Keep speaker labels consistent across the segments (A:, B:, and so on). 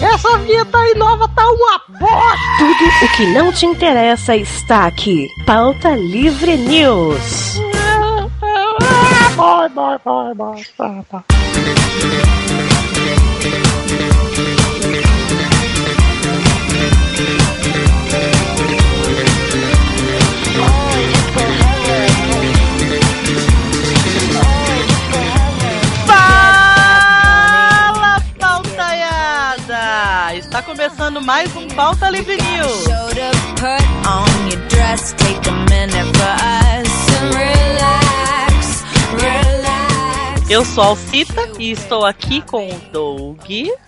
A: Essa vinheta aí nova tá uma bosta!
B: Tudo o que não te interessa está aqui. Pauta Livre News.
A: Ah, Bora, bora, bora, bora. Tá, tá.
C: Fala, pautaiada! Está começando mais um Pauta Livre News.
D: Showed up, put on your dress. Take a minute for us and relax, relax.
C: Eu sou a Alcita e estou aqui com o Doug.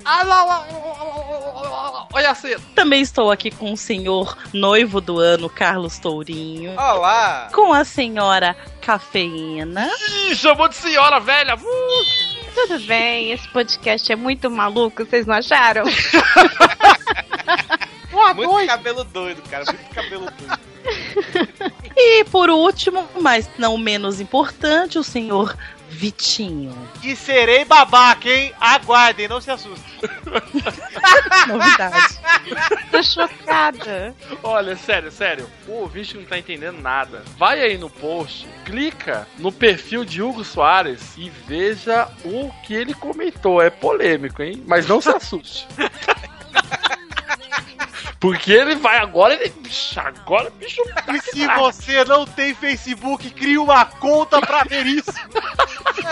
A: Ah, lá, lá, lá, lá, lá, lá. Olha assim.
C: Também estou aqui com o senhor noivo do ano, Carlos Tourinho.
E: Olá!
C: Com a senhora Cafeína.
E: Ih, chamou de senhora velha! Uh,
F: Tudo bem, esse podcast é muito maluco, vocês não acharam?
A: Uma
E: muito
A: dois.
E: cabelo doido, cara, muito cabelo doido.
C: E por último, mas não menos importante, o senhor Vitinho.
E: E serei babaca, hein? Aguardem, não se assustem.
C: Novidade.
F: Tô chocada.
G: Olha, sério, sério, o ouvinte não tá entendendo nada. Vai aí no post, clica no perfil de Hugo Soares e veja o que ele comentou. É polêmico, hein? Mas não se assuste. Porque ele vai agora, ele. Bicho, agora o bicho
E: E se você não tem Facebook, crie uma conta pra ver isso.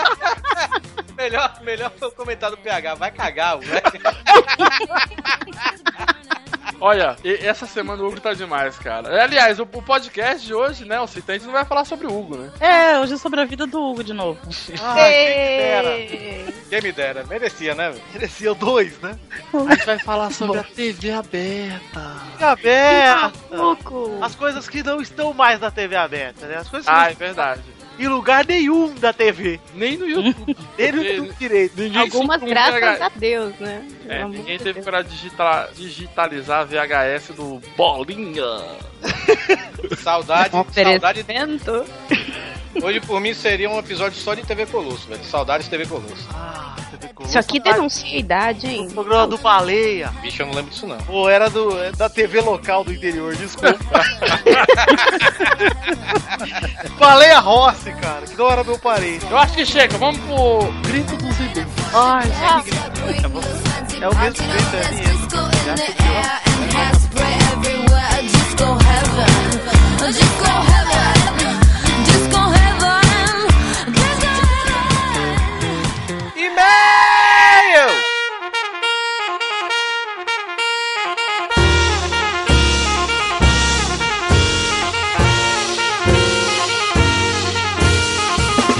E: melhor, melhor foi o comentário do PH, vai cagar, velho.
G: Olha, e- essa semana o Hugo tá demais, cara. Aliás, o, o podcast de hoje, né? O Citante não vai falar sobre o Hugo, né?
C: É, hoje é sobre a vida do Hugo de novo.
F: Ah.
E: quem me dera, quem me dera, merecia, né? velho? Merecia dois, né?
G: A gente vai falar sobre a TV aberta.
E: TV aberta,
F: Maluco.
E: as coisas que não estão mais na TV aberta, né? As coisas que
G: Ah,
E: não
G: é verdade.
E: estão em lugar nenhum da TV,
G: Nem no YouTube.
E: dele
G: Porque
E: do direito.
G: Ninguém
F: Algumas
G: com
F: graças
G: VH
F: a Deus, né? Pelo
G: É,
F: amor
G: ninguém
F: de
G: teve
F: Deus.
G: pra digitar- digitalizar a VHS do Bolinha.
H: Saudade,
F: Um
H: saudade.
F: oferecimento.
H: Hoje por mim seria um episódio só de TV Colosso, velho. Saudades de TV Colosso.
E: Ah, TV Colosso.
F: Isso aqui denuncia a idade, hein?
E: O Um programa do Baleia.
H: Bicho, eu não lembro disso não.
E: Pô, era do, é da TV local do interior, desculpa. Baleia Rossi, cara, que não era meu parente.
G: Eu acho que chega, vamos pro Grito dos Idosos.
E: Ai,
D: É
E: o mesmo jeito, é mesmo. E-mail!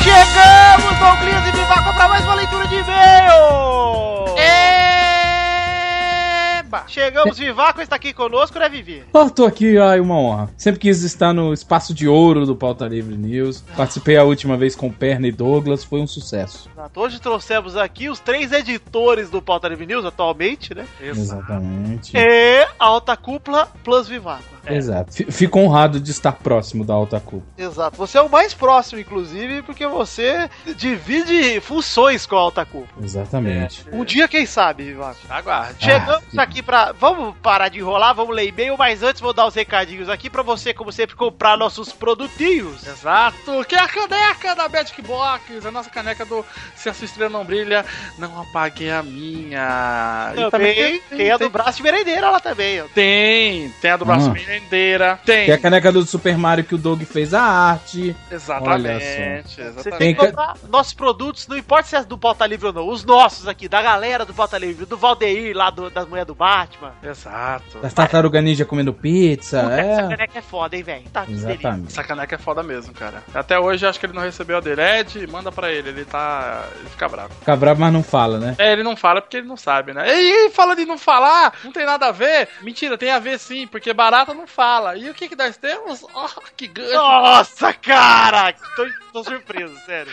E: Chegamos, Douglas e Bivaco, para mais uma leitura de e-mail! Eba! Chegamos, Vivaco está aqui conosco, né, Vivi?
I: Ah, tô aqui, ai, uma honra. Sempre quis estar no espaço de ouro do Pauta Livre News. Participei a última vez com Perna e Douglas, foi um sucesso.
E: Exato. Hoje trouxemos aqui os três editores do Pauta Livre News atualmente, né?
I: Exatamente.
E: E a Alta Cúpula plus Vivaco.
I: Exato. F- Fico honrado de estar próximo da Alta Cúpula.
E: Exato. Você é o mais próximo, inclusive, porque você divide funções com a Alta Cúpula.
I: Exatamente.
E: Um dia, quem sabe, Vivaco?
G: Aguarde.
E: Chegamos
I: Ah,
E: aqui pra. Vamos parar de enrolar, vamos ler e-mail, mas antes vou dar os recadinhos aqui pra você, como sempre, comprar nossos produtinhos.
G: Exato, que é a caneca da Magic Box, a nossa caneca do Se a sua estrela não brilha, não apague a minha. E
E: Também tem a do braço de merendeira lá também, ó.
G: Tem, tem a do braço
I: Ah.
G: merendeira. Tem,
E: É.
I: Tem a caneca do Super Mario que o Doug fez a arte.
G: exatamente.
E: Você
G: exatamente.
E: tem que
I: Tem
E: comprar nossos produtos, não importa se é do Pauta Livre ou não, os nossos aqui, da galera do Pauta Livre, do Valdeir lá do, das mulheres do Batman.
G: Exato.
I: Da Tartaruga Ninja comendo pizza.
E: É. Essa
I: É.
E: caneca é foda, hein, velho? Tá que delícia.
I: Exatamente.
G: Essa caneca é foda mesmo, cara. Até hoje eu acho que ele não recebeu a dele. Ed, manda pra ele, ele tá. Ele fica bravo.
I: Fica bravo, mas não fala, né?
G: É, ele não fala porque ele não sabe, né? E, e falando em não falar, não tem nada a ver. Mentira, tem a ver sim, porque barata não fala. E o que, que nós temos? Oh, que gancho!
E: Nossa, cara! Tô tô surpreso, sério.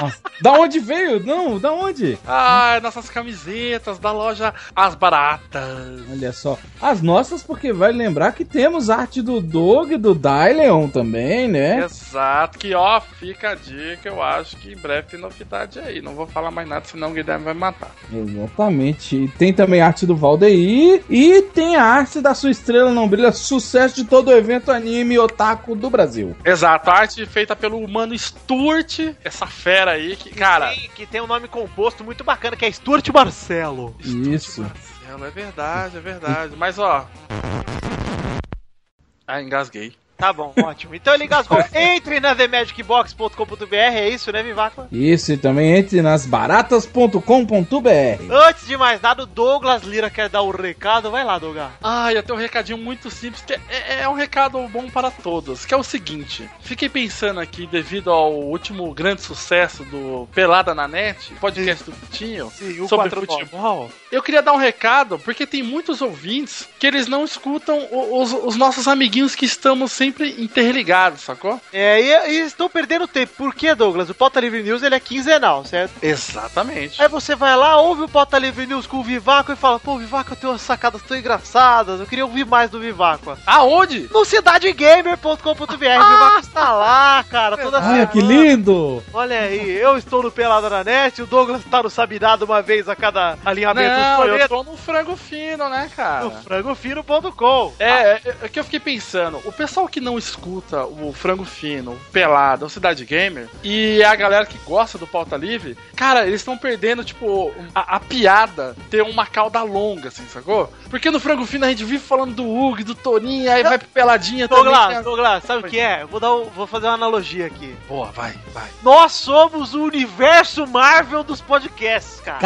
I: Nossa, da onde veio? Não, da onde?
G: Ah, nossas camisetas da loja As Baratas.
I: Olha só. As nossas, porque vai lembrar que temos arte do Doug e do Daileon também, né?
G: Exato, que ó, fica a dica, eu acho que em breve tem novidade aí. Não vou falar mais nada, senão o Guilherme vai me matar.
I: Exatamente. E tem também a arte do Valdeir. E tem a arte da sua estrela não brilha, sucesso de todo o evento anime otaku do Brasil.
G: Exato, a arte feita pelo humano Stuart, essa fera aí, que, cara.
E: Sim, que tem um nome composto muito bacana, que é Stuart Marcelo.
I: Isso.
G: Marcelo, é verdade, é verdade. Mas ó. Ah, engasguei.
E: Tá bom, ótimo. Então ele gasgou. Entre na TheMagicBox.com.br, é isso, né, Vivaco?
I: Isso, e também entre nas baratas.com.br.
E: Antes de mais nada, o Douglas Lira quer dar o recado. Vai lá, Douglas.
G: Ah, eu tenho um recadinho muito simples, que é, é um recado bom para todos, que é o seguinte. Fiquei pensando aqui, devido ao último grande sucesso do Pelada na Net, podcast do Vitinho, sobre futebol, eu queria dar um recado, porque tem muitos ouvintes que eles não escutam o- os, os nossos amiguinhos que estamos sempre interligados, sacou?
E: É, e, e estou perdendo tempo. Por quê, Douglas? O Pauta Livre News ele é quinzenal, certo?
G: Exatamente.
E: Aí você vai lá, ouve o Pauta Livre News com o Vivaco e fala: Pô, Vivaco, eu tenho umas sacadas tão engraçadas. Eu queria ouvir mais do Vivaco.
G: Aonde?
E: No cidadegamer.com.br, o
G: Ah!
E: Vivaco está lá, cara, toda
I: Ah,
E: semana.
I: que lindo!
E: Olha aí, eu estou no Pelada na Net, o Douglas está no Sabidado uma vez a cada alinhamento
G: Não, eu
E: escolhido.
G: tô no frango fino, né, cara?
E: No Ah. frangofino.com.
G: É, é, é que eu fiquei pensando, o pessoal que não escuta o Frango Fino, o Pelado, o Cidade Gamer, e a galera que gosta do Pauta Livre, cara, eles estão perdendo, tipo, a, a piada ter uma cauda longa, assim, sacou? Porque no Frango Fino a gente vive falando do Hugo, do Toninho, aí vai pro Peladinha também.
E: Douglas,
G: cara.
E: Douglas, sabe o que é? Eu Vou, dar um- vou fazer uma analogia aqui.
G: Boa, vai, vai.
E: Nós somos o universo Marvel dos podcasts, cara.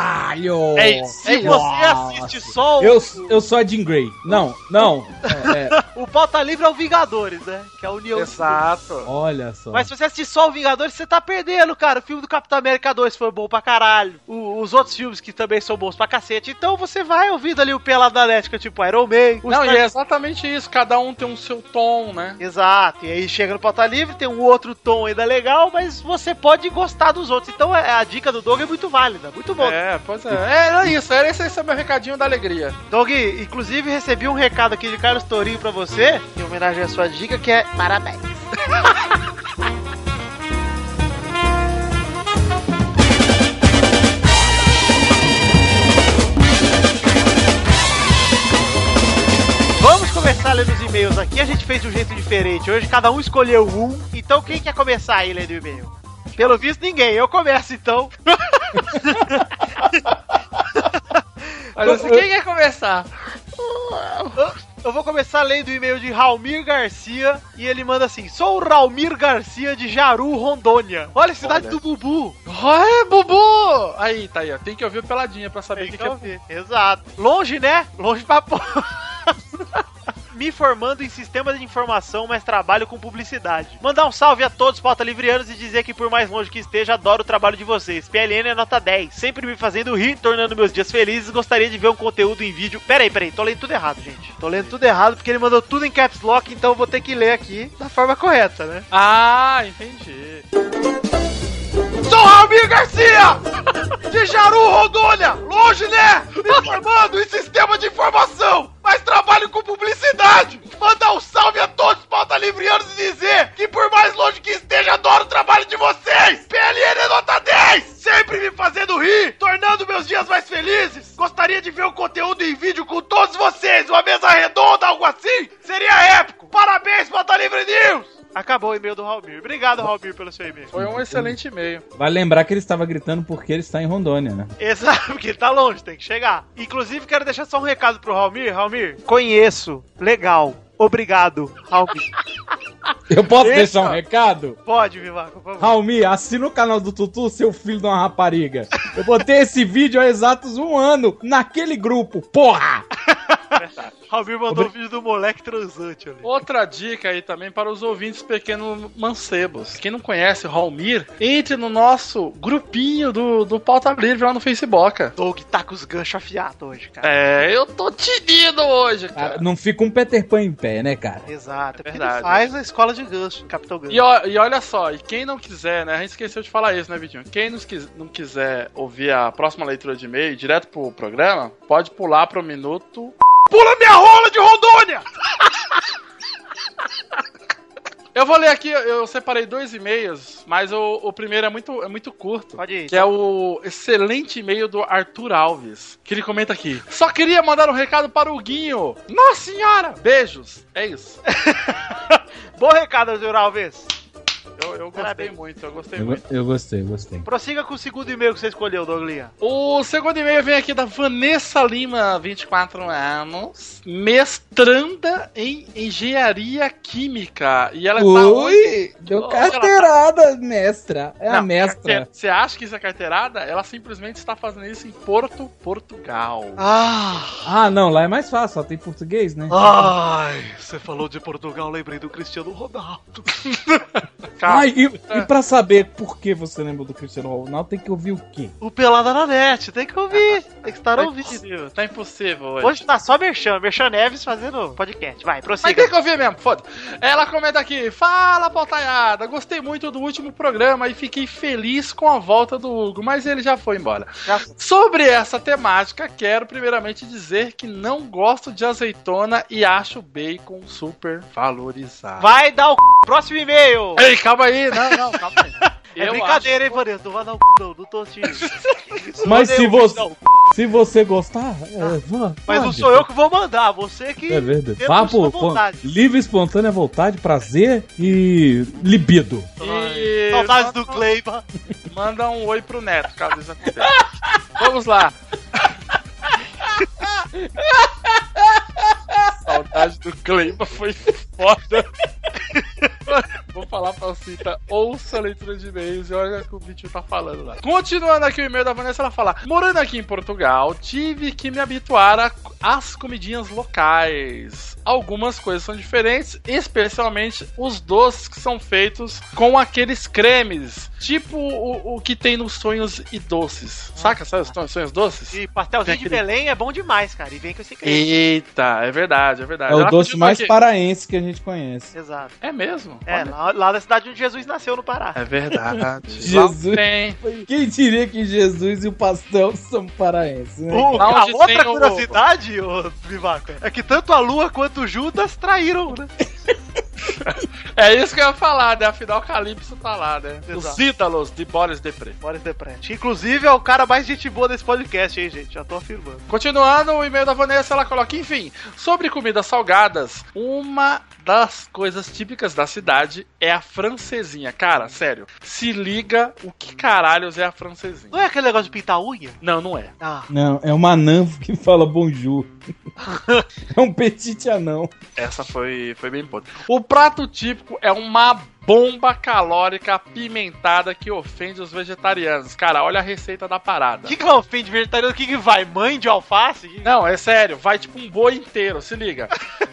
I: Caralho!
G: É isso.
E: Se você assiste só o,
I: Eu, eu sou a Jean Grey. Não, não. É, é,
E: o Pauta Livre é o Vingadores, né? Que é a união. dos
G: Exato.
I: olha só.
E: Tá Mas se você assistir só o Vingadores, você tá perdendo, cara. O filme do Capitão América 2 foi bom pra caralho. O- os outros filmes que também são bons pra cacete. Então você vai ouvindo ali o Pelado da Atlética, tipo Iron Man. os
G: Não,
E: Star-
G: e é exatamente isso, cada um tem um seu tom, né?
E: Exato. E aí chega no Pauta Livre, tem um outro tom ainda legal, mas você pode gostar dos outros. Então é- a dica do Doug é muito válida. Muito bom.
G: É, pois é. Era isso, era esse, esse é o meu recadinho da alegria.
E: Doug, inclusive recebi um recado aqui de Carlos Tourinho pra você, em homenagem à sua dica, que é parabéns. Vamos começar lendo os e-mails aqui. A gente fez de um jeito diferente. Hoje cada um escolheu um. Então quem quer começar aí lendo o e-mail? Pelo visto, ninguém. Eu começo então.
G: Mas assim, quem quer começar?
E: Eu vou começar lendo o e-mail de Raulmir Garcia e ele manda assim: Sou o Raulmir Garcia de Jaru, Rondônia. Olha, cidade do Bubu.
G: Ué, Bubu! Aí, tá aí, ó. Tem que ouvir o Peladinha pra saber o que, que
E: Então?
G: é.
E: Exato. Longe, né? Longe pra porra. Me formando em sistema de informação, mas trabalho com publicidade. Mandar um salve a todos, pauta livrianos, e dizer que por mais longe que esteja, adoro o trabalho de vocês. PLN é nota 10, sempre me fazendo rir, tornando meus dias felizes. Gostaria de ver um conteúdo em vídeo. Peraí, peraí, tô lendo tudo errado, gente. Tô lendo tudo errado porque ele mandou tudo em caps lock, então eu vou ter que ler aqui da forma correta, né?
G: Ah, entendi.
E: Sou Ramiro Garcia! De Jaru, Rondônia! Longe, né? Me formando em sistema de informação! Mas trabalho com publicidade! Mandar um salve a todos os pauta livrianos e dizer que por mais longe que esteja, adoro o trabalho de vocês! PLN é nota 10! Sempre me fazendo rir, tornando meus dias mais felizes! Gostaria de ver o conteúdo em vídeo com todos vocês! Uma mesa redonda, algo assim! Seria épico! Parabéns, Pauta Livre News! Acabou o e-mail do Raulmir. Obrigado, Raulmir, pelo seu e-mail.
G: Foi um excelente e-mail.
I: Vai lembrar que ele estava gritando porque ele está em Rondônia, né?
E: Exato, porque tá longe, tem que chegar. Inclusive, quero deixar só um recado pro Raulmir. Raulmir, conheço. Legal. Obrigado, Raulmir.
I: Eu posso
E: Eita.
I: deixar um recado?
E: Pode, Vivaco, por favor.
I: Raulmi, assina o canal do Tutu, seu filho de uma rapariga. Eu botei esse vídeo há exatos um ano naquele grupo, porra!
E: Raul mandou o vídeo do moleque transante ali.
G: Outra dica aí também para os ouvintes pequenos mancebos. Quem não conhece o Raulmir, entre no nosso grupinho do, do Pauta Livre lá no Facebook.
E: Doug tá com os ganchos afiados hoje, cara.
G: É, eu tô tinido hoje, cara.
I: Cara, não fica um Peter Pan em pé, né, cara?
E: Exato, é porque
G: verdade.
E: ele faz a escola de gancho, Capitão Gancho.
G: E, ó- e olha só, e quem não quiser, né? A gente esqueceu de falar isso, né, Vitinho? Quem nos quis- não quiser ouvir a próxima leitura de e-mail direto pro programa, pode pular pro minuto.
J: Pula minha rola de Rondônia!
G: Eu vou ler aqui, eu separei dois e-mails, mas o, o primeiro é muito, é muito curto.
E: Pode ir.
G: Que é o excelente e-mail do Arthur Alves, que ele comenta aqui. Só queria mandar um recado para o Guinho. Nossa senhora! Beijos. É isso.
E: Bom recado, Arthur Alves.
G: Eu, eu gostei
E: Parabéns.
G: muito, eu gostei
I: Eu,
G: muito.
I: eu gostei, eu gostei.
E: Prossiga com o segundo e-mail que você escolheu, Douglinha.
G: O segundo e-mail vem aqui da Vanessa Lima, 24 anos, mestranda em engenharia química. E ela tá hoje.
I: Ui, deu
G: Ela tá-
I: carteirada, mestra. É a
G: Não,
I: mestra.
G: Você acha que isso é carteirada? Ela simplesmente está fazendo isso em Porto, Portugal.
E: Ah,
I: Ah, não, lá é mais fácil, só tem português,
G: Ah,
I: né?
E: ai, você falou de Portugal, lembrei do Cristiano Ronaldo.
G: Cara,
I: Ai, e, e pra saber por que você lembra do Cristiano Ronaldo, tem que ouvir o quê?
E: O Pelada na Net, tem que ouvir, tem que estar
G: Ai,
E: ouvindo.
G: tá impossível hoje.
E: Hoje tá só Merchan, Merchan Neves fazendo podcast. Vai,
G: Mas tem
E: prossiga.
G: que ouvir mesmo, foda Ela comenta aqui, fala pautaiada, gostei muito do último programa e fiquei feliz com a volta do Hugo, mas ele já foi embora.
E: Já-
G: Sobre essa temática, quero primeiramente dizer que não gosto de azeitona e acho o bacon super valorizado.
E: Vai dar o c... próximo e-mail.
G: Ei, calma aí, não, não, calma aí.
E: É
G: Eu
E: brincadeira, hein, Vanessa? Não vai dar o c... não, não tô te... Isso
I: Mas
E: não
I: se
E: deu,
I: você-
E: não.
I: Se você gostar, é, vá.
E: Mas não
I: pode.
E: sou eu que vou mandar, você que...
I: É verdade.
E: Eu
I: Vá
E: não sou
I: por
E: vontade.
I: livre, espontânea vontade, prazer e libido.
G: acho-
E: Ai,
G: E-
E: Saudades do Cleiba.
G: Manda um oi pro Neto, caso isso aconteça. Vamos lá. Saudade do Cleiba foi foda. Vou falar pra Cita, ouça a leitura de e-mails e olha o que o Vitinho tá falando lá. Continuando aqui o e-mail da Vanessa, ela fala: Morando aqui em Portugal, tive que me habituar a- às comidinhas locais. Algumas coisas são diferentes, especialmente os doces que são feitos com aqueles cremes, tipo o, o que tem nos sonhos e doces. Saca, sabe os sonhos doces?
E: E pastelzinho de Belém é bom demais, cara. E vem com esse creme.
G: Eita, é verdade, é
E: Ah,
G: verdade.
I: É o
G: Ela
I: doce
G: continua
I: mais
G: aqui.
I: paraense que a gente conhece.
E: Exato.
G: É mesmo?
E: É,
G: Olha.
E: lá, lá na cidade onde Jesus nasceu, no Pará.
G: É verdade.
I: Jesus.
G: Lá tem.
I: Quem diria que Jesus e o pastel são paraenses, né?
E: O-
G: Lá
E: Uh, a
G: onde tem
E: outra
G: o-
E: curiosidade, ô Vivaco, é que tanto a Lua quanto o Judas traíram, né?
G: É isso que eu ia falar, né? Afinal, Calypso tá lá, né? Os
E: Exato.
G: ídalos de Boris Depre.
E: Boris Deprete. Inclusive é o cara mais gente boa desse podcast, hein, gente? Já tô afirmando.
G: Continuando, o e-mail da Vanessa, ela coloca, enfim, sobre comidas salgadas, uma das coisas típicas da cidade é a francesinha. Cara, sério, se liga o que caralhos é a francesinha.
E: Não é aquele negócio de pintar a unha?
G: Não, não é.
E: Ah,
I: Não, é uma anã que fala bonjour. é um petit anão.
G: Essa foi, foi bem boa. O prato típico é uma bomba calórica apimentada que ofende os vegetarianos. Cara, olha a receita da
E: o
G: parada.
E: que que vai ofender de vegetariano? O que que vai? Mãe de alface? Que-
G: Não, é sério, vai tipo um boi inteiro, se liga.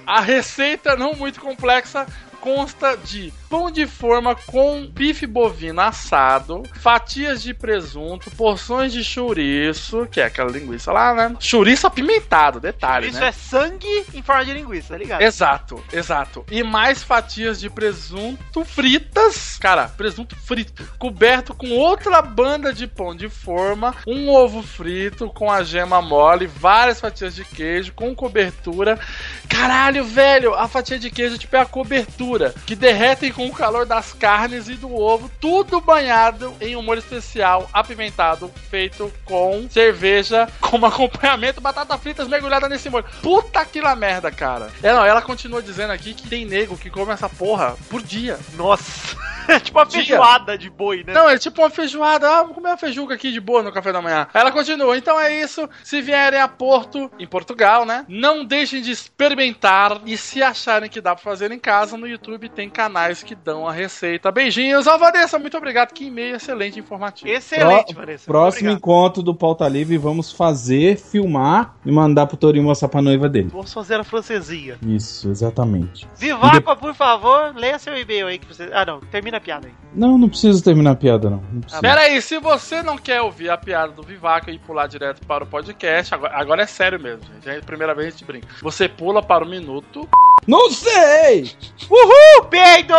G: A receita, não muito complexa, consta de pão de forma com bife bovino assado, fatias de presunto, porções de chouriço, que é aquela linguiça lá, né? Chouriço apimentado, detalhe,
E: Isso
G: né? É.
E: é sangue em forma de linguiça, tá ligado?
G: Exato, exato. E mais fatias de presunto fritas. Cara, presunto frito. Coberto com outra banda de pão de forma, um ovo frito com a gema mole, várias fatias de queijo com cobertura. Caralho, velho, a fatia de queijo tipo é a cobertura, que derretem com o calor das carnes e do ovo, tudo banhado em um molho especial apimentado, feito com cerveja como acompanhamento, batata fritas mergulhada nesse molho. Puta que la merda, cara. É, não, ela continua dizendo aqui que tem nego que come essa porra por dia.
E: Nossa. É tipo uma
G: Dia.
E: feijoada de boi, né?
G: Não, é tipo uma feijoada. Ah, vou comer uma feijuca aqui de boa no café da manhã. Aí Ela continua. Então é isso. Se vierem a Porto, em Portugal, né? Não deixem de experimentar. E se acharem que dá pra fazer em casa, no YouTube tem canais que dão a receita. Beijinhos. Ó, Vanessa, muito obrigado. Que e-mail excelente e informativo.
E: Excelente,
I: Pró-
E: Vanessa.
I: Próximo
E: Obrigado.
I: encontro do Pauta Livre, vamos fazer, filmar e mandar pro Torinho mostrar pra noiva dele.
E: Vamos fazer a francesinha.
I: Isso, exatamente.
E: Vivaco, por favor, leia seu e-mail aí que você. Ah, não, termina a piada aí.
I: Não, não preciso terminar a piada, não. Não
E: Tá
G: Ah,
I: preciso.
G: Pera aí, se você não quer ouvir a piada do Vivaca e pular direto para o podcast, agora, agora é sério mesmo, gente. É a primeira vez que a gente brinca. Você pula para o minuto.
I: Não sei!
E: Uhul, peido!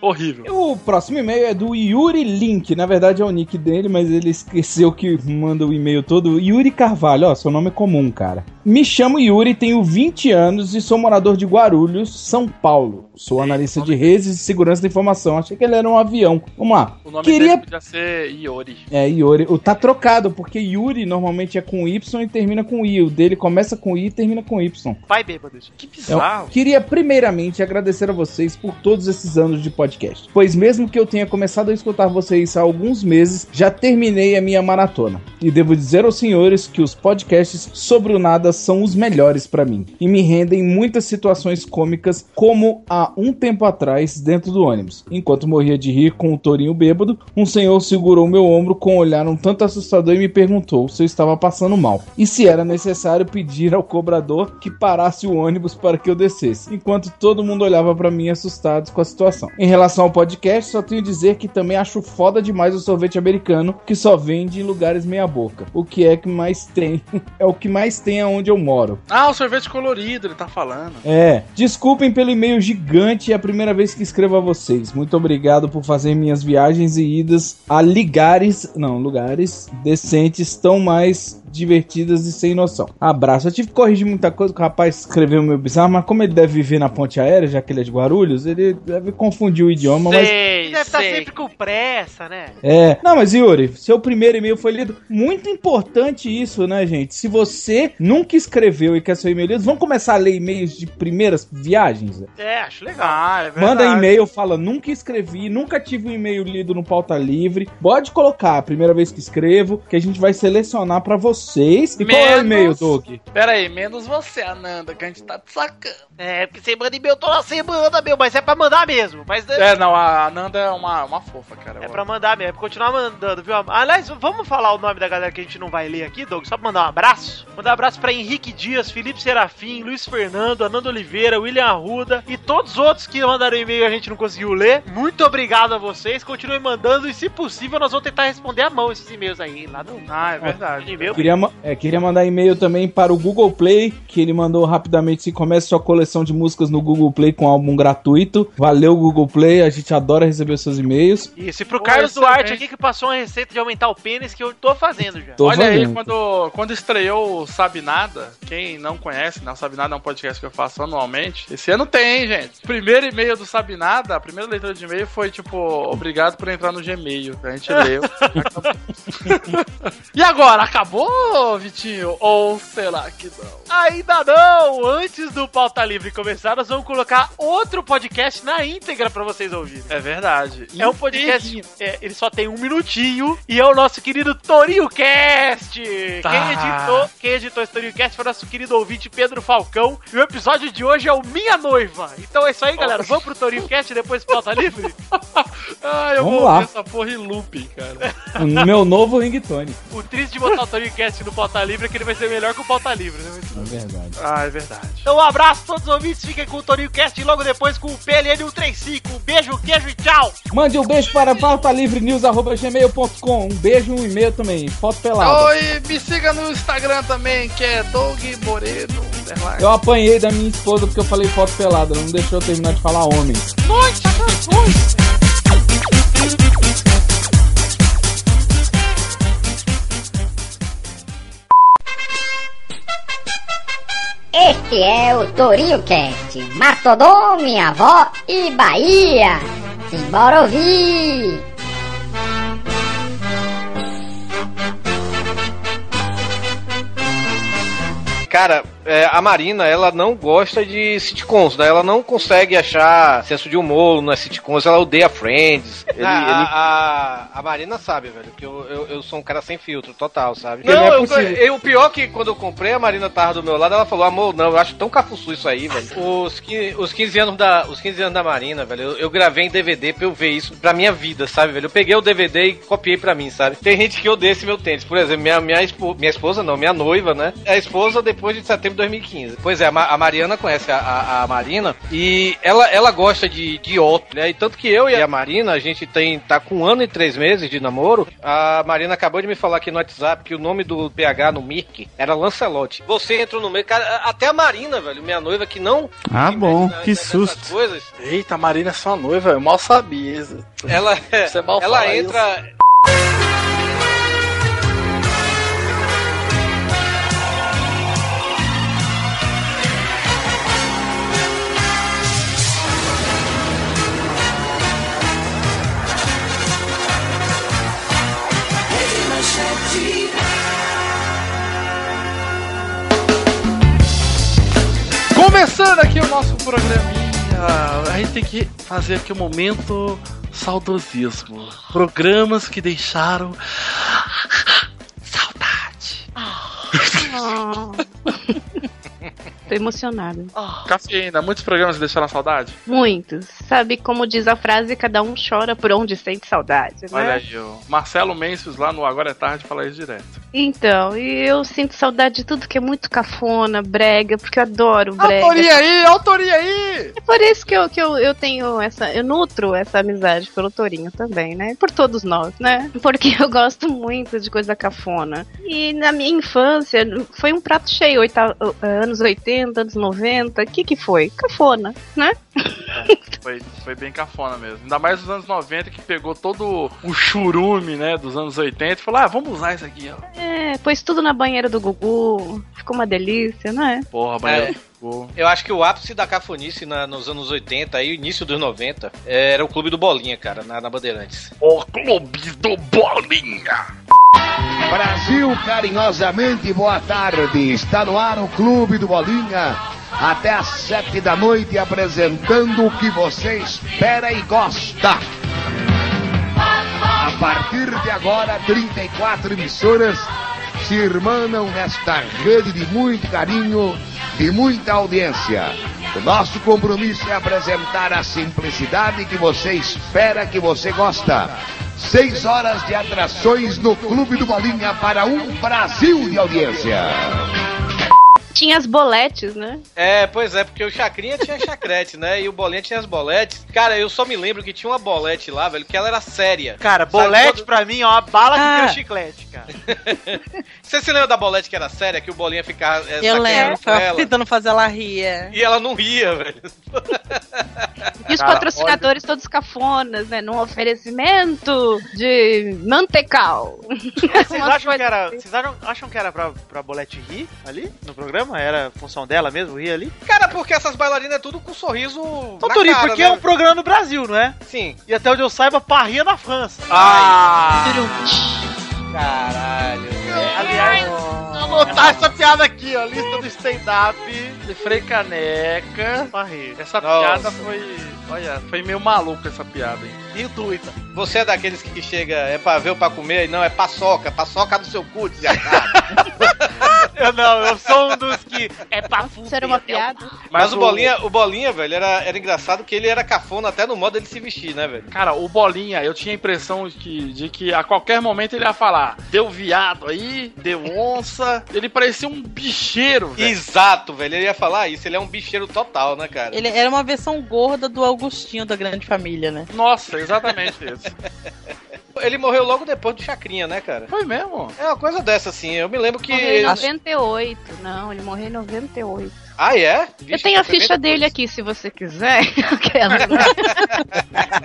G: Horrível.
I: O próximo e-mail é do Yuri Link. Na verdade é o nick dele, mas ele esqueceu que manda o e-mail todo. Yuri Carvalho, ó, seu nome é comum, cara. Me chamo Yuri, tenho 20 anos e sou morador de Guarulhos, São Paulo. Sou analista de redes e segurança da informação. Achei que ele era um avião. Vamos lá.
G: O nome
I: Queria-
G: dele é- podia ser Iori.
I: É, Yuri. O tá trocado, porque Yuri normalmente é com Y e termina com I. O dele começa com I e termina com Y.
E: Vai bêbado, gente.
G: Que
I: Eu
G: bizarro.
I: queria primeiramente agradecer a vocês por todos esses anos de podcast, pois mesmo que eu tenha começado a escutar vocês há alguns meses, já terminei a minha maratona. E devo dizer aos senhores que os podcasts sobre o nada são os melhores pra mim e me rendem muitas situações cômicas, como há um tempo atrás dentro do ônibus. Enquanto morria de rir com o tourinho bêbado, um senhor segurou meu ombro com um olhar um tanto assustador e me perguntou se eu estava passando mal e se era necessário pedir ao cobrador que parasse o ônibus para que eu descesse, enquanto todo mundo olhava pra mim assustado com a situação. Em relação ao podcast, só tenho a dizer que também acho foda demais o sorvete americano que só vende em lugares meia boca. O que é que mais tem? é o que mais tem aonde eu moro.
G: Ah, o sorvete colorido, ele tá falando.
I: É, desculpem pelo e-mail gigante, é a primeira vez que escrevo a vocês. Muito obrigado por fazer minhas viagens e idas a ligares, não, lugares decentes tão mais divertidas e sem noção. Abraço. Eu tive que corrigir muita coisa que o rapaz escreveu meu bizarro, mas como ele deve viver na ponte aérea, já que ele é de Guarulhos, ele deve confundir o idioma, mas
E: Ele deve
G: tá
E: estar sempre com pressa, né?
I: é. Não, mas Yuri, seu primeiro e-mail foi lido. Muito importante isso, né, gente? Se você nunca escreveu e quer seu e-mail lido, vamos começar a ler e-mails de primeiras viagens? né?
E: É, acho legal.
G: Ah, é
I: Manda
G: verdade.
I: e-mail, fala, nunca escrevi, nunca tive um e-mail lido no Pauta Livre. Pode colocar, a primeira vez que escrevo, que a gente vai selecionar pra vocês. E qual é o
G: Menos-
I: e-mail, Doug?
G: Pera aí, menos você, Ananda, que a gente tá te sacando.
E: É, porque você manda e-mail toda semana, meu, mas é pra mandar mesmo. Mas é,
G: É, não, a Ananda é uma, uma fofa, cara.
E: é pra mandar mesmo, é pra continuar mandando, viu? Aliás, vamos falar o nome da galera que a gente não vai ler aqui, Doug? Só pra mandar um abraço? Mandar um abraço pra Henrique Dias, Felipe Serafim, Luiz Fernando, Ananda Oliveira, William Arruda e todos os outros que mandaram e-mail e a gente não conseguiu ler. Muito obrigado a vocês, continuem mandando e, se possível, nós vamos tentar responder à mão esses e-mails aí, lá no
G: Ah, é verdade.
E: e-mail.
I: Queria, ma- é, queria mandar e-mail também para o Google Play, que ele mandou rapidamente se começa sua coleção de músicas no Google Play com álbum gratuito. Valeu, Google Play, a gente adora receber seus e-mails.
E: Isso, e pro
G: Pô,
E: Carlos
G: excelente.
E: Duarte aqui que passou uma receita de aumentar o pênis que eu tô fazendo já.
I: Tô
G: Olha aí,
I: valendo.
G: quando, quando estreou o Sabe Nada, quem não conhece, né? O Sabe Nada é um podcast que eu faço anualmente. Esse ano tem, hein, gente? Primeiro e-mail do Sabe Nada, a primeira leitura de e-mail foi tipo, obrigado por entrar no Gmail. A gente leu. Acabou. e agora, acabou, Vitinho? Ou será que não?
E: Ainda não! Antes do Pauta Livre começar, nós vamos colocar outro podcast na íntegra pra vocês ouvirem.
G: É verdade.
E: É um podcast, é, ele só tem um minutinho e é o nosso querido Torinho Cast.
G: Tá.
E: Quem editou, quem editou esse Torinho Cast foi o nosso querido ouvinte Pedro Falcão. E o episódio de hoje é o Minha Noiva. Então é isso aí, galera. Vamos pro Torinho Cast e depois pro Pauta Livre.
G: Ah, eu
I: Vamos
G: vou
I: lá.
G: ouvir essa porra em looping, cara.
I: Meu novo ringtone.
E: O triste de botar o Torinho Cast no Pauta Livre é que ele vai ser melhor que o Pauta Livre,
I: É
E: né?
I: verdade.
G: Ah, é verdade.
E: Então um abraço a todos os ouvintes, fiquem com o Toninho Cast e logo depois com o PLN 135. Um beijo, queijo e tchau!
I: Mande um beijo para pautalivrenews.gmail.com. Um beijo e um e-mail também. Foto pelada.
G: Oi, me siga no Instagram também, que é Doug Moreno. underline.
I: Eu apanhei da minha esposa porque eu falei foto pelada. Ela não deixou eu terminar de falar homem.
K: Este é o Torinho Cast, Matodom, minha avó e Bahia. Simbora ouvir!
H: Cara, é, a Marina, ela não gosta de sitcoms, né? Ela não consegue achar senso de humor nas sitcoms, ela odeia Friends. Ele-
J: Ah,
H: ele-
J: ah,
H: a Marina sabe, velho, que eu, eu, eu sou um cara sem filtro, total, sabe?
J: Porque não é
H: eu-
J: possível.
H: eu- o pior é que quando eu comprei, a Marina tava do meu lado, ela falou, amor, não, eu acho tão cafuçu isso aí, velho. Os, qui- os, 15, anos da, os 15 anos da Marina, velho, eu, eu gravei em DVD pra eu ver isso pra minha vida, sabe, velho? Eu peguei o DVD e copiei pra mim, sabe? Tem gente que odeia esse meu tênis, por exemplo, minha, minha, espo- minha esposa, não, minha noiva, né? A esposa depois de setembro de 2015. Pois é, a, Ma- a Mariana conhece a, a- a Marina e ela, ela gosta de, de Otto, né? E tanto que eu e a Marina, a gente tem, tá com um ano e três meses de namoro. A Marina acabou de me falar aqui no WhatsApp que o nome do PH no Mirk era Lancelote. Você entrou no meio, cara, a- até a Marina, velho, minha noiva, que não
L: Ah, bom, que susto.
H: essas coisas,
G: Eita, a Marina é sua noiva, eu mal sabia. isso.
H: ela,
G: Você mal
H: ela
G: fala
H: entra.
G: Começando aqui o nosso programinha, a gente tem que fazer aqui o um momento saudosismo. Programas que deixaram
F: Tô emocionada.
G: cafeína. Muitos programas que deixaram saudade.
F: Muitos. Sabe como diz a frase, cada um chora por onde sente saudade, né?
G: Olha aí, o Marcelo Mencius lá no Agora é Tarde fala isso direto.
F: Então, e eu sinto saudade de tudo que é muito cafona, brega, porque eu adoro brega.
G: Autoria aí, autoria aí!
F: É por isso que eu, que eu, eu tenho essa. Eu nutro essa amizade pelo Torinho também, né? Por todos nós, né? Porque eu gosto muito de coisa cafona. E na minha infância, foi um prato cheio, oita- anos 80, anos 90. O que que foi? Cafona, né?
G: Foi, foi bem cafona mesmo. Ainda mais nos anos 90 que pegou todo o churume, né, dos anos 80 e falou: ah, vamos usar isso aqui, ó.
F: É, pôs tudo na banheira do Gugu. Ficou uma delícia, não é?
G: Porra, banheiro.
H: É.
G: ficou.
H: Eu acho que o ápice da cafonice na- nos anos 80 e início dos 90 era o clube do Bolinha, cara, na, na Bandeirantes.
G: O clube do Bolinha!
M: Brasil, carinhosamente, boa tarde. Está no ar o Clube do Bolinha. Até às sete da noite, apresentando o que você espera e gosta. A partir de agora, 34 emissoras se irmanam nesta rede de muito carinho e muita audiência. O nosso compromisso é apresentar a simplicidade que você espera, que você gosta. Seis horas de atrações no Clube do Bolinha para um Brasil de audiência.
F: Tinha as boletes, né?
H: É, pois é, porque o Chacrinha tinha chacrete, né? E o Bolinha tinha as boletes. Cara, eu só me lembro que tinha uma bolete lá, velho, que ela era séria.
E: Cara, bolete pra mim é uma bala que
H: Ah.
E: tem um chiclete, cara.
H: Você se lembra da bolete que era séria, que o Bolinha ficava é,
C: Eu
H: sacaneando
C: lembro,
H: com
C: tava
H: ela?
C: tentando fazer ela rir. é.
H: E ela não ria, velho.
F: E os
H: Cara,
F: patrocinadores todos cafonas, né? Num oferecimento de mantecal.
E: Vocês acham que era, vocês acham, acham que era pra, pra Bolete rir ali no programa? Era função dela mesmo rir ali?
H: Cara, porque essas bailarinas é tudo com sorriso.
E: Ô,
H: na
E: Turi,
H: cara,
E: porque
H: né?
E: é um programa no Brasil, não é?
H: Sim.
E: E até onde eu saiba, parria na França.
G: Ah!
H: Caralho.
E: Aliás, anotar essa piada aqui, ó. Lista do stand-up.
G: De Frei Caneca.
E: Parria.
G: Essa piada foi. Olha, foi meio maluca essa piada, hein?
E: E doida.
H: Você é daqueles que chega, é pra ver ou pra comer? Não, é paçoca. Paçoca no seu cu, desgraçado.
E: Eu não, eu sou um dos que. É pra
F: Isso era uma piada?
H: Mas,
G: Mas
H: o
G: o-
H: Bolinha, o Bolinha, velho, era, era engraçado que ele era cafona até no modo dele se vestir, né, velho?
G: Cara, o Bolinha, eu tinha a impressão de que, de que a qualquer momento ele ia falar: deu viado aí, deu onça. Ele parecia um bicheiro, velho.
H: Exato, velho. Ele ia falar isso, ele é um bicheiro total, né, cara?
C: Ele era uma versão gorda do Augustinho da Grande Família, né?
G: Nossa, exatamente isso.
H: Ele morreu logo depois do Chacrinha, né, cara?
G: Foi mesmo?
H: É uma coisa dessa, assim. Eu me lembro que.
F: Morreu em 98. Não, ele morreu em 98.
H: Ah, é?
F: Eu tenho a ficha dele aqui, se você quiser. Aquelas, né?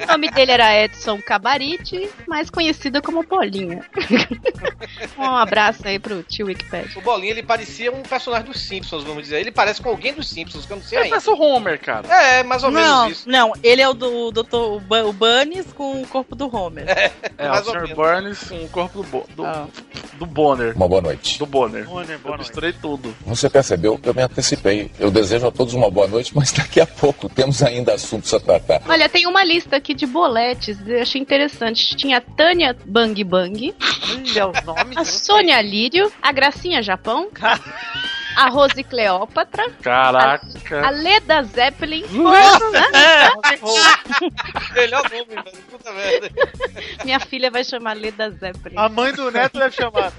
F: o nome dele era Edson Cabarite, mais conhecido como Bolinha. um abraço aí pro tio Wikipedia.
H: O Bolinha, ele parecia um personagem dos Simpsons, vamos dizer. Ele parece com alguém dos Simpsons, que eu não sei ainda.
G: Parece o Homer, cara.
H: É, mais ou menos
C: não,
H: isso.
C: Não, ele é o do Dr. o Bu- o Bunnies com o corpo do Homer.
G: É,
H: Mais
G: o
H: ou
G: Sr.
H: menos.
G: Burns, um corpo do, bo do,
F: Ah.
G: do Bonner.
N: Uma boa noite.
G: Do Bonner.
E: Bonner,
G: Eu misturei tudo.
N: Você percebeu que eu me antecipei. Eu desejo a todos uma boa noite, mas daqui a pouco temos ainda assuntos a tratar.
F: Olha, tem uma lista aqui de boletes, eu achei interessante. Tinha Tânia Bang Bang,
E: Olha os nomes.
F: a Sônia Lírio, a Gracinha Japão, a Rose Cleópatra, a
G: Caraca.
F: Leda Zeppelin.
H: Melhor nome, velho. Puta merda.
F: Minha filha vai chamar Leda Zeppelin.
E: A mãe do neto deve chamar.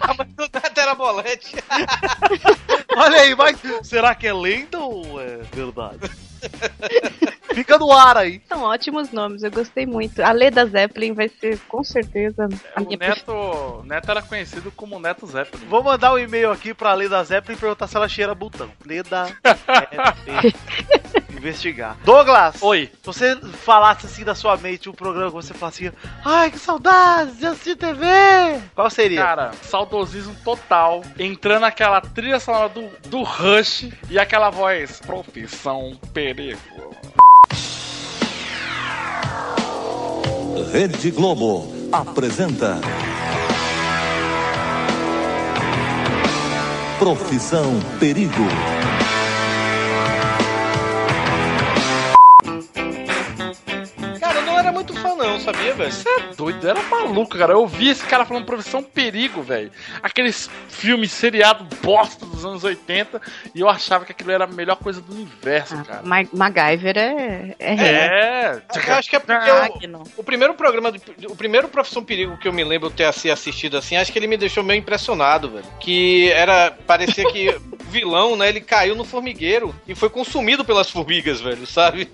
H: A mãe do Neto era bolete.
E: Olha aí, mas será que é lenda ou é verdade? Fica no ar aí.
F: São ótimos nomes, eu gostei muito. A Leda Zeppelin vai ser, com certeza, a
G: É O
F: minha
G: Neto, o Neto era conhecido como Neto Zeppelin.
E: Vou mandar um e-mail aqui pra Leda Zeppelin e perguntar se ela cheira botão. Leda Zeppelin. Investigar. Douglas,
G: Oi.
E: se você falasse assim da sua mente um programa que você falasse assim, ai que saudades de assistir TV. Qual seria?
G: Cara, saudosismo total. Entrando naquela trilha sonora do, do Rush e aquela voz. Profissão perigo.
O: Rede Globo apresenta. Profissão Perigo.
H: Cara, eu não era muito fã, não, sabia, velho?
G: Doido, era maluco, cara. Eu vi esse cara falando profissão é um perigo, velho. Aqueles filmes seriado bosta dos anos 80 e eu achava que aquilo era a melhor coisa do universo, cara.
F: Ma- MacGyver é. é, real.
G: É.
H: Eu acho que é porque eu,
C: Magno.
H: o primeiro programa, do- o primeiro Profissão Perigo que eu me lembro ter assim, assistido assim, acho que ele me deixou meio impressionado, velho. Que era, parecia que o vilão, né, ele caiu no formigueiro e foi consumido pelas formigas, velho, sabe?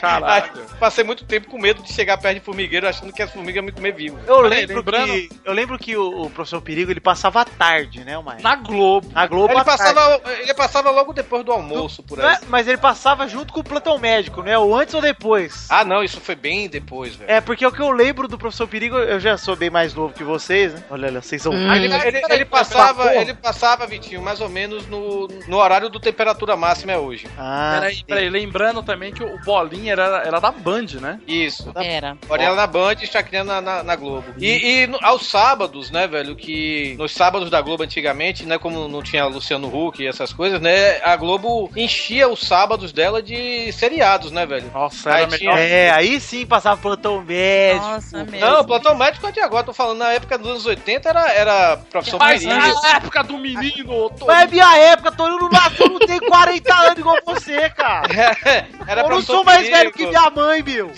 G: Caralho.
H: Passei muito tempo com medo de chegar perto de formigueiro achando que as formigas iam me comer vivo.
E: Eu
G: Olha aí,
E: lembro,
G: lembrando-
E: que, eu lembro que o, o Professor Perigo ele passava à tarde, né, Maia?
G: Na Globo.
E: Na Globo
H: Ele
E: à tarde.
H: passava, ele passava logo depois do almoço, por
E: Não
H: aí.
E: é- mas ele passava junto com o plantão médico, né? Ou antes ou depois.
H: Ah, não, isso foi bem depois, velho.
E: É, porque o que eu lembro do Professor Perigo, eu já sou bem mais novo que vocês, né? Olha, olha, vocês são.
F: Hum.
H: Ele, ele- ele passava, ele passava, Vitinho, mais ou menos no, no horário do temperatura máxima é hoje.
E: Ah,
G: Peraí, peraí. Lembrando também que o Bolinha era, era da Band, né?
H: Isso.
C: Era.
H: Orelha na Band e Chacrinha na, na, na Globo. E, e no- aos sábados, né, velho, que nos sábados da Globo antigamente, né, como não tinha Luciano Huck e essas coisas, né, a Globo enchia os sábados dela de seriados, né, velho?
G: Nossa, era
H: Aí
G: a melhor.
H: tinha-
E: É, aí sim passava plantão médico.
C: Nossa, mesmo.
H: Não, o plantão médico é de agora, tô falando na época dos anos 80 era, era profissão
G: Mas
H: perigo.
G: na época do um menino, ô, tô...
E: Mas é minha época, Torinho não nasceu, não tem 40 anos igual você, cara.
H: É, Era
E: eu não
H: profissão
E: sou mais velho
H: perigo.
E: que minha mãe, meu.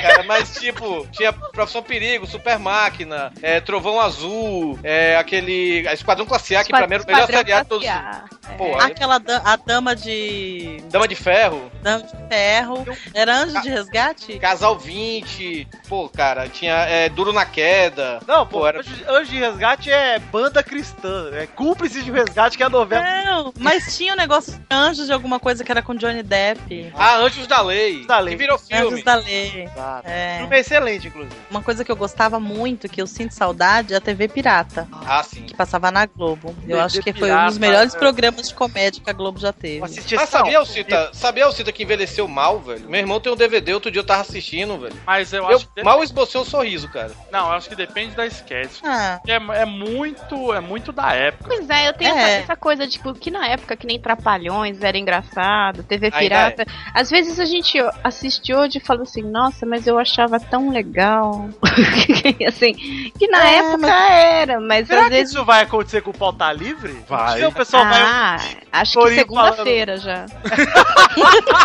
H: cara, mas tipo, tinha Profissão Perigo, Super Máquina, é, Trovão Azul, é, aquele. Esquadrão Classe A, que pra mim era o tipo, é melhor
F: Esquadrão
H: seriado de todos.
F: Classe A.
H: Pô, aí,
C: É. Aquela da- a dama de.
H: Dama de Ferro,
C: Dama de ferro. Era anjo de resgate?
H: Casal 20, pô, cara, tinha é, Duro na Queda.
E: Não, pô,
H: Pô, era-
E: Anjo- Anjo de Resgate é banda cristã. É Cúmplice de Resgate, que é a novela
C: Não, mas tinha um negócio de anjos de alguma coisa que era com Johnny Depp.
H: Ah, Anjos da Lei,
E: Da Lei.
H: que virou
C: Anjos
H: filme.
C: da Lei.
E: Exato.
C: É.
E: Filme é excelente, inclusive.
C: Uma coisa que eu gostava muito, que eu sinto saudade, é a TV Pirata,
H: Ah, sim.
C: que passava na Globo. Eu
G: TV
C: acho que foi um
G: Pirata,
C: dos melhores
G: é.
C: programas de comédia que a Globo já
E: Eu
C: teve.
E: assisti
H: Mas
E: esse-
H: sabia,
E: não,
H: Alcita, sabia, Alcita, que envelheceu mal, velho? Meu irmão tem um DVD, outro dia eu tava assistindo, velho.
G: Mas eu
H: Eu
G: acho que.
H: mal esbocei um sorriso, cara.
G: Não, eu acho que depende da sketch.
C: Ah,
G: É, é muito. É muito da época.
F: Pois é, eu tenho
C: É.
F: Essa, essa coisa, tipo, que na época que nem Trapalhões era engraçado, TV
H: Ainda
F: Pirata. Às vezes a gente assiste hoje e fala assim, nossa, mas eu achava tão legal. assim, que na
C: É,
F: época
C: mas-
F: era, mas
E: Será
F: às
E: que
F: vezes.
E: isso vai acontecer com o pau tá livre?
G: Vai.
E: Então o pessoal vai.
F: Ah, acho que
E: Torinho
F: segunda-feira já.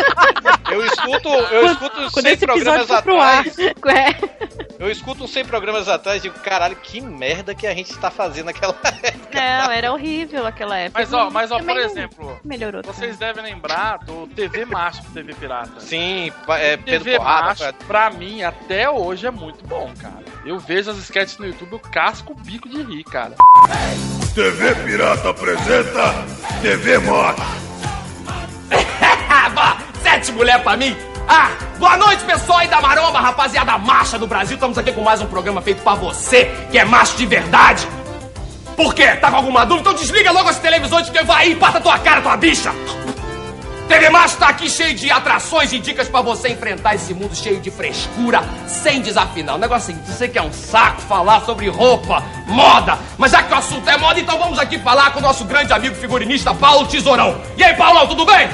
H: Eu escuto, eu escuto os
C: Quando
H: 100
C: esse episódio
H: programas
C: for pro
H: atrás.
F: É.
H: Eu escuto uns 100 programas atrás e digo, caralho, que merda que a gente está fazendo naquela época.
F: Não, era horrível aquela época.
G: Mas ó, mas ó,
F: Também
G: por
F: não
G: exemplo,
F: Melhorou.
G: vocês devem lembrar do TV Macho do TV Pirata.
H: Sim, pa- é, Pedro
G: TV
H: Porrada,
G: Macho,
H: Fred.
G: pra mim, até hoje é muito bom, cara. Eu vejo as sketches no YouTube, eu casco o bico de rir, cara.
P: TV Pirata apresenta TV Morte.
A: Sete mulher pra mim? Ah, boa noite, pessoal aí da Maromba, rapaziada macha do Brasil. Estamos aqui com mais um programa feito pra você, que é macho de verdade. Por quê? Tá com alguma dúvida? Então desliga logo as televisões, porque vai aí, pata tua cara, tua bicha. TV Macho tá aqui cheio de atrações e dicas pra você enfrentar esse mundo cheio de frescura, sem desafinar. O negócio é seguinte, você que é um saco falar sobre roupa, moda, mas já que o assunto é moda, então vamos aqui falar com o nosso grande amigo figurinista Paulo Tesourão. E aí, Paulão, tudo bem?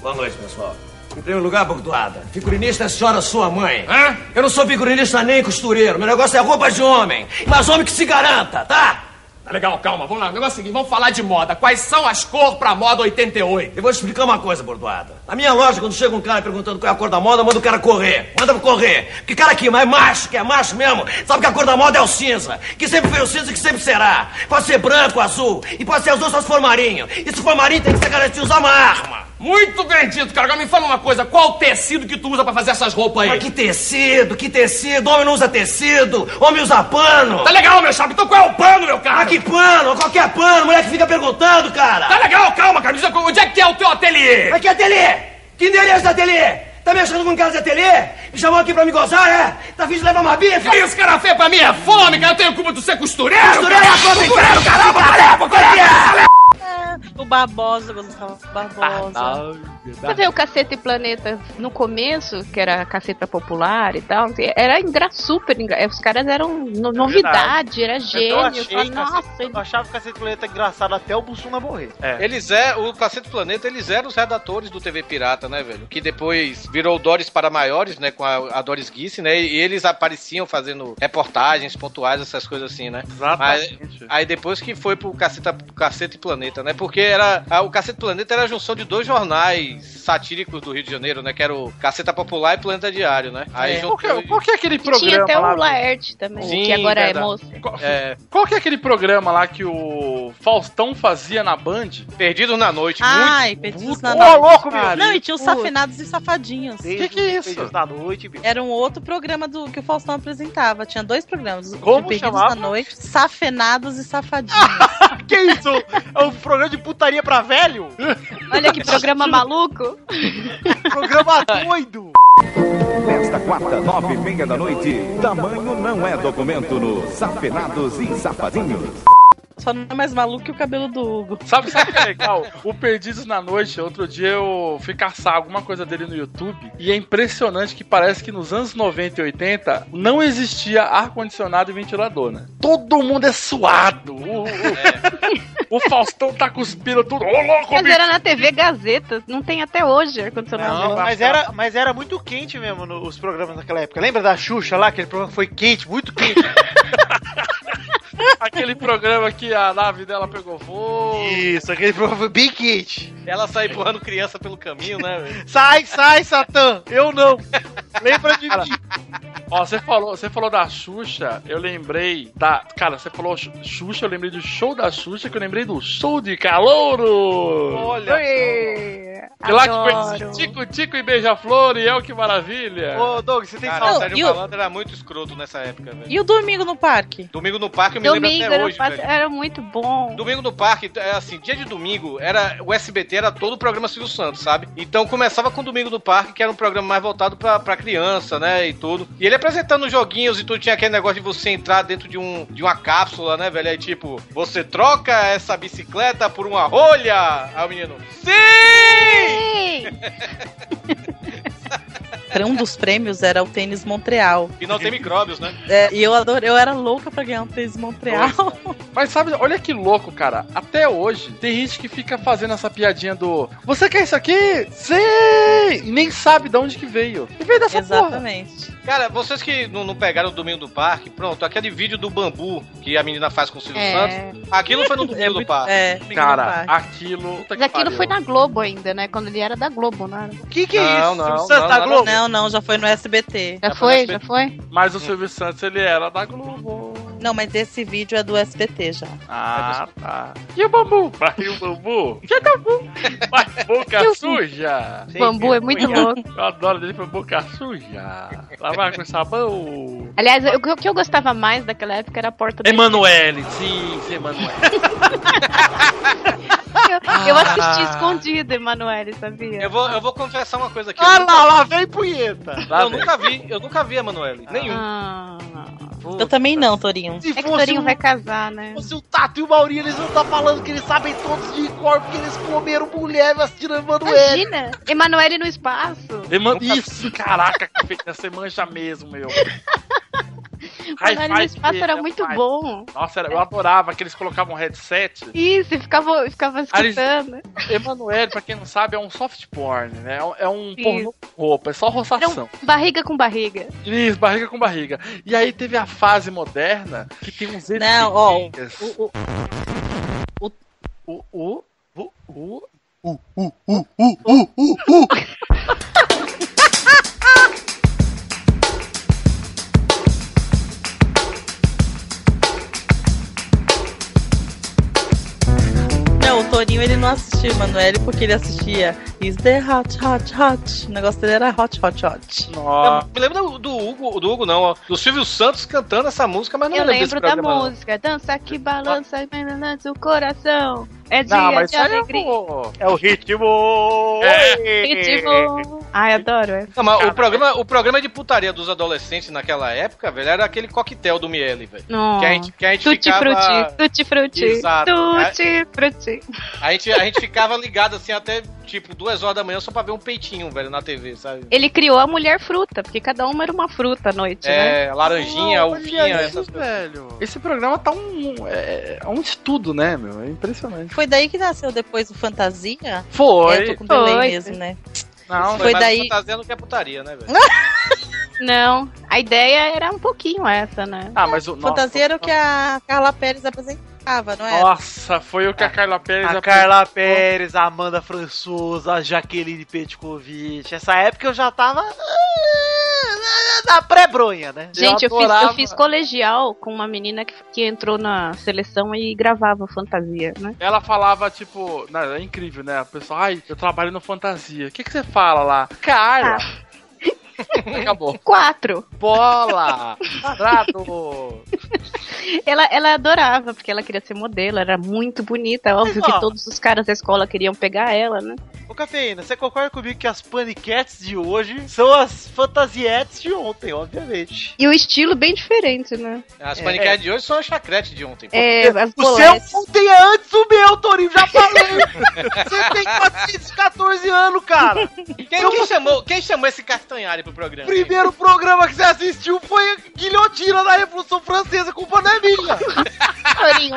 Q: Boa noite, pessoal. Em primeiro lugar, Bordoada, figurinista é a senhora sua mãe. Hã? Eu não sou figurinista nem costureiro. Meu negócio é roupa de homem. Mas homem que se garanta, tá?
A: Tá legal, calma, vamos lá. O negócio é o seguinte, vamos falar de moda. Quais são as cores pra moda 88?
Q: Eu vou te explicar uma coisa, Bordoada. Na minha loja, quando chega um cara perguntando qual é a cor da moda, manda o cara correr. Manda correr. Porque cara aqui, mas é macho, que é macho mesmo, sabe que a cor da moda é o cinza. Que sempre foi o cinza e que sempre será. Pode ser branco, azul. E pode ser azul só se for marinho. E se for marinho, tem que ser garantido usar uma arma.
A: Muito bem dito, cara. Agora me fala uma coisa. Qual o tecido que tu usa pra fazer essas roupas aí?
Q: Mas que tecido, que tecido. Homem não usa tecido, homem usa pano.
A: Tá legal, meu chapa. Então qual é o pano, meu cara?
Q: Ah, que pano? Qualquer pano, moleque fica perguntando, cara.
A: Tá legal, calma, cara. Me diz uma coisa, onde é que é o teu ateliê?
Q: Mas que ateliê? Que endereço do ateliê? Tá me achando com cara de ateliê? Me chamou aqui pra me gozar, é? Tá afim de levar uma bifa?
A: Que isso, cara feia pra mim é fome, cara. Eu tenho culpa de ser costureiro.
Q: Costureiro é a conta em
A: Costureiro, caramba,
Q: é
A: caramba, caramba.
F: O Barbosa, Gustavo Barbosa. Você vê o Caceta e Planeta no começo, que era Caceta Popular e tal, não sei, era engra super engra... Os caras eram no-
G: É
F: novidade, era
E: Eu
G: Então
F: gênio.
E: achei,
F: Fala, Nossa,
E: Cacete- eu achava o Cacete Planeta engraçado até o Bussunda morrer.
H: Eles é, o Cacete Planeta, eles eram os redatores do TV Pirata, né, velho? Que depois virou Dores para Maiores, né, com a, a Doris Guice, né? E eles apareciam fazendo reportagens pontuais, essas coisas assim, né?
G: Exatamente.
H: Mas, aí depois que foi pro Caceta, Cacete Planeta, né? Porque era, a- o Cacete Planeta era a junção de dois jornais satíricos do Rio de Janeiro, né? Que era o Caceta Popular e Planeta Diário, né? Aí
G: É.
H: juntou-
G: Qual que é- qual que é aquele
F: E tinha
G: programa
C: um
F: até
G: lá,
F: o Laerte também,
G: Sim,
F: que agora é
G: verdade.
F: moça.
G: Qual, qual que é aquele programa lá que o Faustão fazia na Band?
H: Perdido na
G: Ah.
H: Noite.
C: Ai, Perdidos na
G: Ô,
C: Noite.
G: louco, meu!
C: Não, e tinha os
G: Putz.
C: Safinados e Safadinhos.
G: Que que é isso? Perdidos
E: na Noite, bicho.
C: Era um outro programa do que o Faustão apresentava. Tinha dois programas. o
E: Como
C: Perdidos
E: chamava?
C: na Noite, Safenados e Safadinhos.
E: que isso? É um programa de putaria pra velho?
F: Olha que programa maluco.
E: programa doido.
O: Nesta quarta, nove e meia da noite, tamanho não é documento no Safenados e Safadinhos.
C: Só não é mais maluco que o cabelo do Hugo.
G: Sabe, sabe o que é legal? O Perdidos na Noite, outro dia eu fui caçar alguma coisa dele no YouTube e é impressionante que parece que nos anos 90 e 80 não existia ar-condicionado e ventilador, né? Todo mundo é suado. O, o- o Faustão tá cuspindo tudo. Ô, louco,
F: Mas é-
G: bicho!
F: era na TV Gazeta, não tem até hoje ar-condicionado.
E: Não, mas era, mas era muito quente mesmo no- os programas naquela época. Lembra da Xuxa lá? Aquele programa que foi quente, muito quente.
G: Aquele programa que a nave dela pegou voo.
E: Isso, aquele programa foi bem quente.
H: Ela sai empurrando criança pelo caminho, né, velho?
E: Sai, sai, Satã! Eu não! Lembra de mim!
G: Ó, você falou, você falou da Xuxa, eu lembrei da. Cara, você falou Xu- Xuxa, eu lembrei do show da Xuxa, que eu lembrei do show de calouro!
E: Olha
G: Que lá que tipo foi Tico Tico e Beija-Flor e eu que maravilha!
E: Ô, Doug, você tem
H: Cara,
E: saudade?
H: o
E: E
H: Sérgio
E: o-
H: Malandro era muito escroto nessa época, velho.
C: E o Domingo no Parque?
H: Domingo no Parque eu me
F: Domingo
H: lembro até
F: era,
H: hoje,
F: fa-
H: velho.
F: era muito bom.
H: Domingo no Parque, é assim, dia de domingo, era o SBT era todo o programa Silvio Santos, sabe? Então começava com Domingo no Parque, que era um programa mais voltado pra, pra criança, né, e tudo. E ele apresentando os joguinhos e tudo, tinha aquele negócio de você entrar dentro de, um, de uma cápsula, né, velho? Aí tipo, você troca essa bicicleta por uma rolha! Aí o menino, sim!
C: Um dos prêmios era o tênis Montreal.
H: E não tem micróbios, né?
C: É, e eu adoro, eu era louca pra ganhar um tênis Montreal.
G: Mas sabe, olha que louco, cara. Até hoje tem gente que fica fazendo essa piadinha do Você quer isso aqui? Sim! E nem sabe de onde que veio. E veio dessa
C: Exatamente.
H: Cara, vocês que não, não pegaram o Domingo do Parque, pronto, aquele vídeo do bambu que a menina faz com o Silvio
F: É.
H: Santos, aquilo foi no Domingo do
E: Ah.
H: Parque.
C: É,
G: Cara, aquilo. puta que
F: Mas aquilo
G: pariu.
F: foi na Globo ainda, né? Quando ele era da Globo, né? não era? O
E: que
G: que é Não, isso? não, Silvio Santos não, da não, Globo?
C: Não, não, já foi no SBT.
F: Já foi, já foi?
G: Mas o Silvio Santos, ele era da Globo.
C: Não, mas esse vídeo é do SBT já.
G: Ah, tá. E o bambu? Vai o bambu? Que bambu? Vai, boca suja.
F: O bambu é muito louco.
G: Eu adoro ele pra boca suja. Lavar com sabão.
F: Aliás, eu- o que eu gostava mais daquela época era a porta do
G: É. Emanuele, sim, sim, Emanuele.
F: Eu, eu assisti escondido, Emanuele, sabia?
H: Eu vou, eu vou confessar uma coisa aqui. eu
E: Ah
H: nunca-
E: lá, lá vem punheta.
F: Ah,
H: eu nunca vi, eu nunca vi a Manoeli. Nenhum.
C: Eu também não, Torinho.
E: Se
F: É que o
E: fosse
F: Torinho
E: um-
F: vai casar, né?
E: Se o Tato e o Maurinho, eles não tá falando que eles sabem todos de cor, porque eles comeram mulher assistindo a Emanuele.
F: Imagina! Emanuele no espaço!
G: Eman... Isso, caraca, que feita, você manja mesmo, meu. Hi-fi
F: Emanuele no espaço
G: dele,
F: era
G: né,
F: muito
G: pai?
F: bom.
G: Nossa, era- eu adorava que eles colocavam um headset.
F: Isso, e ficava, ficava
G: Aí eles-
F: escutando.
G: Emanuele, pra quem não sabe, é um soft porn, né? É um- É um
F: Isso.
G: pornô com roupa, é só
F: Era
G: roçação.
F: um barriga com barriga.
G: Isso, barriga com barriga. E aí teve a fase moderna que tem uns
C: Não, ó,
G: efeitos.
C: o- o-
G: o, o, o, o,
C: Não, o Torinho ele não assistia o Emanuele porque ele assistia Is the hot, hot, hot. O negócio dele era hot, hot, hot.
H: Eu me lembro do, do Hugo, do Hugo não, ó, do Silvio Santos cantando essa música, mas não
F: eu
H: lembro desse
F: lembro da
H: programa, não.
F: música. Dança que balança, balança o coração. É dia
E: Não, mas
F: de
E: isso aí é
F: alegria.
E: É o ritmo!
H: É.
F: Ritmo. Ai, adoro essa.
H: Não, mas o programa, o programa de putaria dos adolescentes naquela época, velho, era aquele coquetel do Miele, velho.
F: Não.
H: Que a gente, que a gente
F: Ah. Tutti
H: ficava...
F: frutti, tutti frutti,
H: Exato.
F: tutti frutti.
H: A gente, a gente ficava ligado assim até tipo duas horas da manhã só pra ver um peitinho, velho, na TV, sabe?
F: Ele criou a mulher fruta, porque cada uma era uma fruta à noite, né?
H: É, laranjinha,
G: Olha
H: uvinha,
G: isso,
H: essas coisas.
G: velho. Esse programa tá um. É, é um estudo, né, meu? É impressionante.
C: Foi daí que nasceu depois o Fantasia?
G: Foi.
C: É, eu tô com delay
F: Foi.
C: mesmo, né?
G: Não,
C: foi
H: mas
C: daí.
H: fantasia não quer putaria, né, velho?
F: Não, a ideia era um pouquinho essa, né?
G: Ah, mas o.
C: Fantasia era o que a Carla Pérez apresentava, não é? era?
G: Nossa, foi o que É. a Carla Pérez
E: A Carla Pérez, a Amanda Françosa, a Jaqueline Petkovic. Essa época eu já tava. ah, Na pré-bronha, né?
F: Gente, eu fiz, eu
E: adorava.
F: fiz colegial com uma menina que, que entrou na seleção e gravava fantasia, né?
G: Ela falava, tipo, não, é incrível, né? A pessoa, ai, eu trabalho no fantasia. O que, que você fala lá? Carla!
C: Ah.
G: Acabou.
F: Quatro.
G: Bola! Quadrado!
F: Ela, ela adorava, porque ela queria ser modelo, era muito bonita. Óbvio
E: ó.
F: que todos os caras da escola queriam pegar ela, né?
E: Ô, Cafeína, você concorda comigo que as paniquetes de hoje são as fantasietes de ontem, obviamente.
F: E o estilo bem diferente, né?
H: As
E: É.
H: paniquetes de hoje são a chacrete de ontem.
F: É, as
E: o
F: boletes.
E: seu ontem é antes do meu, Torinho, já falei! você tem 414 anos, cara!
H: Quem, quem chamou, quem chamou esse Castanhari pro programa?
E: Primeiro programa que você assistiu foi a Guilhotina da Revolução Francesa com pandemia!
F: Torinho,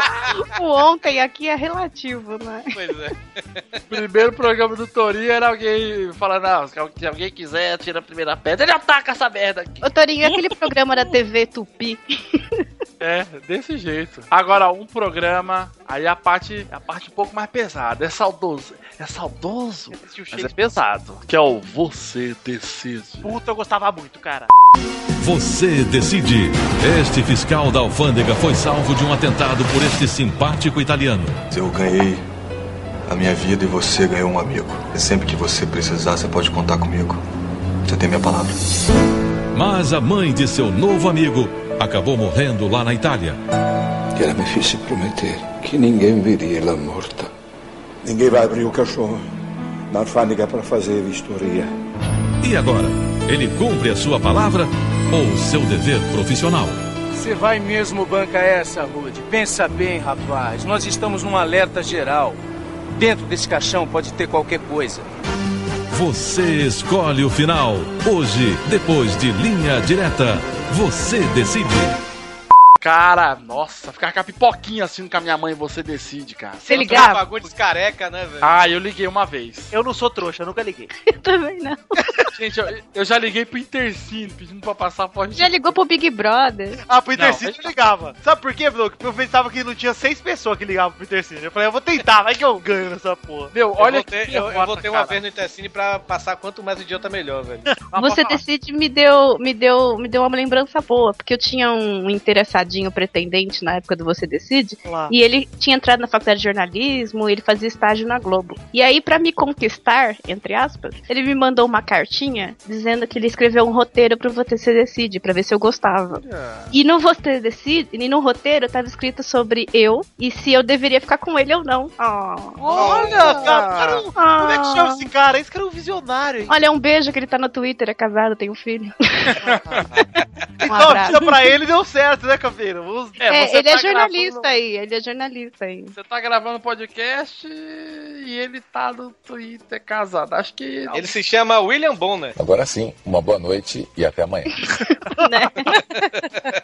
F: o ontem aqui é relativo, né?
H: Pois é.
G: Primeiro programa do Torinho era alguém falando, ah, se al- se alguém quiser, tira a primeira pedra. Ele ataca essa merda aqui.
F: Ô, Torinho, e aquele programa da TV Tupi.
G: É, desse jeito. Agora, um programa, aí a parte, a parte um pouco mais pesada. É saudoso. É saudoso, mas é pesado. Que é o Você Decide.
E: Puta, eu gostava muito, cara.
R: Você decide. Este fiscal da alfândega foi salvo de um atentado por este simpático italiano.
S: Eu ganhei a minha vida e você ganhou um amigo. E sempre que você precisar, você pode contar comigo. Você tem minha palavra.
R: Mas a mãe de seu novo amigo acabou morrendo lá na Itália.
T: Gliela mi fece promettere che ninguém veria la morta. Ninguém vai abrir o caixão na alfândega para fazer vistoria.
R: E agora? Ele cumpre a sua palavra ou seu dever profissional?
U: Você vai mesmo banca é essa, Rude? Pensa bem, rapaz. Nós estamos num alerta geral. Dentro desse caixão pode ter qualquer coisa.
R: Você escolhe o final. Hoje, depois de linha direta, você decide.
G: Cara, nossa, ficava com a pipoquinha assim com a minha mãe, você decide, cara.
E: Você ligava?
H: bagulho descareca, né, velho?
G: Ah, eu liguei uma vez.
E: Eu não sou trouxa, eu nunca liguei.
F: Também não.
G: Gente, eu, eu já liguei pro Intercine pedindo pra passar a porta.
F: Já ligou pro Big Brother?
E: Ah, pro Intercity eu ligava. Sabe por quê, Bloco? Porque eu pensava que não tinha seis pessoas que ligavam pro Intercity. Eu falei, eu vou tentar, vai que eu ganho nessa porra.
G: Meu,
H: eu voltei, eu, eu voltei uma vez no Intercine pra passar quanto mais idiota melhor, velho.
F: Você decide me deu, me deu, me deu uma lembrança boa, porque eu tinha um interessadinho pretendente na época do Você Decide,
E: Lá.
F: e ele tinha entrado na faculdade de jornalismo, ele fazia estágio na Globo. E aí pra me conquistar, entre aspas, ele me mandou uma cartinha dizendo que ele escreveu um roteiro pro Você Decide, pra ver se eu gostava. E no Você Decide, e no roteiro tava escrito sobre eu e se eu deveria ficar com ele ou não.
E: Olha, cara, o cara, é um- Ah. como é que chama esse cara? Esse cara é um visionário, hein?
F: Ah. Olha, um beijo que ele tá no Twitter, é casado, tem um filho. Um
E: Então,
F: abraço.
E: precisa pra ele deu certo, né, Caveira? Os-
F: É,
G: você
F: ele é
G: tá
F: jornalista
G: gravando-
F: aí, ele é jornalista aí.
G: Você tá gravando podcast e ele tá no Twitter casado. Acho que.
H: Ele se chama William Bonner.
N: Agora sim, uma boa noite e até amanhã.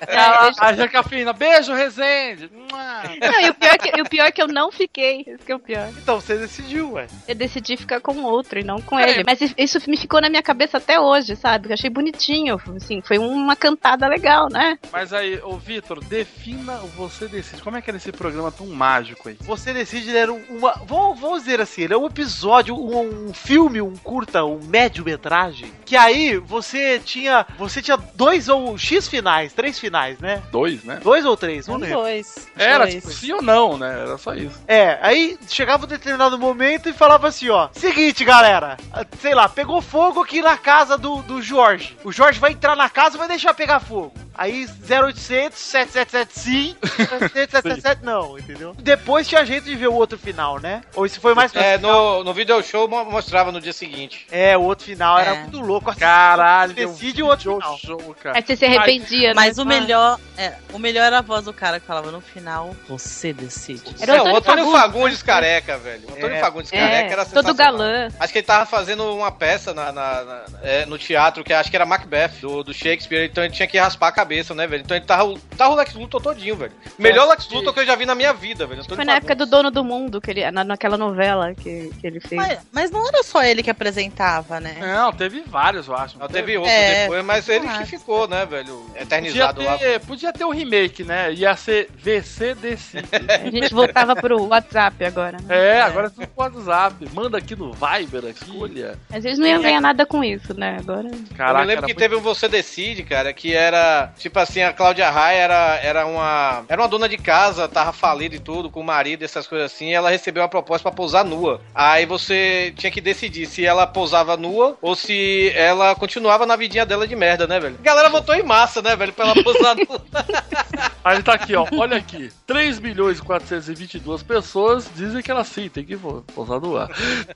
F: é
G: Ela, é a Jacafina, beijo, Rezende. Mua.
F: Não, e o pior, é que, e o pior é que eu não fiquei. Isso que é o pior.
E: Então você decidiu, ué.
F: Eu decidi ficar com outro e não com ele. Mas i- isso me ficou na minha cabeça até hoje, sabe? Eu achei bonitinho. Assim, foi uma cantada legal, né?
G: Mas aí, ô Vitor, defina o você decide. Como é que era esse programa tão mágico aí?
E: Você decide ele era um, uma. Vamos, vamos dizer assim, ele é um episódio, um, um filme, um curta, um médio-metragem. Que aí você tinha. Você tinha dois ou X finais, três finais, né?
G: Dois, né?
E: Dois ou três, não
C: São
E: lembro.
C: dois.
G: Era
E: Dois.
G: tipo, sim ou não, né? Era só isso.
E: É, aí chegava um determinado momento e falava assim, ó. Seguinte, galera. Sei lá, pegou fogo aqui na casa do, do Jorge. O Jorge vai entrar na casa e vai deixar pegar fogo. Aí 0800, 777 sim, 777 não, entendeu? Depois tinha jeito de ver o outro final, né? Ou isso foi mais... pra-
H: É, no, no video show mo- mostrava no dia seguinte.
E: É, o outro final era muito louco. assim,
G: Caralho,
E: decide o outro final.
G: cara.
F: Aí você se arrependia, né?
C: Mas o
F: Ah.
C: melhor, é, o melhor era a voz do cara que falava no final, você
F: né?
C: decide.
H: Era o Antônio, Fagundes, careca, velho. O Antônio
C: É.
H: Fagundes
C: É,
H: careca era
C: todo
H: sensacional.
F: galã.
H: Acho que ele tava fazendo uma peça na, na- na- é, no teatro, que acho que era Macbeth, do, do Shakespeare, então ele tinha que raspar a cabeça, né, velho? Então ele tava, tava o Lex Luthor todinho, velho. Melhor Lex Luthor que eu já vi na minha vida, velho.
F: Foi na época do Dono do Mundo, que ele, na, naquela novela que, que ele fez.
C: Mas, mas não era só ele que apresentava, né?
G: Não, teve vários, eu acho.
H: Não, teve outro
C: É,
H: depois, mas ele
C: claro.
H: que ficou, né, velho?
G: Podia
H: Eternizado lá.
G: ter, podia ter um remake, né? Ia ser VC decide.
F: A gente voltava pro WhatsApp agora. né?
G: É, agora é tudo pro WhatsApp. Manda aqui no Viber, escolha.
F: Mas eles não iam ganhar nada com isso, né? Agora.
G: Caraca,
H: eu lembro
G: era
H: que
G: muito-
H: teve um Você Decide, cara, que era, tipo assim, a Cláudia Raia era, era uma era uma dona de casa, tava falida e tudo, com o marido, essas coisas assim, e ela recebeu uma proposta pra pousar nua. Aí você tinha que decidir se ela pousava nua ou se ela continuava na vidinha dela de merda, né, velho? A galera votou em massa, né, velho, pra ela pousar nua.
G: Aí tá aqui, ó. Olha aqui. 3 milhões e 422 pessoas dizem que ela sim, tem que vo- pousar no ar.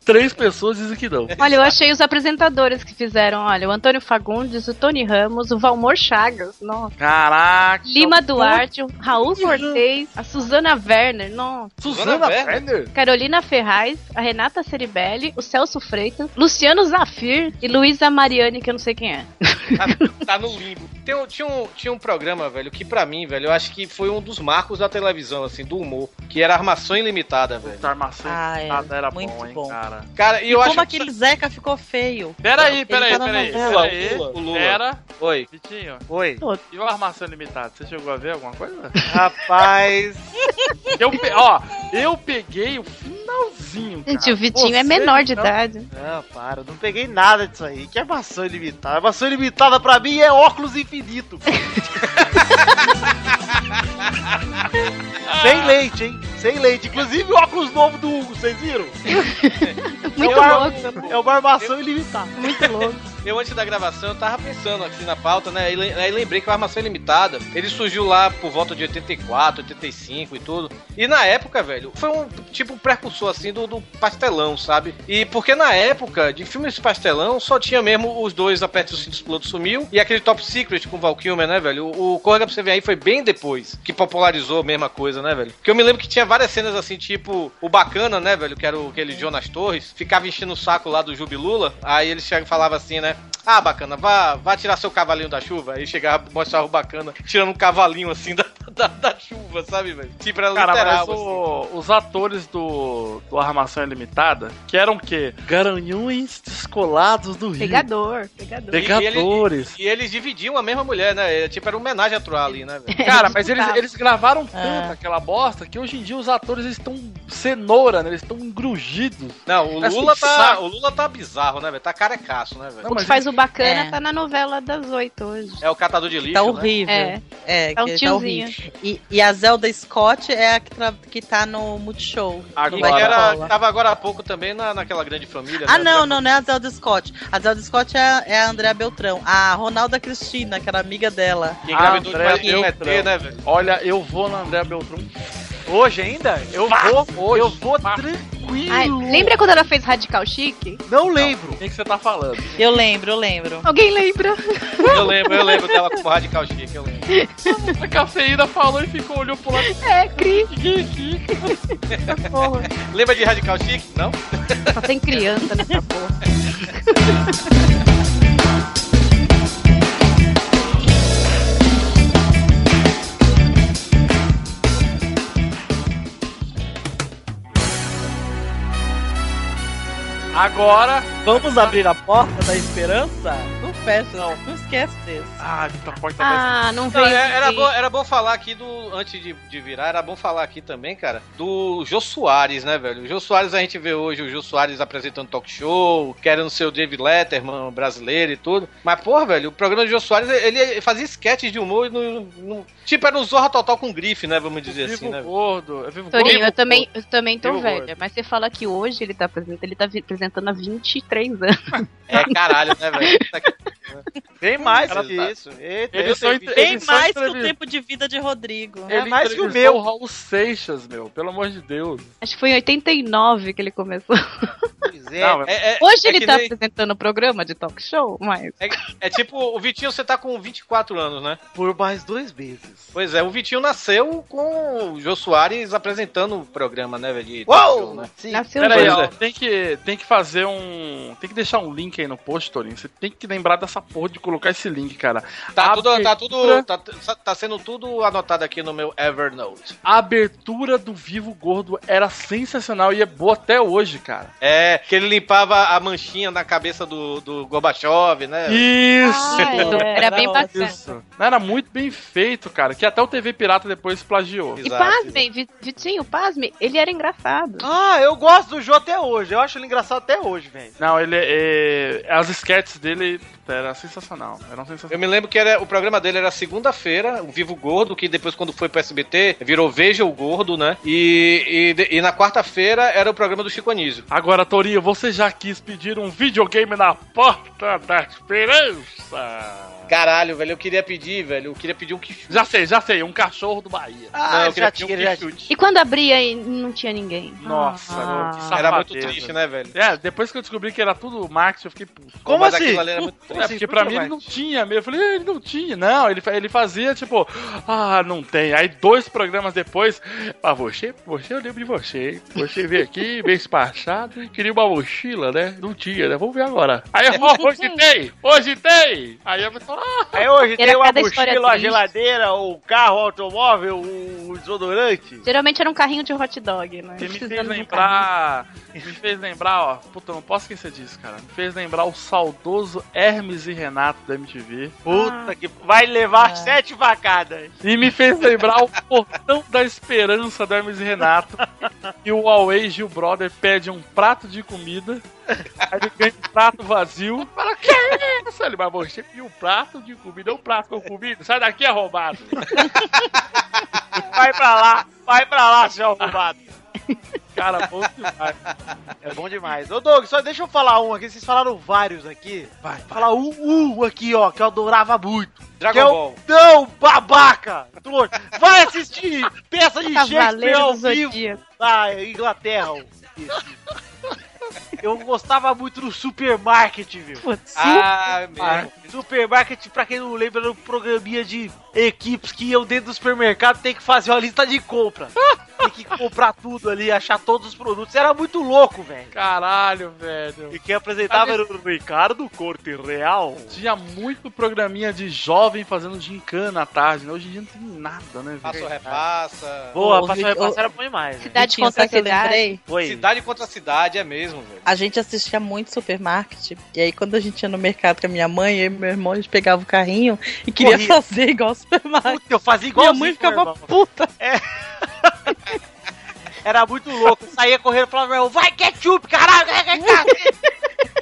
G: 3 pessoas dizem que
H: É,
G: não.
F: Olha, eu achei os apresentadores que fizeram, olha, o Antônio Fagundes, o Tony Ramos, o Valmor Chagas, nossa.
G: Caraca.
F: Lima Duarte, o Raul Cortez, a Suzana Werner, nossa.
G: Suzana Werner?
F: Carolina Ferraz, a Renata Ceribelli, o Celso Freitas, Luciano Zafir e Luísa Mariani, que eu não sei quem é.
H: tá no limbo. Tem um- tinha, um, tinha um programa, velho, que pra mim, velho, eu acho que foi um dos marcos da televisão, assim, do humor, que era Armação Ilimitada, velho.
G: Armação
C: Ah, é.
G: Ilimitada Tá, era
C: muito
G: bom, hein, cara.
H: Cara, e
C: E
H: eu
C: como
H: acho que-
C: aquele Zeca ficou feio.
G: Peraí,
C: Ele
G: peraí,
C: tá na
G: peraí.
C: novela.
G: peraí.
H: O Lula, o Lula.
G: Pera.
H: Oi.
G: Vitinho.
E: Oi.
G: E o Armação Limitada? Você chegou a ver alguma coisa?
E: Rapaz.
G: Eu pe- Ó, eu peguei o finalzinho. Cara.
F: Gente, o Vitinho é
G: Ah, Você
F: menor de
G: não-
F: idade.
E: Não, para, eu não peguei nada disso aí. Que armação ilimitada. Armação ilimitada pra mim é óculos infinito. Sem leite, hein?
C: Tá
E: Sem leite. Inclusive o óculos novo do Hugo, vocês viram?
F: Muito
E: é uma-
F: louco.
E: É uma armação ilimitada.
F: Muito louco.
H: Eu antes da gravação eu tava pensando aqui na pauta, né? E le- Aí lembrei que o Armação Ilimitada, ele surgiu lá por volta de 84, 85 e tudo. E na época, velho, foi um tipo um precursor assim do, do pastelão, sabe? E porque na época de filmes pastelão só tinha mesmo os dois Aperte os Cintos Piloto Sumiu e aquele Top Secret com o Val Kilmer, né, velho? O, o Corga pra você ver aí foi bem depois que popularizou a mesma coisa, né, velho? Porque eu me lembro que tinha várias cenas assim, tipo o Bacana, né, velho? Que era o, aquele Jonas Torres, ficava enchendo o saco lá do Jubilula. Aí ele chega e falava assim, né? vai. Ah, bacana, vá, vá tirar seu cavalinho da chuva. Aí chegava, mostrava o bacana, tirando um cavalinho assim da, da, da chuva, sabe, velho? Tipo, era
G: é Cara,
H: literal,
G: mas o- os atores do, do Armação Ilimitada, que eram o quê? Garanhões descolados do Rio.
F: Pegador, pegador.
H: E-
G: Pegadores.
H: E, ele- e eles dividiam a mesma mulher, né? É, Tipo, era uma homenagem a Troá ali, né, velho?
G: Cara, mas eles,
F: Tá.
G: eles
F: Ah.
G: gravaram tanto aquela bosta que hoje em dia os atores eles estão cenoura, né? Eles estão engrugidos.
H: Não, O Lula, tá, o Lula tá bizarro, né, velho? Tá carecaço, né, velho?
F: O que faz o
C: É.
F: bacana tá na novela das oito hoje.
H: É o catador de lixo.
C: Tá
H: né?
C: horrível.
F: É.
C: É,
F: Tá um
C: que tá
F: tiozinho.
C: horrível. E, e a Zelda Scott é a que, tra- que tá no Multishow.
H: E
C: Agora.
H: que era, tava agora há pouco também na, naquela grande família.
C: Ah,
H: né?
C: não, não, não é a Zelda Scott. A Zelda Scott é, a- é a Andrea Beltrão. A Ronalda Cristina, que era amiga dela.
H: Que
C: Ah,
H: engravidou
G: Andréa
H: de mais
G: Beltrão.
H: né, velho?
G: Olha, eu vou na André Beltrão.
E: Hoje ainda? Eu vou, eu vou tranquilo.
F: Ai, lembra quando ela fez Radical Chique?
E: Não lembro.
G: O que você tá falando?
C: Eu lembro, eu lembro.
F: Alguém lembra?
H: Eu lembro, eu lembro dela como radical chique, eu lembro.
G: A cafeína falou e ficou, olhou pro lado.
F: É, Cris.
H: Lembra de radical chique? Não?
F: Só tem criança nessa porra.
G: Agora.
C: Vamos abrir a porta da esperança? Não fecha, não. Não esquece disso.
G: Ah, que a porta
F: Ah, não
H: Não, é,
F: veio.
H: era, era bom, era bom falar aqui do. Antes de, de virar, era bom falar aqui também, cara, do Jô Soares, né, velho? O Jô Soares a gente vê hoje, o Jô Soares apresentando talk show, querendo ser o David Letterman brasileiro e tudo. Mas, porra, velho, o programa do Jô Soares, ele fazia esquetes de humor e não. não- tipo, era um Zorra Total com grife, né? Vamos dizer assim, né?
G: gordo, eu vivo
F: Torinho, eu também, eu também tô
H: Vivo
F: velha.
H: gordo.
F: Mas você fala que hoje ele tá apresentando, ele tá vi- apresentando há 23 anos.
H: É caralho, né, velho? Puta que pariu, né?
E: Tem Tá mais
H: Cara,
E: que
H: tá-
E: isso. Eita,
G: Ele
E: eu
G: só
E: tenho
G: entre-
E: 20.
G: ele só entrevi-
C: de vida de Rodrigo.
G: Ele
E: É mais que o
G: entrevistou
E: meu.
G: O Raul Seixas, meu, pelo amor de Deus.
F: Acho que foi em 89 que ele começou.
E: tá
G: Não, é-
F: hoje ele
H: que
F: tá
H: nem-
F: apresentando o programa de talk show, mas.
H: É tipo, o Vitinho, você tá com 24 anos, né?
E: Por mais dois meses.
H: Pois é, o Vitinho nasceu com o Jô Soares apresentando o programa, né, velho? de talk show,
E: Uou!
H: né?
E: Sim.
F: Nasceu
G: Pera aí,
H: Pois
G: ó,
H: é.
G: tem que, tem que fazer um. Tem que deixar um link aí no post, Torinho. Você tem que lembrar dessa porra de colocar esse link, cara.
H: Tá
G: A
H: tudo, tá,
G: abertura-
H: tudo tá, tá sendo tudo anotado aqui no meu Evernote.
G: A abertura do Vivo Gordo era sensacional e é boa até hoje, cara.
H: É, que ele limpava a manchinha na cabeça do, do Gorbachev, né?
G: Isso!
F: Ah, Era bem bacana.
G: Isso. Não, Era muito bem feito, cara. Que até o TV Pirata depois plagiou.
F: E pasmem, Vi- Vitinho, pasmem, ele era engraçado.
E: Ah, eu gosto do Jô até hoje. Eu acho ele engraçado até hoje, velho.
G: Não, ele é. é- As sketches dele puta, era sensacional. Era um sensacional.
H: Eu me lembro que era, o programa dele era segunda-feira, o Vivo Gordo, que depois, quando foi pro SBT, virou Veja o Gordo, né? E, e, e na quarta-feira era o programa do Chico Anísio.
G: Agora, Torinho, você já quis pedir um videogame na porta da esperança?
H: Caralho, velho, eu queria pedir, velho, eu queria pedir um que
G: Já sei, já sei, um cachorro do Bahia.
H: Ah,
G: Não, eu queria
H: já
G: pedir
H: tinha,
G: um
H: já
G: quichute.
F: E quando abria e não tinha ninguém.
G: Nossa,
F: Ah.
G: que safadeza.
H: Era muito triste, né, velho?
G: É, depois que eu descobri que era tudo marketing, eu fiquei puto.
H: Como Mas assim? aquilo ali era muito
G: Puto,
H: triste.
G: É, porque
H: Por
G: pra
H: que
G: mim ele não
H: marketing?
G: tinha mesmo. Eu falei, "Ah, ele não tinha. Não, ele, fa- ele fazia tipo, ah, não tem. Aí dois programas depois, ah, você, você eu lembro de você. hein? Você veio aqui mês passado e queria uma mochila, né? Não tinha, né? Vamos ver agora. Aí eu "Ó, hoje tem, hoje tem. Aí a pessoa, ah,
E: Aí É hoje
F: Era
E: tem uma
F: cada história
E: mochila, a
F: triste.
E: geladeira, o carro, o automóvel, o desodorante.
F: Geralmente era um carrinho de hot dog, né?
G: Porque me
F: Precisando
G: fez
F: de um
G: lembrar. Me fez lembrar, ó. Puta, eu não posso esquecer disso, cara. Me fez lembrar o saudoso Hermes e Renato da MTV.
F: Ah.
E: Puta que. Vai levar sete facadas.
G: E me fez lembrar o portão da esperança do Hermes e Renato. E o Huawei Gil Brother pede um prato de comida. Aí ele ganha um prato vazio. Fala, que é isso? Ele, mas você pediu um prato de comida, é um prato com comida. Sai daqui, arrombado.
E: Vai pra lá, vai pra lá, seu arrombado.
G: Cara, bom demais.
E: É bom demais. Ô, Doug, só deixa eu falar um aqui. Vocês falaram vários aqui. Vai, Falar um, um aqui, ó, que eu adorava muito.
H: Dragon
E: que é o-
H: Ball.
E: Não, babaca! trouxa. Vai assistir peça de
F: Tá um
E: Shakespeare
F: Cavaleiro
E: ao
F: do
E: vivo da Inglaterra. ó. Isso. Eu gostava muito do Supermarket, viu?
F: Putz.
H: Ah, mesmo.
E: Supermarket, pra quem não lembra, era um programinha de equipes que iam dentro do supermercado tem que fazer uma lista de compra. ter que comprar tudo ali, achar todos os produtos. Era muito louco, velho.
G: Caralho, velho.
E: E quem apresentava era o Ricardo Corte Real.
G: Tinha muito programinha de jovem fazendo gincana à tarde, né? Hoje em dia não tem nada, né, velho?
H: Passou repassa.
C: Boa, passou repassa era
E: bom demais.
C: Cidade contra cidade.
H: Cidade contra cidade é mesmo, velho.
C: A gente assistia muito supermarket. E aí, quando a gente ia no mercado com a minha mãe, eu e meu irmão, a gente pegava o carrinho e queria
E: Corria.
C: fazer igual ao supermarket.
E: eu fazia
C: Minha
E: igualzinho
C: mãe
E: com meu
C: ficava
E: irmão. É.
C: puta.
E: Era muito louco. Saía correndo e falava, meu, vai ketchup, caralho, vai ketchup.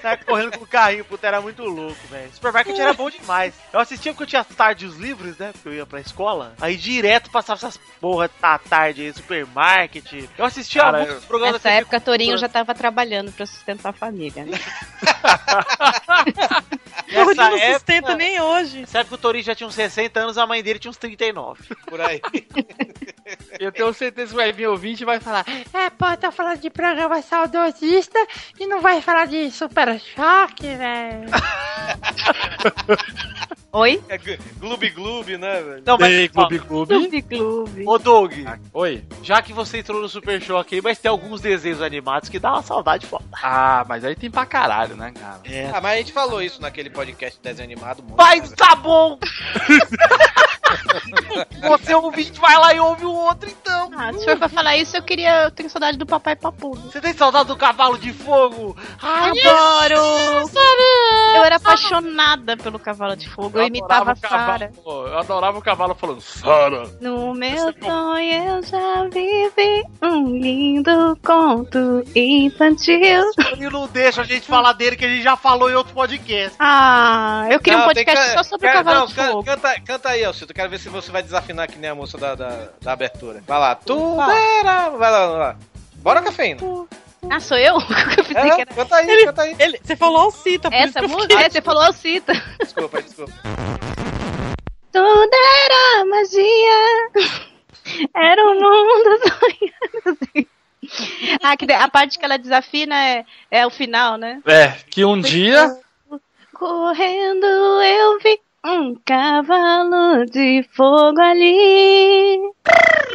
E: Saia correndo com o carrinho, puta, era muito louco, velho. Supermarket era bom demais. Eu assistia porque eu tinha tarde os livros, né? Porque eu ia pra escola. Aí direto passava essas porra tá tarde aí, supermarket. Eu assistia
G: Cara,
E: muitos
G: eu-
E: programas assim,
F: Nessa
E: da TV
F: época, Torinho
E: Cultura.
F: já tava trabalhando pra sustentar a família, né?
E: tipo, Nessa
F: não
E: época,
F: sustenta
C: nem hoje.
E: Sabe que o Torinho já tinha uns 60 anos, a mãe dele tinha uns 39.
H: Por aí.
G: Eu tenho certeza que vai vir ouvinte e vai falar.
B: É, pô, tá falando de programa saudosista e não vai falar de super choque, velho.
F: Oi?
H: É glu- gloob gloob, né, velho?
E: Não, Então, mas.
G: Ei, Clube Clube.
E: Ô, Doug,
G: Oi.
E: já que você entrou no Super Choque aí, mas tem alguns desenhos animados que dá uma saudade foda.
G: Ah, mas aí tem pra caralho, né, cara?
E: É.
H: Ah, mas a gente falou isso naquele podcast de desenho animado. Muito, né?
E: Mas tá bom! Você ouvinte, vai lá e ouve o outro então.
F: Ah, se for pra falar isso, eu queria. Eu tenho saudade do papai papu.
E: Você tem saudade do cavalo de fogo?
F: Adoro! Eu era apaixonada pelo cavalo de fogo. Eu, imitava a
G: o cavalo,
F: Sara.
G: eu adorava o cavalo falando, Sara!
F: No meu sonho eu já vivi um lindo conto infantil.
E: Ele não deixa a gente falar dele, que a gente já falou em outro podcast.
F: Ah, eu queria um
H: tem
F: podcast
H: que-
F: só sobre o
H: cara,
F: cavalo
H: não,
F: de
H: can-
F: fogo.
H: Canta, canta aí, Alcito. Quero ver se você vai desafinar que nem a moça da, da, da abertura. Vai lá. Tu
F: Fala.
H: era... Vai lá, vai lá. Bora, cafeína.
F: Ah, sou eu? Eu pensei
H: É,
F: que era-
H: canta aí, canta aí.
C: Você falou Alcita, por
F: Essa
C: isso que eu
F: música?
C: fiquei-
F: É, você falou Alcita.
H: Desculpa, desculpa.
F: Tudo era magia. Era um mundo sonhado. assim. Ah, que de- a parte que ela desafina é, é o final, né?
G: É, que um dia.
F: Correndo eu vi um cavalo de fogo ali.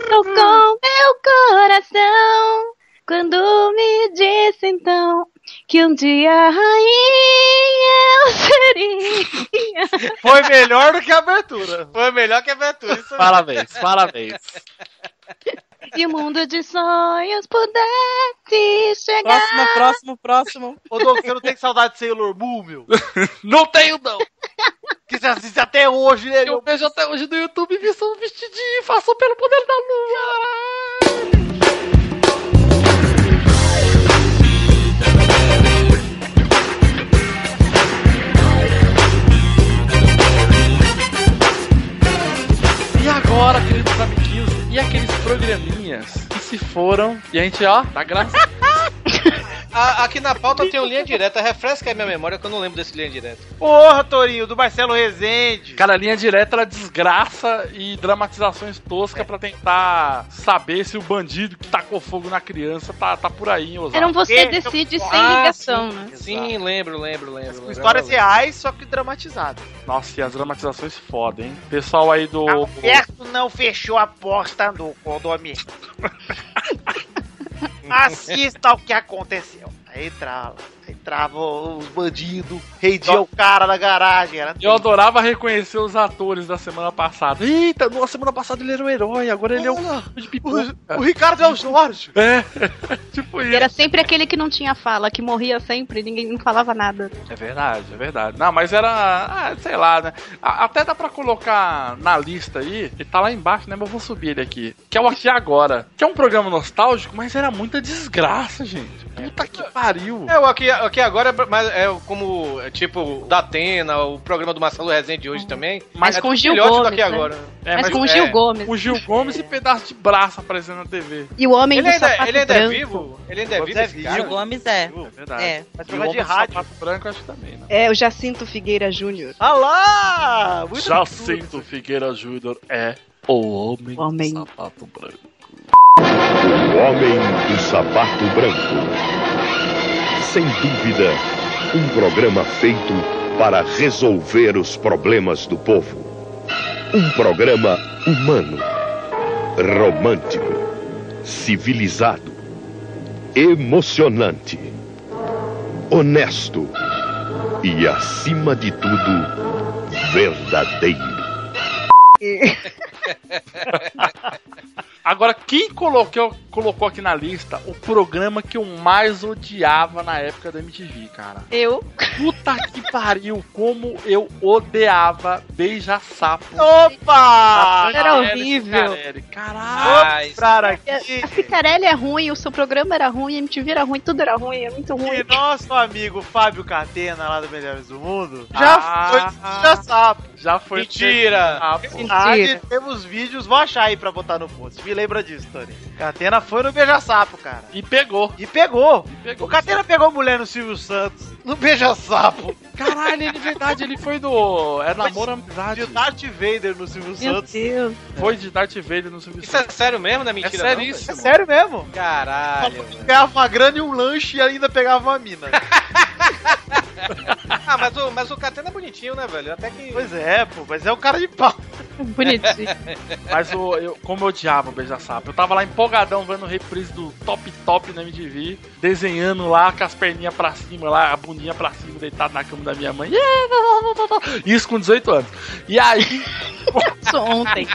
F: Tocou meu coração quando me disse então que um dia rainha eu seria.
E: Foi melhor do que a abertura.
H: Foi melhor que a abertura. Isso
G: Parabéns, parabéns.
F: Se o mundo de sonhos pudesse chegar.
C: Próximo, próximo, próximo.
E: Ô, Doug, você não tem saudade de Sailor Moon, meu?
G: Não tenho, não!
E: Que você assiste até hoje, né?
G: Eu vejo até hoje no YouTube versão um vestidinho, faço pelo poder da lua! E agora, queridos amiguinhos, e aqueles programinhas que se foram e a gente, ó, tá graça.
H: A- aqui na pauta tem o linha direta. Refresca aí minha memória que eu não lembro desse linha direta.
E: Porra, Torinho, do Marcelo Rezende.
G: Cara, a linha direta ela desgraça e dramatizações toscas pra tentar saber se o bandido que tacou fogo na criança tá, tá por aí, hein, Osasco.
F: Era um você decide sem
H: Ah,
F: ligação, né?
H: Sim, lembro, lembro, lembro. lembro.
E: Histórias reais, só que dramatizadas.
G: Nossa, e as dramatizações foda, hein? Pessoal aí do.
E: Certo não fechou a porta do condomínio. Assista ao que aconteceu. Aí trava, aí trava os bandidos, reidia o cara na garagem. Era...
G: Eu adorava reconhecer os atores da semana passada. Eita, nossa, semana passada ele era o herói, agora ele é o. De
E: o Ricardo é o Jorge.
G: É,
F: E Era sempre aquele que não tinha fala, que morria sempre, ninguém não falava nada.
G: É verdade, é verdade. Não, mas era. ah, sei lá, né? A- até dá pra colocar na lista aí. Ele tá lá embaixo, né? Mas eu vou subir ele aqui. Que é o Aqui Agora. Que é um programa nostálgico, mas era muita desgraça, gente. Puta que pariu.
H: É, o aqui, o aqui agora é, mas é como, é, tipo, o da Atena, o programa do Marcelo Rezende de hoje também.
G: Mas
H: é
G: com Gil
H: filhote do
G: Gomes,
H: aqui
G: né?
H: agora.
G: É,
F: mas com o Gil Gomes.
G: O Gil Gomes e pedaço de braço aparecendo na TV.
F: E o homem
H: Ele
F: do
H: ainda,
F: sapato
H: ele ainda é
F: branco.
H: vivo? Ele ainda é
G: Gomes
H: vivo?
G: é
H: esse
G: vivo.
H: cara?
G: Gil Gomes
C: é.
G: É verdade.
C: É,
G: mas
E: programa de rádio.
G: Sapato branco, acho que também, né?
F: É, o Jacinto Figueira Júnior.
E: Ah lá! Muito
G: Jacinto Figueira Júnior é o homem,
F: Homem.
G: do sapato branco.
P: O Homem do Sapato Branco. Sem dúvida, um programa feito para resolver os problemas do povo. Um programa humano, romântico, civilizado, emocionante, honesto e, acima de tudo, verdadeiro.
G: Agora, quem colocou, colocou aqui na lista o programa que eu mais odiava na época da MTV, cara?
F: Eu.
G: Puta que pariu, como eu odiava Beija-Sapo. Ah.
E: Opa!
F: Era horrível.
G: Caralho.
E: Cara,
F: A Picarelli é ruim, o seu programa era ruim, a MTV era ruim, tudo era ruim, é muito ruim.
E: E nosso amigo Fábio Catena, lá do Melhores do Mundo,
G: Ah.
E: já foi já sapo.
G: Já foi
E: Mentira!
G: Beija-Sapo.
E: Verdade,
G: Mentira.
E: temos vídeos, vou achar aí pra botar no post. Me lembra disso, Tony. Catena foi no Beija-Sapo, cara.
G: E pegou.
E: E pegou.
G: pegou.
E: O Catena pegou mulher no Silvio Santos, no Beija-Sapo.
G: Caralho, ele é verdade, ele foi do. É namoro amizade.
E: De Darth Vader no Silvio Santos.
F: Deus.
G: Foi de Darth Vader no Silvio
H: Isso é sério mesmo, não é
G: É
H: mentira?
G: sério
H: não,
G: isso.
E: É sério mesmo?
H: Caralho.
E: Ganhava uma grana e um lanche e ainda pegava uma mina.
H: Ah, mas o, mas o Catena é bonitinho, né, velho? Até que.
E: Pois é, pô, mas é um cara de pau.
F: Bonitinho.
G: Mas o, eu, como eu odiava o Beija-Sapo, eu tava lá empolgadão vendo o reprise do Top Top na MTV, desenhando lá com as perninhas pra cima, lá, a bundinha pra cima, deitado na cama da minha mãe. Isso com 18 anos. E aí.
F: Isso ontem.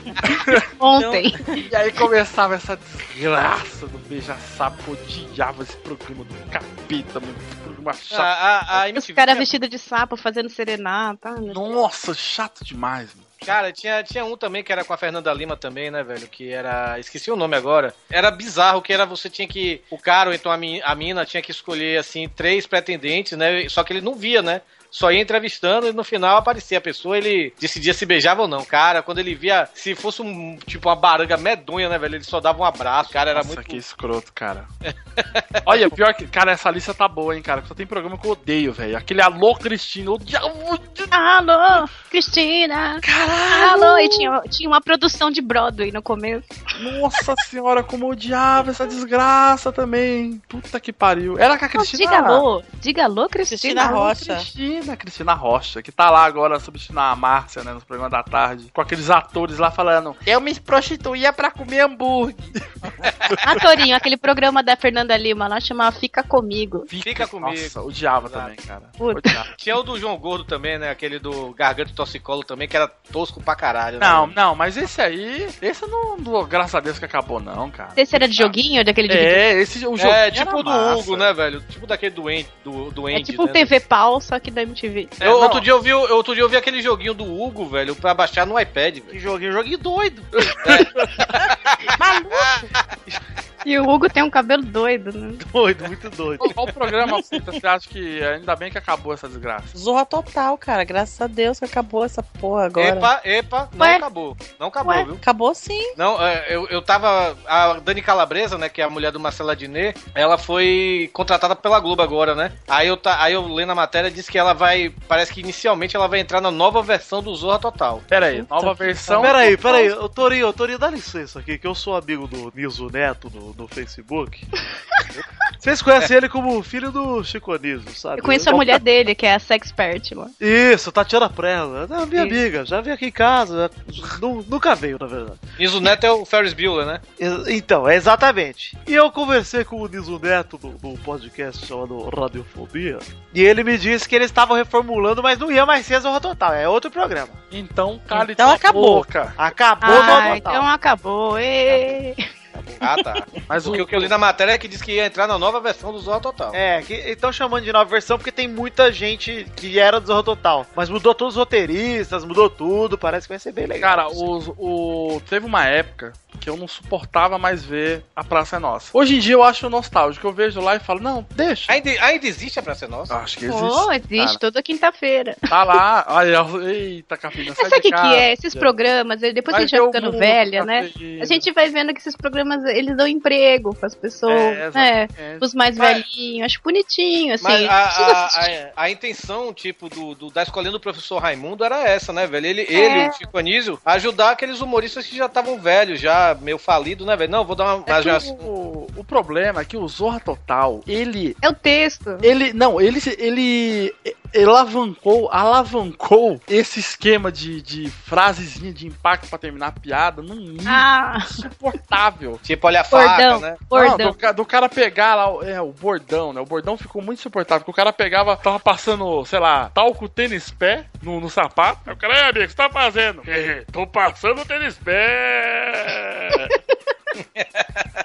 F: Ontem.
G: e aí começava essa desgraça do Beija-Sapo, eu odiava esse programa do capeta, mano. Esse programa chato.
E: Ah.
F: Os
H: é
F: caras vestidos de sapo fazendo serenata.
G: Hum.
F: né?
G: Nossa, chato demais, mano.
H: Cara, tinha, tinha um também que era com a Fernanda Lima também, né, velho? Que era. Esqueci o nome agora. Era bizarro que era você tinha que. O cara, ou então a, mi- a mina, tinha que escolher, assim, três pretendentes, né? Só que ele não via, né? Só ia entrevistando e no final aparecia a pessoa, ele decidia se beijava ou não. Cara, quando ele via, se fosse um tipo uma baranga medonha, né, velho? Ele só dava um abraço, cara, era
G: Nossa,
H: muito.
G: que escroto, cara. tá Olha, pior é que. Cara, essa lista tá boa, hein, cara. Só tem programa que eu odeio, velho. Aquele Alô Cristina, eu odiava
F: Alô, Cristina!
G: Caralho!
F: Alô! E tinha, tinha uma produção de Broadway no começo.
G: Nossa senhora, como eu odiava essa desgraça também. Puta que pariu. Era com a
F: Não,
G: Cristina.
F: diga alô, diga alô, Cristina.
C: Cristina Rocha.
G: Cristina, Cristina Rocha, que tá lá agora substituindo a Márcia, né, nos programas da tarde, com aqueles atores lá falando. Eu me prostituía pra comer hambúrguer.
F: Ah, Torinho, aquele programa da Fernanda Lima lá chamava Fica Comigo.
H: Fica comigo.
G: Nossa, odiava também, cara.
F: Puta.
H: Tinha o do João Gordo também, né? Aquele do Garganta Toxicolo também, que era tosco pra caralho. né?
G: Não, não, mas esse aí, esse não, não- graças a Deus que acabou não, cara.
F: Esse era de joguinho, daquele de
G: É, esse o jogo
H: É, tipo o do
G: massa.
H: Hugo, né, velho? Tipo daquele doente, do, doente
F: É tipo um
H: né?
F: TV pau, só que da MTV.
H: Eu- outro, dia eu vi, o- outro dia eu vi aquele joguinho do Hugo, velho, pra baixar no iPad. Velho. Que
E: joguinho? Joguinho doido.
F: E o Hugo tem um cabelo doido, né?
E: Doido, muito doido.
G: Qual programa Fita, você acha que ainda bem que acabou essa desgraça?
C: Zorra total, cara. Graças a Deus que acabou essa porra agora.
H: Epa, epa, não
C: Ué?
H: acabou. Não acabou,
C: Ué,
H: viu?
C: Acabou sim.
H: Não, é, eu, eu tava. A Dani Calabresa, né, que é a mulher do Marcelo Adnet, ela foi contratada pela Globo agora, né? Aí eu, tá, aí eu lendo a matéria disse que ela vai. Parece que inicialmente ela vai entrar na nova versão do Zorra Total.
G: Pera aí, nova versão.
E: Peraí, peraí, ô, Torinho, ô, Torinho, dá licença aqui, que eu sou amigo do Niso Neto no, no Facebook. Vocês conhecem ele como o filho do Chico Niso, sabe? é um-
F: Eu conheço a mulher dele, que é a sexpert lá.
E: Isso, Tatiana Prela. É minha
F: Isso.
E: amiga, já veio aqui em casa. já- nu- Nunca veio, na verdade.
H: Niso Neto é o Ferris Bueller, né?
E: Ex- Então, é exatamente. E eu conversei com o Niso Neto do, do podcast chamado Radiofobia. E ele me disse que eles estavam reformulando, mas não ia mais ser a Zorra Total, é outro programa.
G: Então, cale
E: Então
G: tua
E: acabou.
G: boca.
E: Acabou a Zorra
F: Ah,
E: Total.
F: então acabou. ê.
H: Ah, tá.
G: Mas
H: Porque o que eu li na matéria é que diz que ia entrar na nova versão do Zorra Total.
E: É, estão chamando de nova versão porque tem muita gente que era do Zorro Total. Mas mudou todos os roteiristas, mudou tudo, parece que vai ser bem legal.
G: Cara, os- o, teve uma época que eu não suportava mais ver A Praça é Nossa. Hoje em dia eu acho nostálgico. Eu vejo lá e falo, não, deixa.
H: Ainda, ainda existe a Praça é Nossa?
G: Acho que existe.
F: Pô, existe
G: cara.
F: toda quinta-feira.
G: Tá lá. Olha, eita, cafeína, sai
F: Mas sabe o
G: de
F: que, que é?
G: casa.
F: Esses programas, ele- depois que a
G: Mas
F: gente vai
G: eu
F: ficando
G: mudo,
F: velha, né?
G: cafeína.
F: A gente vai vendo que esses programas, eles dão emprego pras pessoas,
H: É,
F: né?
H: exatamente.
F: Os mais
H: Mas-
F: velhinhos, acho bonitinho, assim.
H: Mas a,
F: não precisa
H: a,
F: assistir.
H: a, a intenção, tipo, do, do- da escolhendo do professor Raimundo era essa, né, velho? Ele,
F: É.
H: ele o Chico Anísio, ajudar aqueles humoristas que já estavam velhos, já meio falido, né, velho? Não, vou dar uma.
G: É
H: mas
G: que
H: já-
G: o, o problema é que o Zorra Total, ele.
F: É o texto.
G: Ele. Não, ele. ele alavancou, alavancou esse esquema de, de frasezinha de impacto pra terminar a piada num nível
F: Ah.
G: insuportável.
H: Tipo, olha a faca, Bordão, né? bordão.
G: Não, do, ca- do cara pegar lá, o- é, o bordão, né? O bordão ficou muito insuportável, porque o cara pegava, tava passando, sei lá, talco tênis pé no, no sapato. Aí o cara, "Ei, amigo, o que você tá fazendo? Tô passando o tênis pé.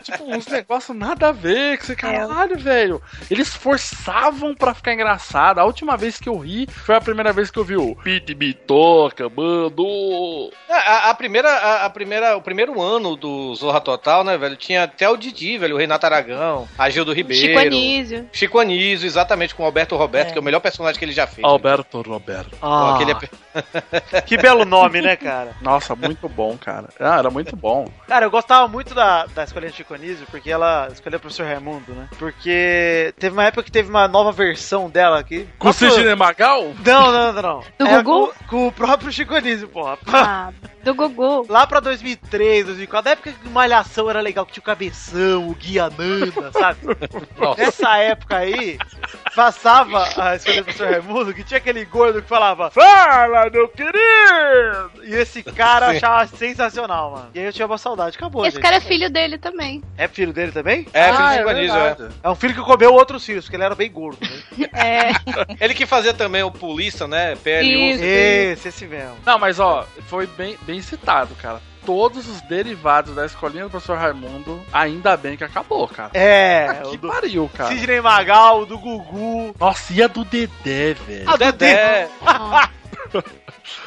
G: tipo, uns negócios nada a ver, que você, caralho, velho. Eles forçavam pra ficar engraçado. A última vez que eu ri foi a primeira vez que eu vi o Pit Bitoca, mano.
H: É, A, a primeira, a, a primeira, o primeiro ano do Zorra Total, né, velho? Tinha até o Didi, velho, o Renato Aragão, a Gildo Ribeiro.
F: Chico Anísio.
H: Chico Anísio, exatamente, com o Alberto Roberto,
F: É.
H: que é o melhor personagem que ele já fez.
G: Alberto Roberto.
H: Pô, aquele é pe-
E: Ah, Que belo nome, né, cara?
G: Nossa, muito bom, cara. Ah, era muito bom.
E: Cara, eu gostava muito da, da escolha de Chico Anísio, porque ela escolheu o professor Raimundo, né? Porque teve uma época que teve uma nova versão dela aqui.
G: Com o Sidney Magal?
E: Não, não, não, não.
F: Do
E: Era
F: Gugu?
E: Com, com o próprio Chico Anísio, porra.
F: Ah, do Gugu.
E: Lá pra 2003, 2004, na época que Malhação era legal, que tinha o Cabeção, o Guia Nanda, sabe?
H: Nossa.
E: Nessa época aí, passava a escolha do professor Raimundo, que tinha aquele gordo que falava, fala, meu querido! E esse cara eu
H: Sim.
E: achava sensacional, mano. E aí eu tinha uma saudade, acabou,
F: Esse
E: gente.
F: cara é filho dele também.
E: É filho dele também?
H: É,
G: Ah,
H: filho de Chico Anísio, é.
E: É um filho que comeu outros filhos, porque ele era bem gordo. Né?
F: É.
H: Ele que fazia também o polícia, né? PLU.
F: Isso.
E: Esse, esse mesmo.
G: Não, mas ó, foi bem, bem citado, cara. Todos os derivados da escolinha do professor Raimundo, ainda bem que acabou, cara.
E: É,
G: Puta
E: o
G: que
E: do-
G: pariu, cara.
E: Sidney Magal, do Gugu.
G: Nossa, e a Ah, do Dedé, velho?
E: A do Dedé.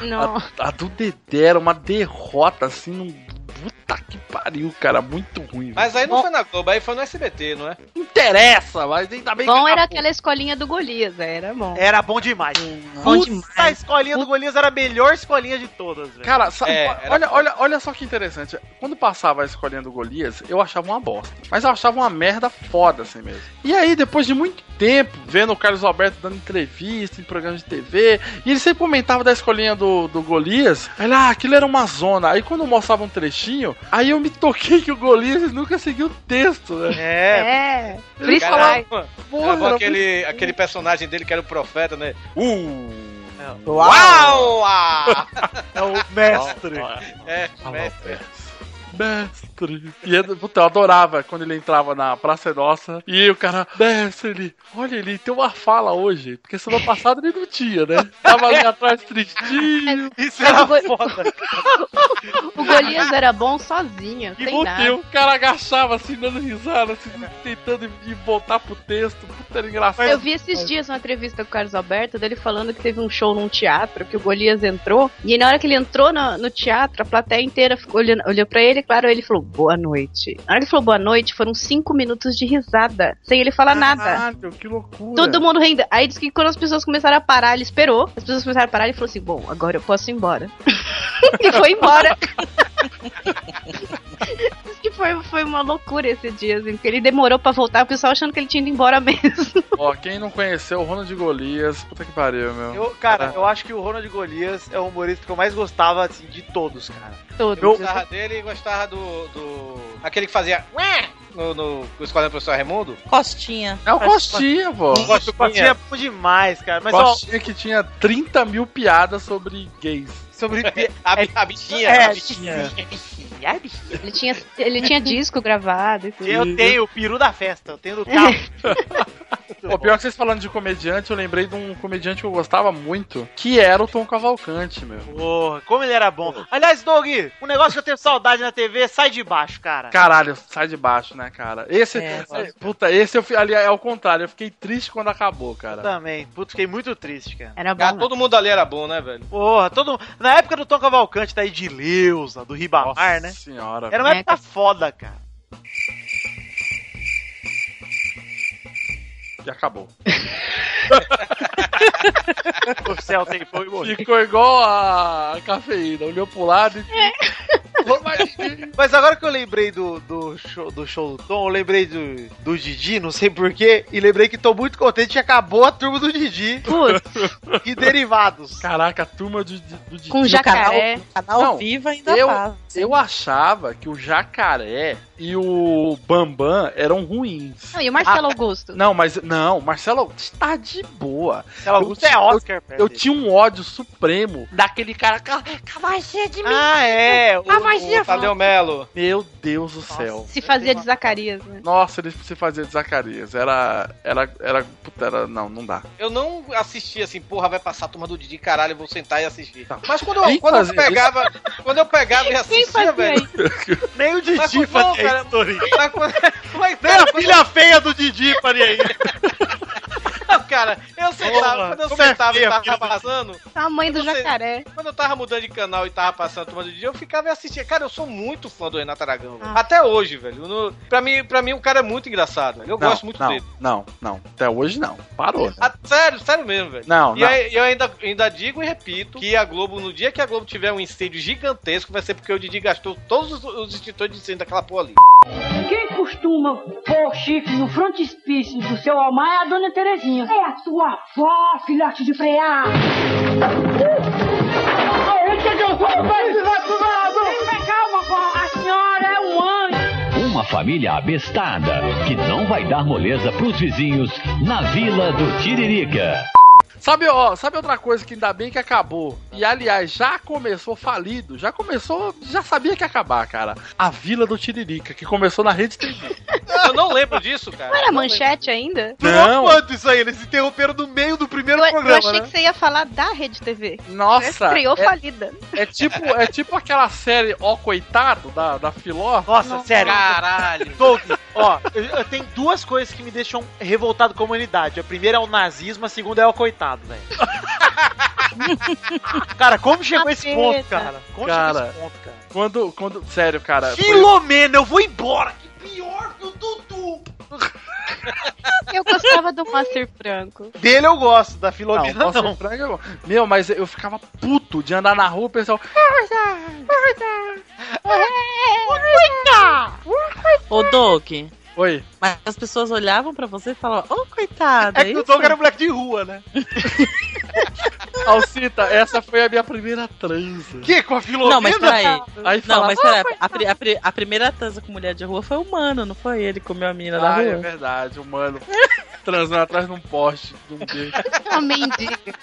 F: Não.
G: A, a do Dedé era uma derrota, assim, num... Puta que pariu, cara. Muito ruim.
H: Mas aí não
G: Bom,
H: foi na Globo, aí foi no SBT, não é?
G: interessa, mas ainda bem
F: Bom
G: que
F: era
G: acabou.
F: aquela escolinha do Golias, era bom.
E: Era bom demais.
F: Bom
E: Putz, A escolinha do Golias era a melhor escolinha de todas, velho.
G: Cara, sa-
E: É, era foda.
G: olha, olha, olha só que interessante. Quando passava a escolinha do Golias, eu achava uma bosta. Mas eu achava uma merda foda assim mesmo. E aí, depois de muito tempo, vendo o Carlos Alberto dando entrevista em programas de TV, e ele sempre comentava da escolinha do, do Golias, aí ele, ah, aquilo era uma zona. Aí quando eu mostrava um trechinho, aí eu me toquei que o Golias nunca seguiu o texto, né?
F: É.
G: Ele falava, Porra,
H: Acabou
G: era
H: é aquele, aquele personagem dele que era o profeta, né? Uh!
G: Uau!
H: Uau! ah!
E: É o mestre.
H: É,
G: mestre. Tá Mestre. E eu, puta, eu adorava quando ele entrava na Praça é Nossa e o cara, mestre, ele, olha, ele tem uma fala hoje, porque semana passada ele não tinha, né? Tava ali atrás tristinho.
E: Isso é
F: Mas
G: era
F: o, Go-
E: foda.
F: o Golias era bom
E: É,
F: sozinho,
G: E
F: sem
G: voltei,
F: nada.
G: o cara agachava assim, dando risada, assim, tentando ir voltar pro texto. Puta, era engraçado.
F: Eu vi esses dias uma entrevista com o Carlos Alberto dele falando que teve um show num teatro que o Golias entrou e na hora que ele entrou no, no teatro a plateia inteira ficou olhando, olhou pra ele, claro, ele falou boa noite. Na hora que ele falou boa noite foram cinco minutos de risada sem ele falar nada.
G: Caralho, que loucura.
F: Todo mundo rindo. Aí disse que quando as pessoas começaram a parar, ele esperou. As pessoas começaram a parar e falou assim: Bom, agora eu posso ir embora. e foi embora. Diz que foi, foi uma loucura esse dia, assim, porque ele demorou pra voltar, o pessoal achando que ele tinha ido embora mesmo.
G: Ó, quem não conheceu o Ronald Golias, puta que pariu, meu.
E: Eu, cara,
G: Ah.
E: eu acho que o Ronald Golias é o humorista que eu mais gostava assim, de todos, cara.
F: Todos.
H: Eu gostava dele e gostava do. do... Aquele que fazia. "Ué" No, no, no Escola do Professor Raimundo?
C: Costinha.
G: É o Costinha, pô.
E: Costinha. Costinha é bom demais, cara. Mas ó,
G: Costinha que tinha 30 mil piadas sobre gays.
E: sobre.
H: A, a bichinha.
E: É,
H: a bichinha.
F: Ele tinha, ele tinha disco gravado e tudo.
E: Eu tenho o peru da festa, eu tenho do carro.
G: Pô, pior que vocês falando de comediante, eu lembrei de um comediante que eu gostava muito, que era o Tom Cavalcante, meu.
E: Porra, como ele era bom. Aliás, Doug, um negócio que eu tenho saudade na TV, sai de baixo, cara.
G: Caralho, sai de baixo, né, cara? Esse.
E: É,
G: é, puta, esse eu fi- ali é ao contrário, eu fiquei triste quando acabou, cara.
E: Também. Putz, fiquei muito triste, cara.
F: Era
H: Cara, Ah, todo mundo ali era bom, né, velho?
E: Porra, todo Na época do Tom Cavalcante, da Edileuza, do Ribamar, né?
G: Senhora.
E: Era uma época foda, cara.
G: E acabou.
E: o céu tem pão e morreu.
G: Ficou igual a cafeína, olhou pro lado e.
E: É. Mas agora que eu lembrei do, do, show, do show do Tom, eu lembrei do, do Didi, não sei porquê, e lembrei que tô muito contente que acabou a turma do Didi e derivados.
G: Caraca, a turma do, do Didi.
F: Com Um jacaré.
C: canal
G: Não,
C: Viva ainda
G: eu,
C: passa.
G: eu achava que o jacaré e o Bambam eram ruins.
F: Não, e o Marcelo Augusto?
G: Não, mas não, Marcelo está de boa.
E: Marcelo Augusto é Oscar,
G: eu, eu tinha um ódio supremo daquele cara. Aquela, aquela magia de mim.
E: Ah, é.
F: A magia
H: Tadeu Melo.
G: Meu Deus do céu.
F: Se fazia de Zacarias, né?
G: Nossa, ele se fazia de Zacarias. Era. Era. Era. Puta, era. Não, não dá.
H: Eu não assisti assim, porra, vai passar a turma do Didi, caralho, eu vou sentar e assistir.
G: Tá.
H: Mas quando eu,
G: Quem
H: quando eu
G: fazia isso?
H: pegava. Quando eu pegava e assistia, velho.
E: Nem o
H: Mas
E: Didi
H: não,
E: fazia
H: cara.
E: isso, Torinho.
H: Mas é quando- mas,
E: Nem
H: cara,
E: a
H: quando eu-
E: filha feia do Didi faria isso.
H: Não, cara, eu sentava, quando eu
E: como é
H: sentava
E: feia
H: e
E: a
H: tava
E: filha do-
H: passando,
F: Tamanho do jacaré.
H: quando eu tava mudando de canal e tava passando a turma do dia, eu ficava e assistia. Cara, eu sou muito fã do Renato Aragão,
F: Ah.
H: velho. Até hoje, velho. No, pra, mim, pra mim, o cara é muito engraçado, velho. Eu
G: Não,
H: gosto muito
G: não,
H: dele.
G: Não, não. Até hoje não. Parou. né?
H: Ah, sério, sério mesmo, velho.
G: Não,
H: e
G: não.
H: aí, eu ainda, ainda digo e repito que a Globo, no dia que a Globo tiver um incêndio gigantesco, vai ser porque o Didi gastou todos os, os extintores de incêndio daquela porra ali.
V: Quem costuma pôr o chifre no frontispício do seu almar é a dona Terezinha. É a sua avó, filhote de frear. Onde que eu vou, pai? Calma, vó. A senhora é um anjo.
W: Uma família abestada que não vai dar moleza pros vizinhos na Vila do Tiririca.
G: Sabe, ó, sabe outra coisa que ainda bem que acabou? E aliás, já começou falido, já começou, já sabia que ia acabar, cara. A Vila do Tiririca, que começou na Rede TV.
H: Eu não lembro disso, cara.
F: Não era manchete ainda?
G: Não.
E: quanto isso aí? Eles se interromperam no meio do primeiro
F: Eu, eu
E: programa,
F: achei
E: né?
F: que você ia falar da Rede TV.
G: Nossa,
F: Você Estreou
G: é-
F: falida.
G: É tipo, é tipo aquela série Ó Coitado da, da Filó.
E: Nossa, sério.
H: Caralho.
E: Doug, ó, eu, eu tenho duas coisas que me deixam revoltado com a humanidade. A primeira é o nazismo, a segunda é o coitado, velho. cara, como chegou esse ponto, cara? Como chegou
G: Cara,
E: esse ponto, cara?
G: quando, quando, sério, cara. foi-
E: Filomena, eu vou embora!
F: Eu gostava do Master Franco.
E: Dele eu gosto, da
G: Não,
E: Filomena não.
G: Monster Frank é bom. Meu, mas eu ficava puto de andar na rua e o pessoal.
F: É!
C: Ô, Doug.
G: Oi.
C: Mas as pessoas olhavam pra você e falavam, ô, coitada.
E: É que o Doug era um moleque de rua, né?
G: Alcita, essa foi a minha primeira transa.
E: Que? Com a Filomena?
C: Não, mas peraí.
G: Aí
C: não,
G: fala,
C: mas
G: "Ah,
C: peraí. A, pri- a pri- a primeira transa com mulher de rua foi humano, não foi ele que comeu a mina da
G: Ah, é
C: rua.
G: verdade, o mano transando atrás de um poste, de um beijo.
F: A mendiga.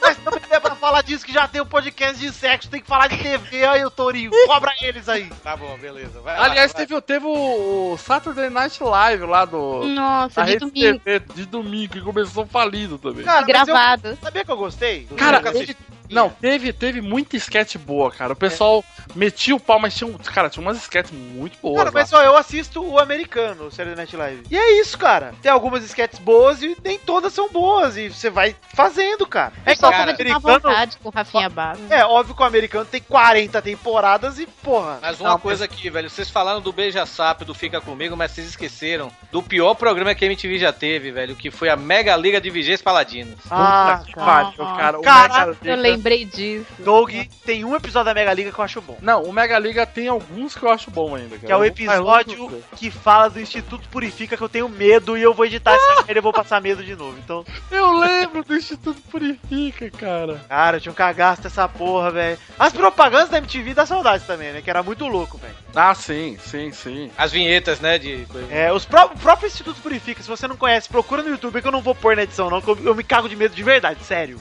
E: Mas também é pra falar disso que já tem um podcast de sexo, tem que falar de TV, aí o Torinho, cobra eles aí.
H: Tá bom, beleza. Vai
G: Aliás, teve, teve o o Saturday Night Live lá do.
F: Nossa,
G: da
F: Hum, de
G: Rede
F: domingo.
G: TV de domingo, que começou falido também.
E: mas
F: Gravado.
E: eu- sabia que eu gostei?
G: Cara,
E: Eu nunca assisti.
G: teve- não, teve, teve muita sketch boa, cara. O pessoal metia o pau, mas tinha, um- cara, tinha umas sketch muito boas.
E: Cara, mas
G: lá.
E: só eu assisto o americano, o Saturday Night Live. E é isso, cara. Tem algumas sketches boas e nem todas são boas. E você vai fazendo, cara.
F: É
E: É
F: só tava de má
E: claro, o americano.
F: vontade com o Rafinha Barros.
E: É óbvio que o americano tem 40 temporadas e, porra.
H: Mas uma coisa aqui, velho, vocês falaram do Beija Sapo, do Fica Comigo, mas vocês esqueceram do pior programa que a MTV já teve, velho, que foi a Mega Liga de Vigês Paladinos.
E: Ah,
G: que
E: cara.
G: pariu, cara. O
E: Caraca,
G: Mega
F: Eu
G: Liga-
F: lembrei disso.
E: Doug, tem um episódio da Mega Liga que eu acho bom.
G: Não, o Mega Liga tem alguns que eu acho bom ainda, cara. Um
E: Que é o
G: Eu vou-
E: episódio que fala do Instituto Purifica que eu tenho medo e eu vou editar
H: Ah!
E: essa merda e eu vou passar medo de novo. Então,
G: Eu lembro do Instituto Purifica, cara.
E: cara, eu tinha um cagaço dessa porra, velho. As propagandas da MTV dá saudade também, né? Que era muito louco, velho.
G: Ah, sim, sim, sim.
H: As vinhetas, né, de...
E: É, os pró o próprio Instituto Purifica, se você não conhece, procura no YouTube que eu não vou pôr na edição, não, que eu, eu me cago de medo de verdade, sério.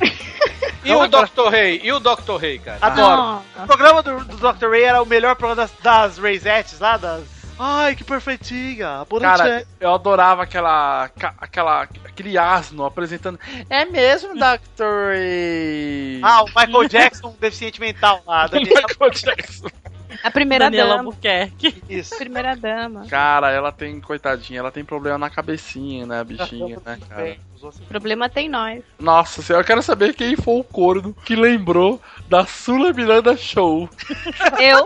H: E o Dr. Rei? E o Dr. Rei, cara?
E: Adoro. O programa do, do Dr. Ray era o melhor programa das, das Razettes lá, das. Ai, que perfeitinha! a Boruchan.
G: Cara, eu adorava aquela, ca- aquela, aquele asno apresentando. É mesmo, Dr.
E: Ah, o tá Michael Jackson, um deficiente mental lá. da-
G: Michael Jackson.
F: A primeira
C: Daniela
F: dama.
C: Albuquerque.
E: Isso.
F: Primeira dama.
G: Cara, ela tem, coitadinha, ela tem problema na cabecinha, né, a bichinha,
E: Tá
G: né, cara?
F: Problema tem nós.
G: Nossa senhora, eu quero saber quem foi o corno que lembrou da Sula Miranda Show.
F: Eu.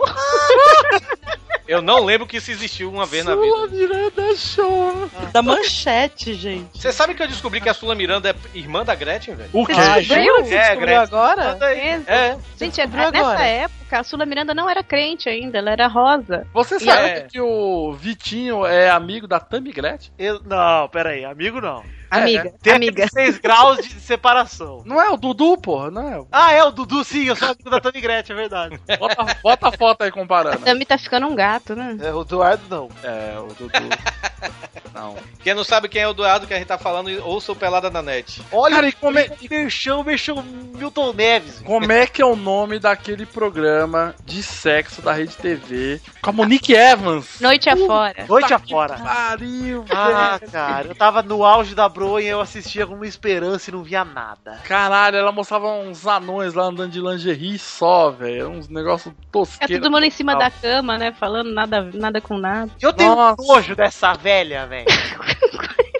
H: Eu não lembro que isso existiu uma vez na vida.
G: Sula Miranda Show.
C: Da manchete, gente.
H: Você sabe que eu descobri que a Sula Miranda é irmã da Gretchen, velho?
E: um
G: O
H: É, Gretchen.
C: agora?
F: Mesmo.
H: É.
F: Gente, é-
C: Descobriu
F: nessa
C: agora.
F: época, a Sula Miranda não era crente ainda, ela era rosa.
G: Você
F: E
G: sabe
F: é-
G: que o Vitinho é amigo da Tammy Gretchen? né?
E: Eu- não, pera aí, amigo não.
G: É,
F: Amiga,
E: Tem
F: amiga.
E: 6 graus de separação.
G: Não é o Dudu, porra, não é? o-
E: Ah, é o Dudu, sim, eu sou amigo da Tony Gretchen, é verdade.
G: Bota, bota a foto aí comparando.
F: Dami tá ficando um gato, né?
E: É, o Eduardo não.
G: É, o Dudu. Não.
H: Quem não sabe quem é o Eduardo que a gente tá falando, ouça o Pelada na Net.
E: Olha cara, como é que mexeu, mexeu Milton Neves.
G: Como é que é o nome daquele programa de sexo da Rede TV com a Monique Evans?
F: Noite afora.
G: Tá
E: Noite afora.
G: Pariu,
E: Ah,
G: velho.
E: cara, eu tava no auge da broa e eu assistia com uma esperança e não via nada.
G: Caralho, ela mostrava uns anões lá andando de lingerie só, velho. Era Uns negócios
F: É
G: tosqueiros.
F: todo mundo em cima da cama, né? Falando nada, nada com nada.
E: Eu tenho nojo dessa velha, velho.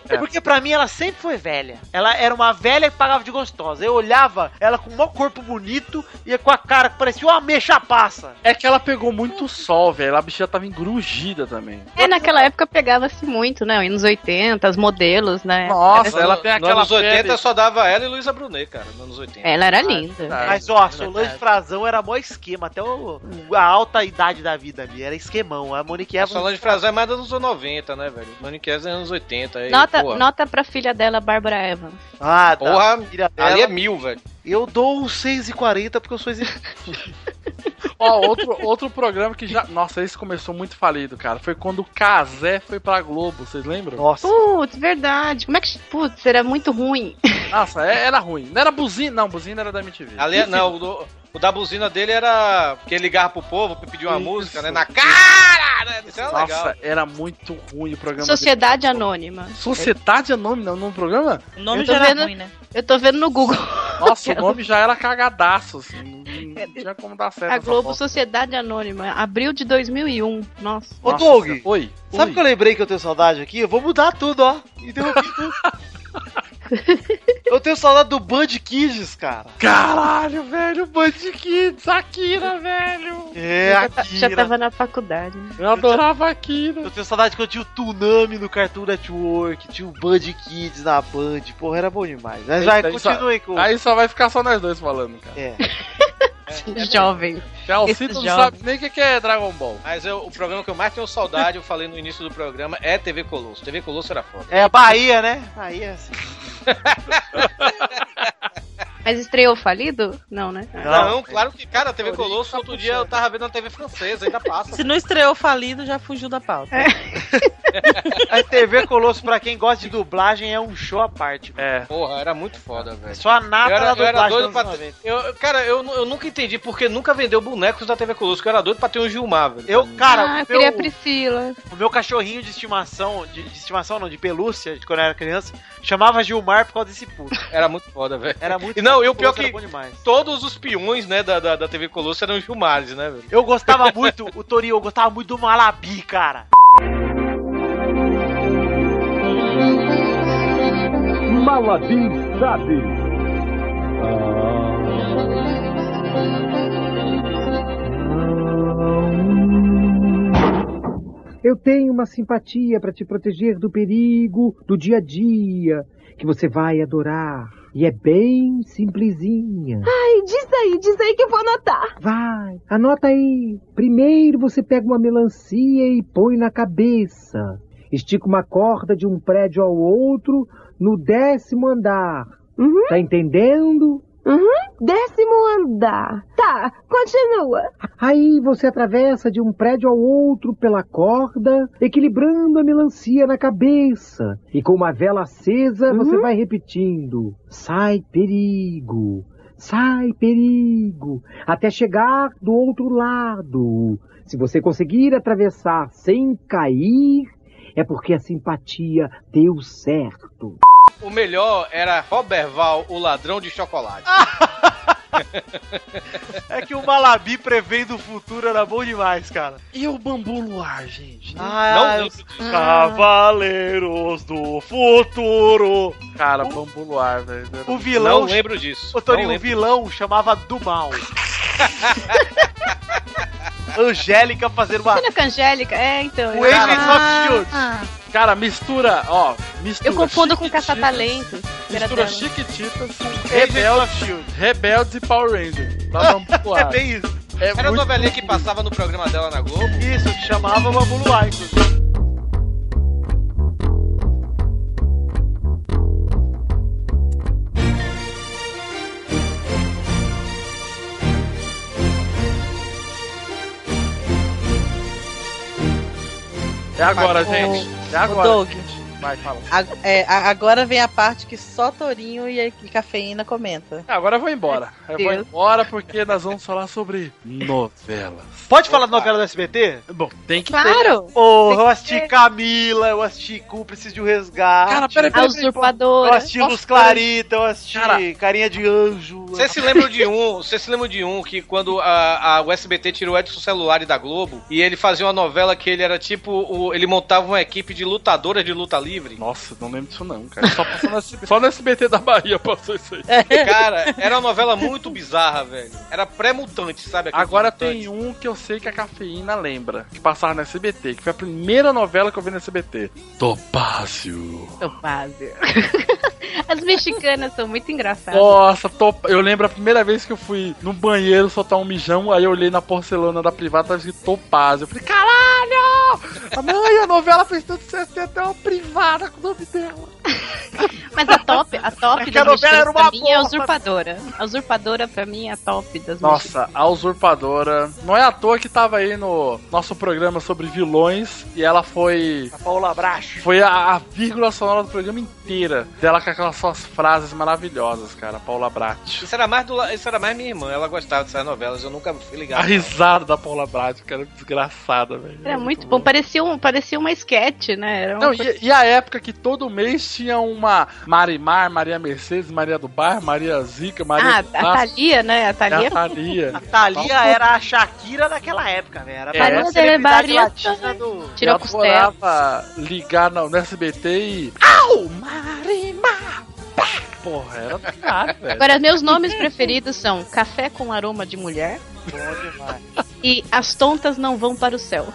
E: É Porque pra mim ela sempre foi velha. Ela era uma velha que pagava de gostosa. Eu olhava ela com o maior corpo bonito e com a cara que parecia uma mecha passa.
G: É que ela pegou muito sol, velho. A bichinha tava engrugida também.
F: É, naquela época pegava-se muito, né? Anos 80, os modelos, né?
G: Nossa, ela tem
H: Nos
G: aquela
H: anos 80
G: pele-
H: só dava ela e Luísa Brunet, cara. Nos anos 80.
F: Ela era linda.
H: É,
E: Mas ó, a Solange Frazão era mó esquema, até o- o- a alta idade da vida ali. Era esquemão. A Monique
H: A
E: Evans.
H: Solange Frazão é mais dos anos 90, né, velho? Monique Evans é anos 80. Aí,
F: Nota,
H: porra.
F: nota pra filha dela, Bárbara Evans.
E: Ah, tá.
H: Porra,
E: Filha
H: ali
E: dela.
H: é mil, velho.
E: Eu dou um 6,40 porque eu sou exigente.
G: Ó, outro, outro programa que já. Nossa, esse começou muito falido, cara. Foi quando o Kazé foi pra Globo, vocês lembram?
E: Nossa.
F: Putz, verdade. Como é que. Putz, era muito ruim.
G: Nossa, é- era ruim. Não era buzina, não, buzina era da MTV.
H: Ali é- não, o, do- o da buzina dele era que ele ligava pro povo pra pedir uma música, né? Na cara! né? Isso era
G: Nossa,
H: legal.
G: era muito ruim o programa.
F: Sociedade Anônima.
G: dele. Sociedade é nome, não, no programa?
C: O
F: Eu tô vendo- Eu tô vendo no Google.
G: Nossa, o nome já era cagadaço, assim. Não, não tinha como dar
E: É,
G: certo.
F: A
E: tá
G: essa
F: Globo
G: bosta.
F: Sociedade Anônima, abril de 2001. Nossa.
E: Ô, Doug.
G: Oi.
E: Sabe o que eu lembrei que eu tenho saudade aqui? Eu vou mudar tudo, ó. Interrompi tudo. eu tenho saudade do Band Kids, cara.
G: Caralho, velho, Band Kids, Akira, velho.
E: É,
F: Eu já ta- Já
E: Akira.
F: tava na faculdade. né?
G: Eu adorava Akira.
E: Eu tenho saudade que eu tinha o Tsunami no Cartoon Network, tinha o Band Kids na Band. Porra, era bom demais. Mas vai,
G: Aí só-
E: continue com.
G: Aí só vai ficar só nós dois falando, cara.
E: É.
F: Jovem.
G: Já o
E: Esse
G: Cito não
E: jovem.
G: sabe nem o que que é Dragon Ball.
H: Mas eu- o programa que eu mais tenho saudade, eu falei no início do programa, é TV Colosso. TV Colosso era foda.
E: É, Bahia, né? Bahia, assim.
F: Mas estreou falido? Não, né?
H: Não,
G: é
H: claro que, cara, a TV Colosso, outro dia eu tava vendo na TV francesa, ainda passa.
C: Se não estreou falido, já fugiu da pauta.
E: A TV Colosso, pra quem gosta de dublagem, é um show à parte. É
G: É.
H: Porra, era muito foda, velho.
E: Só a nata
H: eu era,
E: da
H: eu era
E: dublagem
H: doido
E: dos
H: pra
E: anos
H: ter, eu, Cara, eu, nu- eu nunca entendi porque nunca vendeu bonecos da TV Colosso, que eu era doido pra ter um Gilmar, velho.
E: Eu, cara,
F: ah, eu
E: o, meu,
F: queria a Priscila.
E: o meu cachorrinho de estimação, de, de estimação não, de pelúcia, de quando eu era criança, chamava Gilmar por causa desse puto.
H: Era muito foda, velho.
E: Era muito
H: E não,
E: foda,
H: e o pior
E: era
H: que
E: bom demais.
H: todos os peões, né, da, da, da TV Colosso eram Gilmares, né, velho?
E: Eu gostava muito, o Torinho, eu gostava muito do Malabi, cara.
O: Malabim sabe.
K: Eu tenho uma simpatia para te proteger do perigo do dia a dia, que você vai adorar. E é bem simplesinha.
I: Ai, diz aí, diz aí que eu vou anotar.
K: Vai, anota aí. Primeiro você pega uma melancia e põe na cabeça. Estica uma corda de um prédio ao outro no décimo andar. Tá entendendo?
I: Uhum, décimo andar. Tá, continua.
K: Aí você atravessa de um prédio ao outro pela corda, equilibrando a melancia na cabeça. E com uma vela acesa, você vai repetindo: sai perigo, sai perigo, até chegar do outro lado. Se você conseguir atravessar sem cair, é porque a simpatia deu certo.
H: O melhor era Robert Val, o ladrão de chocolate.
E: É que o Malabi prevendo o futuro era bom demais, cara.
G: E o Bambu Luar, gente?
E: Ah,
G: Não
E: os
G: lembro
E: Cavaleiros do Futuro.
G: Cara, Bambu Luar, velho.
E: O vilão.
G: Não
H: lembro disso.
E: Ô, Torinho,
G: Não
E: o
G: lembro.
E: vilão chamava do mal. Angélica fazendo uma.
F: Cena com a Angélica? É, então.
E: O Agents
F: Ah,
E: of Shield.
G: Cara, mistura, ó, mistura.
F: Eu confundo com
G: Chiquititas,
F: Caça-Talentos. que era
G: Mistura
F: dela.
G: Chiquititas,
E: Agents
G: Rebelde,
E: of Shield.
G: Rebelde e Power Ranger. Dá Bambu Luar.
E: É bem isso.
H: era a novelinha que passava no programa dela na Globo.
E: Isso, que chamava Bambu Luar, inclusive.
G: É agora, gente. É agora.
C: Doug.
G: Vai, fala.
C: A- é, a- agora vem a parte que só Torinho e, e Cafeína comenta.
G: É, Agora eu vou embora. Eu vou
C: Deus.
G: embora porque nós vamos falar sobre novelas.
E: Pode falar da novela do SBT?
G: Bom, tem que
E: Claro! Porra, eu assisti Camila, eu assisti Cúmplices de um Resgate.
C: Cara, peraí,
E: eu
C: peraí, peraí.
E: Eu assisti Luz Clarita, eu assisti Carinha de Anjo.
H: Vocês se lembram de um? Vocês se lembram de um que quando a, a, o SBT tirou o Edson Celulari da Globo e ele fazia uma novela que ele era tipo. o- ele montava uma equipe de lutadoras de luta livre?
G: Nossa, não lembro disso não, cara. Só, passou no SBT, só no SBT da Bahia passou isso aí.
H: Cara, era uma novela muito bizarra, velho. Era pré-mutante, sabe? Aqueles
G: Agora
H: mutantes.
G: tem um que eu sei que a cafeína lembra, que passava no SBT, que foi a primeira novela que eu vi no SBT. Topácio.
F: É Topázio. As mexicanas são muito engraçadas.
G: Nossa, top... eu lembro a primeira vez que eu fui no banheiro soltar um mijão, aí eu olhei na porcelana da privada, tava escrito Topázio. Eu falei, caralho! Mãe, a novela fez tanto sucesso, tem até uma privada com o nome dela.
F: Mas a top, a top
G: Porque
F: das
G: a novela
F: mexicanas
G: era uma
F: pra mim é a
G: bosta.
F: usurpadora. A usurpadora pra mim é a top das mexicanas.
G: Nossa, a usurpadora. Não é à toa que tava aí no nosso programa sobre vilões e ela foi.
E: A Paula Bracho.
G: Foi a, a vírgula sonora do programa inteira dela com aquelas suas frases maravilhosas, cara. a Paula Brat.
H: Isso era, mais do, la- isso era mais minha irmã, ela gostava dessas novelas, eu nunca fui
G: A
H: ligado.
G: risada da Paula Brat, cara, desgraçada, velho.
F: Era muito bom, parecia, um, parecia uma esquete, né? Era uma
G: Não,
F: coisa-
G: e, e a época que todo mês tinha uma Marimar, Maria Mercedes, Maria do Bar, Maria Zica, Maria.
F: Ah, a
G: do Passo.
F: Thalia, né? A Thalia.
G: A Thalia.
E: A Thalia era a Shakira daquela época, velho. Era
G: É.
E: a
G: Essa
E: celebridade
F: Maria
E: latina do...
G: Eu adorava ligar no, no SBT e. Au! Marimar! Pá! Porra, era do nada, velho.
F: Agora, meus nomes preferidos são Café com Aroma de Mulher e As Tontas Não Vão Para o Céu.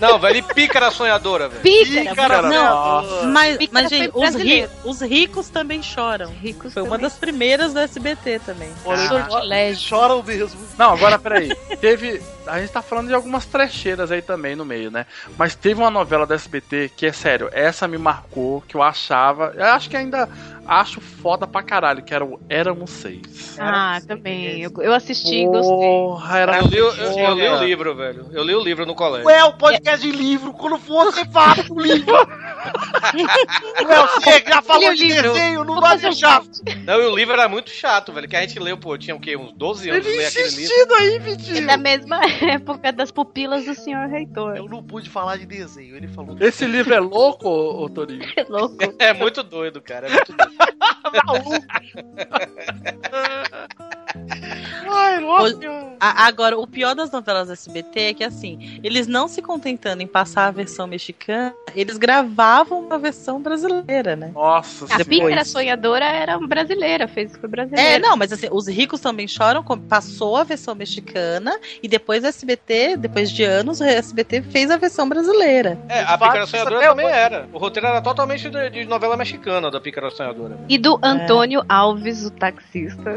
H: Não, velho, e pícara sonhadora, velho.
F: Pícara,
C: Cara,
F: não.
C: não. Mas,
F: Pícara
C: mas
F: foi
C: gente, os,
F: brasileiro.
C: ri- os ricos também choram.
F: Ricos
C: foi uma
F: também.
C: das primeiras do SBT também.
E: Ah, Choram mesmo.
G: Não, agora peraí. Teve. A gente tá falando de algumas trecheiras aí também no meio, né? Mas teve uma novela da SBT que é sério, essa me marcou, que eu achava. Eu acho que ainda acho foda pra caralho, que era o Éramos Seis.
F: Ah, também. Eu, eu assisti e gostei.
G: Porra, era
H: Eu li, eu, eu
G: foda.
H: li o livro, velho. Eu li o livro no colégio.
E: Ué, o podcast de livro, quando for, você fala do livro. Ué, você já falou de desenho, não vai
F: um
E: deixar.
H: Não, e o livro era muito chato, velho. Que a gente leu, pô, tinha o quê? Uns 12 anos de ler aquele livro.
G: aí,
F: É da mesma época das pupilas do senhor reitor. Eu
E: não pude falar de desenho, ele falou.
G: Esse livro é louco, ô, ô, Torinho?
F: É louco.
H: É muito doido, cara. É muito doido.
C: Ai, agora, o pior das novelas do SBT é que, assim, eles não se contentando em passar a versão mexicana, eles gravavam uma versão brasileira, né?
G: Nossa,
F: A Pícara Sonhadora era brasileira, fez foi brasileira.
C: É, não, mas assim, os ricos também choram, com- passou a versão mexicana e depois o SBT, depois de anos, o SBT fez a versão brasileira.
H: É, a Pícara Sonhadora também era. O roteiro era totalmente de, de novela mexicana da Pícara Sonhadora.
F: E do Antônio Alves, o taxista.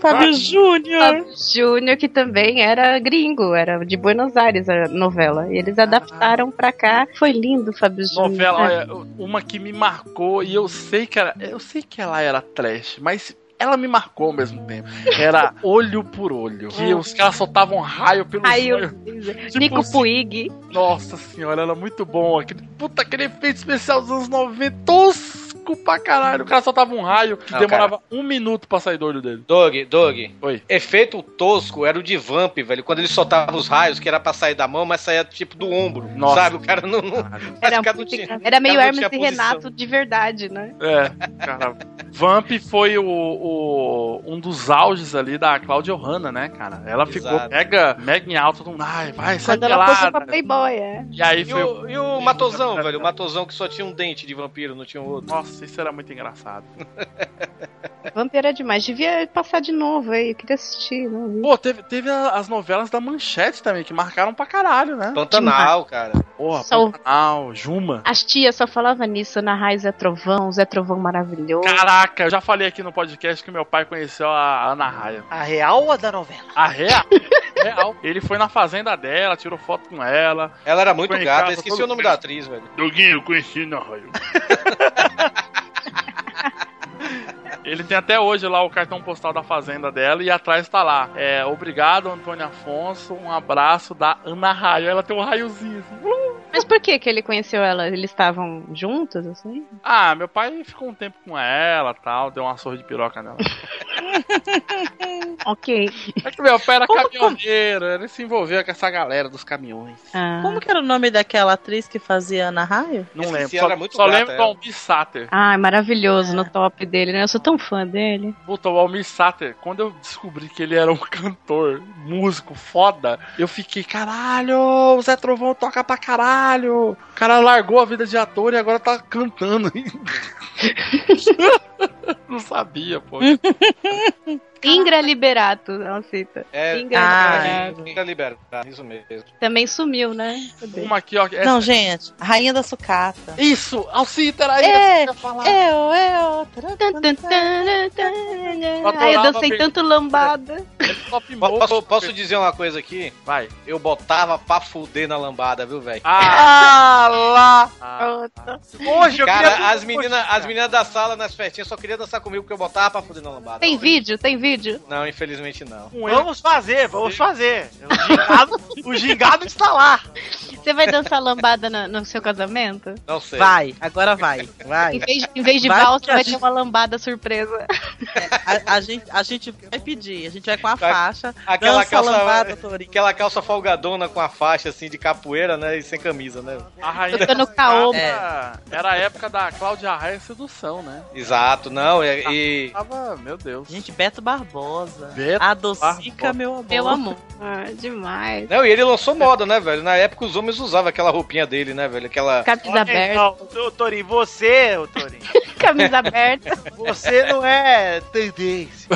C: Fábio Júnior.
F: Fábio Júnior, que também era gringo, era de Buenos Aires a novela. E eles adaptaram pra cá. Foi lindo, Fábio Júnior.
G: Novela, olha, uma que me marcou e eu sei que era, eu sei que ela era trash, mas ela me marcou ao mesmo tempo. Era olho por olho. Que os caras soltavam raio pelo
F: Raio.
G: olho.
F: Nico
G: se-
F: Puig.
G: assim, Nossa senhora, era muito bom. Aquele, puta, aquele efeito especial dos anos 90, tosco pra caralho. O cara soltava um raio que
H: Não,
G: demorava um minuto pra sair do olho dele.
H: Dog, Dog.
G: Hum, Oi.
H: Efeito tosco era o de Vamp, velho. Quando ele soltava os raios, que era pra sair da mão, mas saía tipo do ombro.
G: Nossa.
H: Sabe? O cara não. não
F: Era,
H: cara não
F: muito
H: tinha-
F: engraçado. Era meio
H: cara não
F: Hermes
H: um tinha
F: e
H: posição.
F: Renato de verdade, né?
G: É, cara. Vamp foi o, o- um dos auges ali da Claudia Hanna, né, cara? Ela ficou
H: Exato.
G: mega, mega em alta. Todo mundo, ai, vai, sai
F: Quando ela posou
G: pelada.
F: pra Playboy, é.
G: E aí
H: E
G: foi
H: o, e o Matosão, velho. O Matosão que só tinha um dente de vampiro, não tinha um outro.
G: Nossa, isso era muito engraçado.
F: Vamp era é demais. Devia passar de novo aí. Eu queria assistir. né? Não vi.
G: Pô, teve, teve a- as novelas da Manchete também, que marcaram pra caralho, né?
H: Pantanal, cara.
G: Porra,
F: Só-
G: Pantanal, Juma.
F: As tias só falavam nisso. Na Raiz Zé Trovão, Zé Trovão maravilhoso.
G: Caraca, eu já falei aqui no podcast que meu pai conheceu a Ana Raia.
E: A real ou a da novela?
G: A real, real. Ele foi na fazenda dela, tirou foto com ela.
H: Ela era muito
G: Foi em
H: gata,
G: casa,
H: eu esqueci
G: todo
H: o nome
G: feliz.
H: da atriz, velho.
G: Doguinho, eu conheci Ana Raia. Ele tem até hoje lá o cartão postal da fazenda dela e atrás tá lá. É, obrigado, Antônio Afonso. Um abraço da Ana Raia. Ela tem um raiozinho assim. Uh!
F: Mas por que que ele conheceu ela? Eles estavam juntos, assim?
G: Ah, meu pai ficou um tempo com ela tal, deu uma surra de piroca nela.
F: ok.
G: É que meu pai era
C: um
G: caminhoneiro, ele se envolveu com essa galera dos caminhões.
F: Ah.
C: Como que era o nome daquela atriz que fazia Ana Raio?
G: Não
C: Esqueci, ela
G: lembro, só,
C: era muito
G: só
C: gata,
G: lembro do
C: ela.
G: Almir Sater.
F: Ai, Ah, é maravilhoso no top dele, né? Eu sou tão fã dele.
G: Puta, o Almir Sater, quando eu descobri que ele era um cantor, músico foda, eu fiquei, caralho, o Zé Trovão toca pra caralho. O cara largou a vida de ator e agora tá cantando. Não sabia, pô.
F: Ingra Liberato, ela cita.
H: É,
F: Ingra Liberato.
H: fica liberado, isso mesmo.
F: Também sumiu, né?
G: Uma aqui, ó. é
C: Não, gente, Rainha da Sucata.
G: Isso, Alcita era
F: É,
C: eu, eu.
F: Ai, eu dancei tanto lambada.
H: Po- Posso, posso dizer uma coisa aqui?
G: Vai.
H: Eu botava pra fuder na lambada, viu, velho?
G: Ah lá!
F: Ah. Hoje eu
H: Cara,
F: queria-
H: as
E: um
H: meninas as meninas da sala nas festinhas só queriam dançar comigo porque eu botava pra fuder na lambada.
F: Tem vídeo? Tem vídeo?
H: Não, infelizmente não.
E: Vamos fazer, vamos fazer. O gingado, o gingado está lá.
F: Você vai dançar lambada na- no, seu casamento?
H: Não sei.
C: Vai, agora vai, vai.
F: Em vez, em vez de
C: Vai,
F: valsa,
C: porque a
F: vai ter
C: gente-
F: uma lambada surpresa.
C: A, a gente, a gente vai pedir, a gente vai com a
H: Vai-
C: faixa.
H: Aquela
C: dança
H: calça,
C: lambada,
H: aquela calça folgadona com a faixa assim de capoeira, né? E sem camisa, né?
G: A rainha
F: Tocando
G: da Sucata
F: caoba.
G: era- Era a época da Cláudia Raia Sedução, né?
H: Exato, não, é- e.
G: Tava, meu Deus. É.
C: Gente, Beto Barbosa.
H: Beto
C: Adocica,
H: Barbosa.
C: meu amor.
F: Meu amor. Ah, demais.
H: Não, e ele lançou moda, né, velho? Na época os homens usavam aquela roupinha dele, né, velho? Aquela.
F: Camisa aberta.
E: Não, ô, então, Torinho, você, ô, Torinho,
F: Camisa aberta.
E: você não é tendência.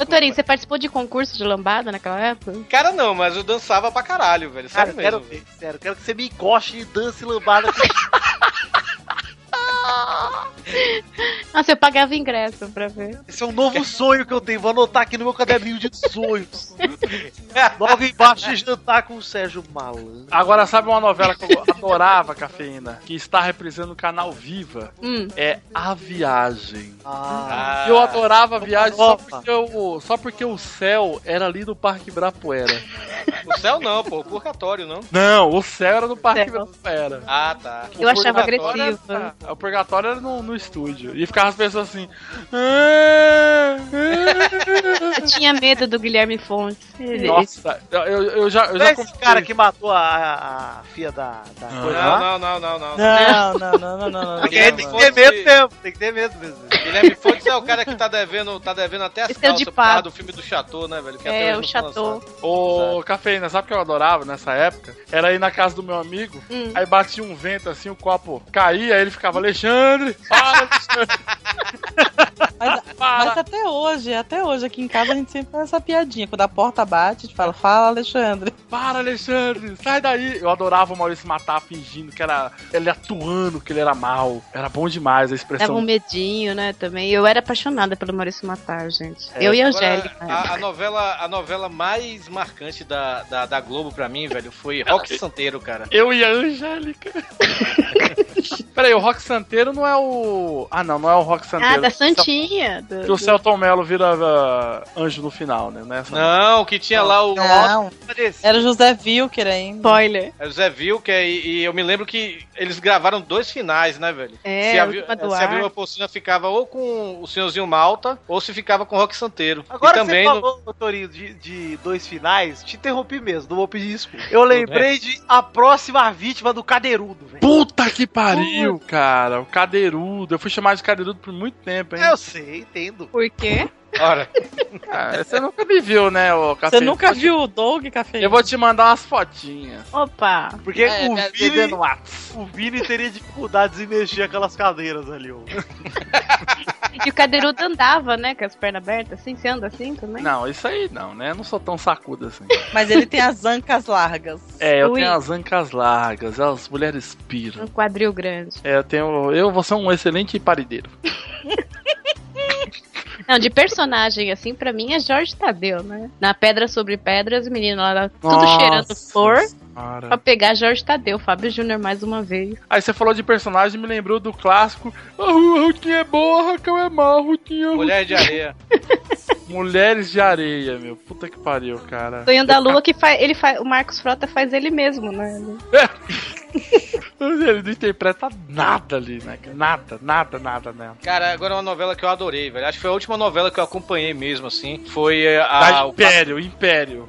F: Ô, Torinho, você participou de concurso de lambada naquela época?
H: Cara, não, mas eu dançava pra caralho, velho.
E: Cara,
H: Sério
E: eu quero
H: mesmo.
E: ver, sério. Quero que você me encoste e dance lambada.
F: Nossa, eu pagava ingresso pra ver.
E: Esse é um novo sonho que eu tenho. Vou anotar aqui no meu caderninho de sonhos. Logo embaixo, jantar com o Sérgio Malandro.
G: Agora, sabe uma novela que eu adorava, Cafeína? Que está reprisando o canal Viva?
F: Hum.
G: É A Viagem.
H: Ah.
G: Eu adorava a viagem só porque, o- só porque o céu era ali do Parque Brapuera.
H: O céu não, pô, o purgatório não.
G: Não, o céu era do Parque Brapuera.
H: Ah, tá.
G: O purgatório era- o purgatório era no, no estúdio. E ficava as pessoas assim. "Ah,
F: Eu tinha medo do Guilherme Fontes. Ele-
G: ah". Nossa, eu, eu, eu já. Eu
E: Não é
G: já
E: esse cara que matou a, a, a filha da, da coisa lá?
H: Não, não, não, não.
C: Não, não, não, não, não, não.
E: Porque aí tem que ter medo mesmo, tem que ter medo mesmo.
H: Guilherme Fontes é o cara que tá devendo, tá devendo até as
E: Esse é o
H: calças
E: de
H: por causa
E: pato.
H: do filme do Chateau, né, velho? Que
F: É,
H: até
F: o
H: hoje não foi
F: Chateau.
H: lançado.
G: Ô, Cafeína, sabe o que eu adorava nessa época? Era ir na casa do meu amigo,
F: Hum.
G: aí batia um vento assim, o copo caía, aí ele ficava, Alexandre, para, Alexandre.
C: Mas até hoje, até hoje, aqui em casa a gente sempre faz essa piadinha. Quando a porta bate, a gente fala, fala, Alexandre.
G: Para, Alexandre, sai daí. Eu adorava o Maurício Matar fingindo que era. Ele atuando que ele era mal. Era bom demais a
F: Dava
G: expressão.
F: um medinho, né, também. Eu era apaixonada pelo Maurício Matar, gente. eu e a
H: Agora, Ah,
F: Angélica.
H: A, a novela, a novela mais marcante da, da, da Globo pra mim, velho, foi Rock Santeiro, cara.
G: Eu e a Angélica. Peraí, o Rock Santeiro não é o. Ah, não, não é o Rock Santeiro.
F: Ah, da Santinha. do-
G: Que o
F: do-
G: Celton Mello vira ah, anjo no final, né? Nessa-
H: Não, que tinha lá o.
C: Não, era o José Wilker ainda.
F: Spoiler.
H: É o Zé Vilker e, e eu me lembro que eles gravaram dois finais, né, velho?
F: É,
H: se
F: a
H: a, Vi-
F: última do
H: se a
F: ar.
H: Vilma Porcina ficava ou com o senhorzinho Malta, ou se ficava com o Rock Santeiro.
E: Agora
H: e também
E: que
H: no-
E: você falou, Torinho, de, de dois finais, te interrompi mesmo, não vou pedir desculpa. Eu lembrei de A Próxima Vítima do Cadeirudo, velho.
G: Puta que pariu, cara. O cadeirudo. Eu fui chamado de cadeirudo por muito tempo, hein?
E: Eu sei, entendo.
F: Por quê?
H: Ora.
G: Ah, você nunca me viu, né, ô
C: Você
G: Cafeína?
C: nunca viu o Doug, Cafeína?
G: Eu vou te mandar umas fotinhas.
F: Opa!
E: Porque
G: É,
E: o,
G: é,
E: Vini,
G: bebendo lápis.
E: o Vini teria dificuldades em mexer aquelas cadeiras ali, ô.
F: E o Cadeirudo andava, né, com as pernas abertas, assim, você anda assim também?
G: Não, isso aí não, né? Eu não sou tão sacudo assim.
C: Mas ele tem as ancas largas.
G: É, eu
C: Ui.
G: tenho as ancas largas, as mulheres piram.
F: Um quadril grande.
G: É, eu tenho. Eu vou ser um excelente parideiro.
F: Não, de personagem, assim, pra mim é Jorge Tadeu, né? Na Pedra Sobre Pedras, o menino lá, tudo
G: Nossa
F: cheirando flor,
G: senhora.
F: pra pegar Jorge Tadeu, Fábio Júnior mais uma vez.
G: Aí você falou de personagem e me lembrou "Ah, do clássico. A Ru- a Ruquinha é boa, a Raquel é má, a Ruquinha.
H: Mulher de Areia.
G: Mulheres de Areia, meu. Puta que pariu, cara.
F: Sonho da Lua que faz, ele faz, o Marcos Frota faz ele mesmo, né? Ele-
G: Ele não interpreta nada ali, né? cara? Nada, nada, nada, né?
H: Cara, agora é uma novela que eu adorei, velho. Acho que foi a última novela que eu acompanhei mesmo, assim. Foi eh,
G: Da
H: a. o-
G: Tá, Império, Império.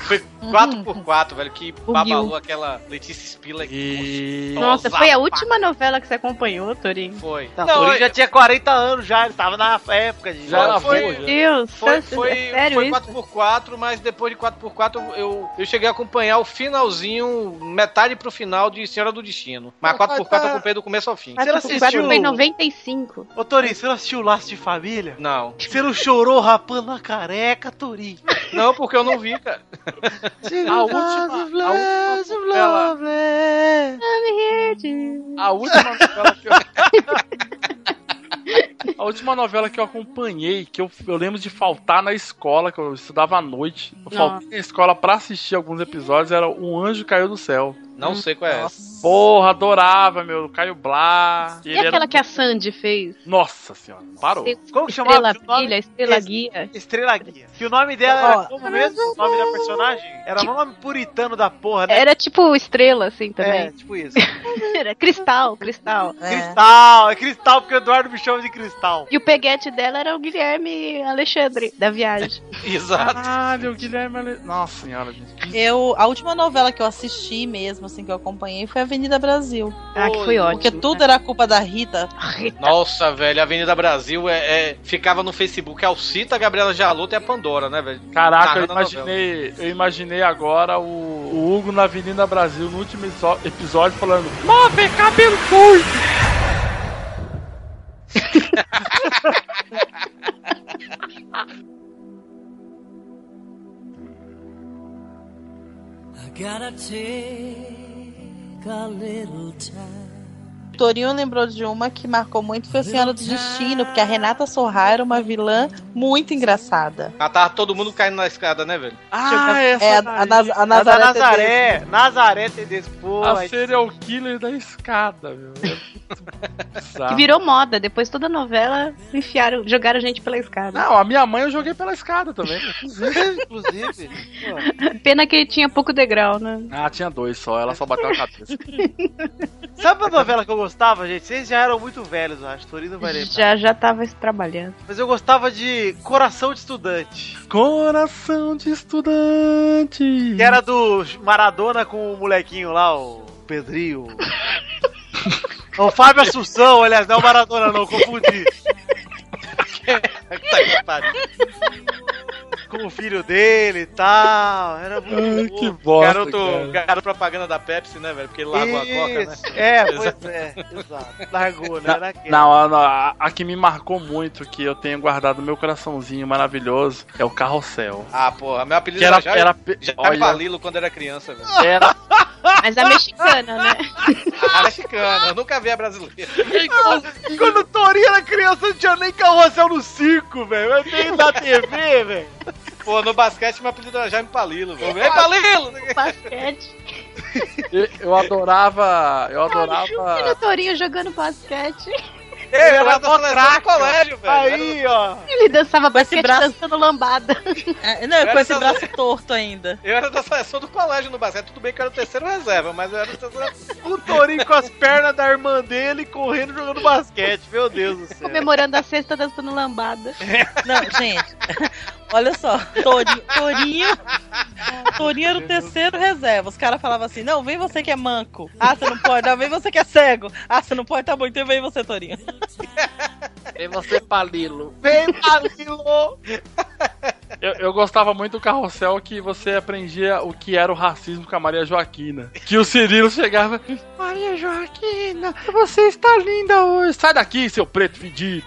H: Foi
F: Uhum.
H: 4x4, velho, que
F: Buguiu.
H: babalou aquela Letícia Spiller. que-
F: Nossa, foi a última novela que você acompanhou, Torinho?
H: Foi.
E: Não, ele já tinha 40 anos já, ele tava na época de.
H: é- Já
E: foi.
H: foi.
F: Meu Deus,
H: Foi,
F: sério,
H: foi,
F: é sério
H: foi
F: isso?
H: 4x4, mas depois de 4x4 eu- eu, eu cheguei a acompanhar o finalzinho, metade pro final de Senhora do Destino.
G: Ah, tá,
H: Mas 4x4 eu acompanhei do começo ao fim.
E: Você não assistiu?
F: Foi em 95.
E: Ô, Torinho, você não assistiu Laço de Família?
H: Não.
E: Você não chorou rapando a careca, Torinho?
H: Não, porque eu não vi, cara.
G: A última, a última novela, a última novela que eu... A última novela que eu acompanhei, que eu, eu lembro de faltar na escola, que eu estudava à noite. Eu
H: Nossa.
G: faltei na escola pra assistir alguns episódios, era O Anjo Caiu do Céu.
H: Não sei qual é essa.
G: Porra, adorava, meu. Caio Blá.
F: E aquela que a Sandy fez?
G: Nossa senhora, parou.
E: Como que chamava?
F: Estrela Filha, Estrela Guia.
E: Estrela Guia. Que o nome dela
F: Ó.
E: era como mesmo? O nome da personagem? Era um nome puritano da porra, né?
F: Era tipo estrela, assim, também.
E: É, tipo isso.
F: Era cristal, cristal.
E: Cristal, é cristal, porque o Eduardo me chama de cristal.
F: E o peguete dela era o Guilherme Alexandre, da viagem.
H: Exato.
G: Caralho, o Guilherme. Ale- Nossa senhora, gente.
C: Eu, a última novela que eu assisti mesmo, assim, que eu acompanhei foi Avenida Brasil.
F: Ah, que foi ótimo,
C: Porque tudo era culpa da Rita.
H: Nossa, velho, a Avenida Brasil é, é- ficava no Facebook Alcita, Gabriela Jarlota e a Pandora, né, velho?
G: Caraca, eu
H: Narrando a novela.
G: imaginei, eu imaginei agora o, o Hugo na Avenida Brasil no último exo- episódio falando Move cabelo fui!
J: I gotta take a little time.
C: O Torinho lembrou de uma que marcou muito, foi a Senhora do Destino, porque a Renata Sorra era uma vilã muito engraçada.
H: Ah, tava todo mundo caindo na escada, né, velho?
E: Ah, essa
C: é, a,
E: daí.
C: a, Naz- a
E: A
C: Nazaré.
E: da Nazaré. Nazaré Tedesco. Pô,
G: A
E: aí-
G: serial killer da escada, meu. É
F: Que virou moda. Depois toda novela enfiaram, jogaram gente pela escada.
G: Não, a minha mãe eu joguei pela escada também.
E: Inclusive.
F: Pena que tinha pouco degrau, né?
G: Ah, tinha dois só, ela só bateu a cabeça.
E: Sabe a novela que eu gostava, gente? Vocês já eram muito velhos, eu acho. Torino vai lembrar.
F: Já, já tava trabalhando.
E: Mas eu gostava de Coração de Estudante.
G: Coração de estudante.
E: Que era do Maradona com o molequinho lá, o Pedrinho. o Fábio Assunção, aliás, não é o Maradona não, confundi. com o filho dele e tal. Era muito
G: Ai,
E: bom.
G: que bosta,
H: garoto,
G: cara.
H: garoto propaganda da Pepsi, né, velho? Porque ele largou a coca, né?
E: Isso. É, pois
H: Exato.
E: é, exato. Largou, né?
G: Na-
E: Era aquela.
G: Não, a, a- a que me marcou muito, que eu tenho guardado no meu coraçãozinho maravilhoso, é o Carrossel.
H: Ah, porra, meu apelido
G: Que era-
H: já,
G: era-
H: já é tá
G: olha.
H: Palilo quando era criança, velho.
G: Era
F: Mas a mexicana, né?
H: A mexicana, eu nunca vi a brasileira.
E: Quando o Torinho era criança, não tinha nem carrossel no circo, velho. Eu tenho da TV, velho.
H: Pô, no basquete meu apelido era Jaime Palilo, velho. Ei, Palilo!
F: Basquete.
G: Eu, eu adorava. Eu
F: Olha o
G: adorava.
F: Torinho jogando basquete.
H: Ei, era mó craque, colégio, velho.
E: Aí, ó.
F: Ele dançava
C: Com esse
F: basquete
C: braço-
F: dançando lambada.
C: Não, com esse
H: Essa-
C: braço torto ainda.
H: Eu era da seleção do colégio no basquete, tudo bem que eu era o terceiro reserva, mas eu era o terceiro
E: O Torinho com as pernas da irmã dele correndo jogando basquete. Meu Deus do
F: É.
E: céu.
F: Comemorando a sexta dançando lambada.
C: Não, gente. Olha só, Torinho, Torinho, Torinho era o terceiro reserva. Os caras falavam assim: não, vem você que é manco. Ah, você não pode. Não, vem você que é cego. Ah, você não pode. Tá bom, então vem você, Torinho.
G: Vem você, Palilo.
E: Vem, Palilo!
G: Eu, eu gostava muito do carrossel que você aprendia o que era o racismo com a Maria Joaquina. Que o Cirilo chegava. Maria Joaquina, você está linda hoje. Sai daqui, seu preto fedido.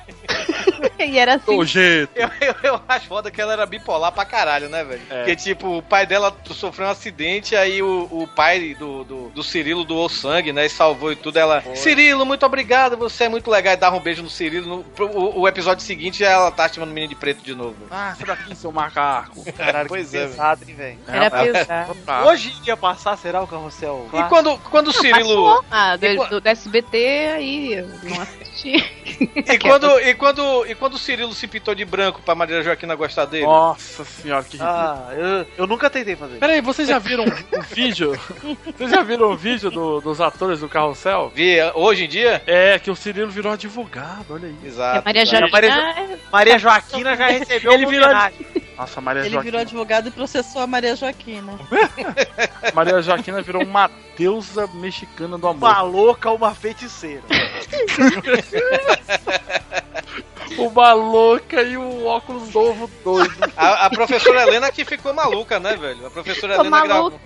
F: e era assim.
G: Nojento.
H: Eu, eu, eu acho foda que ela era bipolar pra caralho, né, velho? Porque, tipo, o pai dela t- sofreu um acidente, aí o, o pai do, do, do Cirilo doou sangue, né? E salvou e tudo. Ela. Cirilo, muito obrigado, você é muito legal. E dava um beijo no Cirilo. No, pro- o, o episódio seguinte, ela tá chamando o menino de preto de novo.
G: Ah, sai daqui, seu macaco.
E: Caralho,
H: Pois
E: que
H: é,
E: pesado, hein, velho.
H: Era
F: é.
H: pesado.
G: Ah.
E: Hoje ia passar, será o carrossel?
H: E quando, quando o
F: Não,
H: Cirilo.
F: passou. Ah, do,
H: E quan-
F: do SBT aí eu não assisti.
H: E quando, e quando quando, e quando o Cirilo se pintou de branco pra Maria Joaquina gostar dele?
G: Nossa senhora, que ridículo.
E: Ah, eu, eu nunca tentei fazer.
G: Peraí, vocês já viram o vídeo? Vocês já viram o vídeo do- dos atores do Carrossel?
H: Vi, hoje em dia?
G: É, que o Cirilo virou advogado, olha aí.
H: Exato.
F: É, Ah, Maria Joaquina-
C: Maria
E: Maria Joaquina já recebeu
C: Ele
E: uma
C: virou- tipo-
E: homenagem.
G: Nossa, Maria
C: Ele
G: Joaquina.
C: virou advogado e processou a Maria Joaquina.
G: Maria Joaquina virou uma deusa mexicana do amor.
E: Uma louca, uma feiticeira.
G: Uma louca e o óculos novo doido.
H: A, a professora Helena que ficou maluca, né, velho? A professora Helena gravou.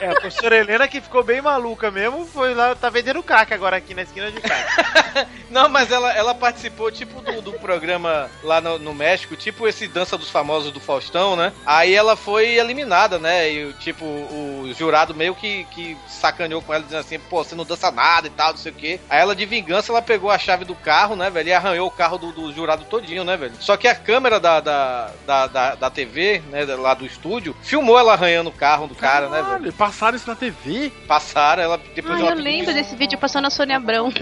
E: É, a professora Helena que ficou bem maluca mesmo, foi lá, tá vendendo caca agora aqui na esquina de casa.
H: Não, mas ela, ela participou, tipo, do, do programa lá no, no México, tipo esse Dança dos Famosos do Faustão, né? Aí ela foi eliminada, né? E, tipo, o jurado meio que, que sacaneou com ela, dizendo assim, pô, você não dança nada e tal, não sei o quê. Aí ela, de vingança, ela pegou a chave do carro, né, velho? E arranhou o carro do, do jurado todinho, né, velho? Só que a câmera da, da, da, da, da TV, né, da- lá do estúdio, filmou ela arranhando o carro do cara, né, velho?
G: Passaram isso na TV?
H: Passaram, ela depois
F: Ah,
H: ela
F: eu
H: pediu
F: lembro
H: desculpa.
F: desse vídeo passando a Sônia Abrão.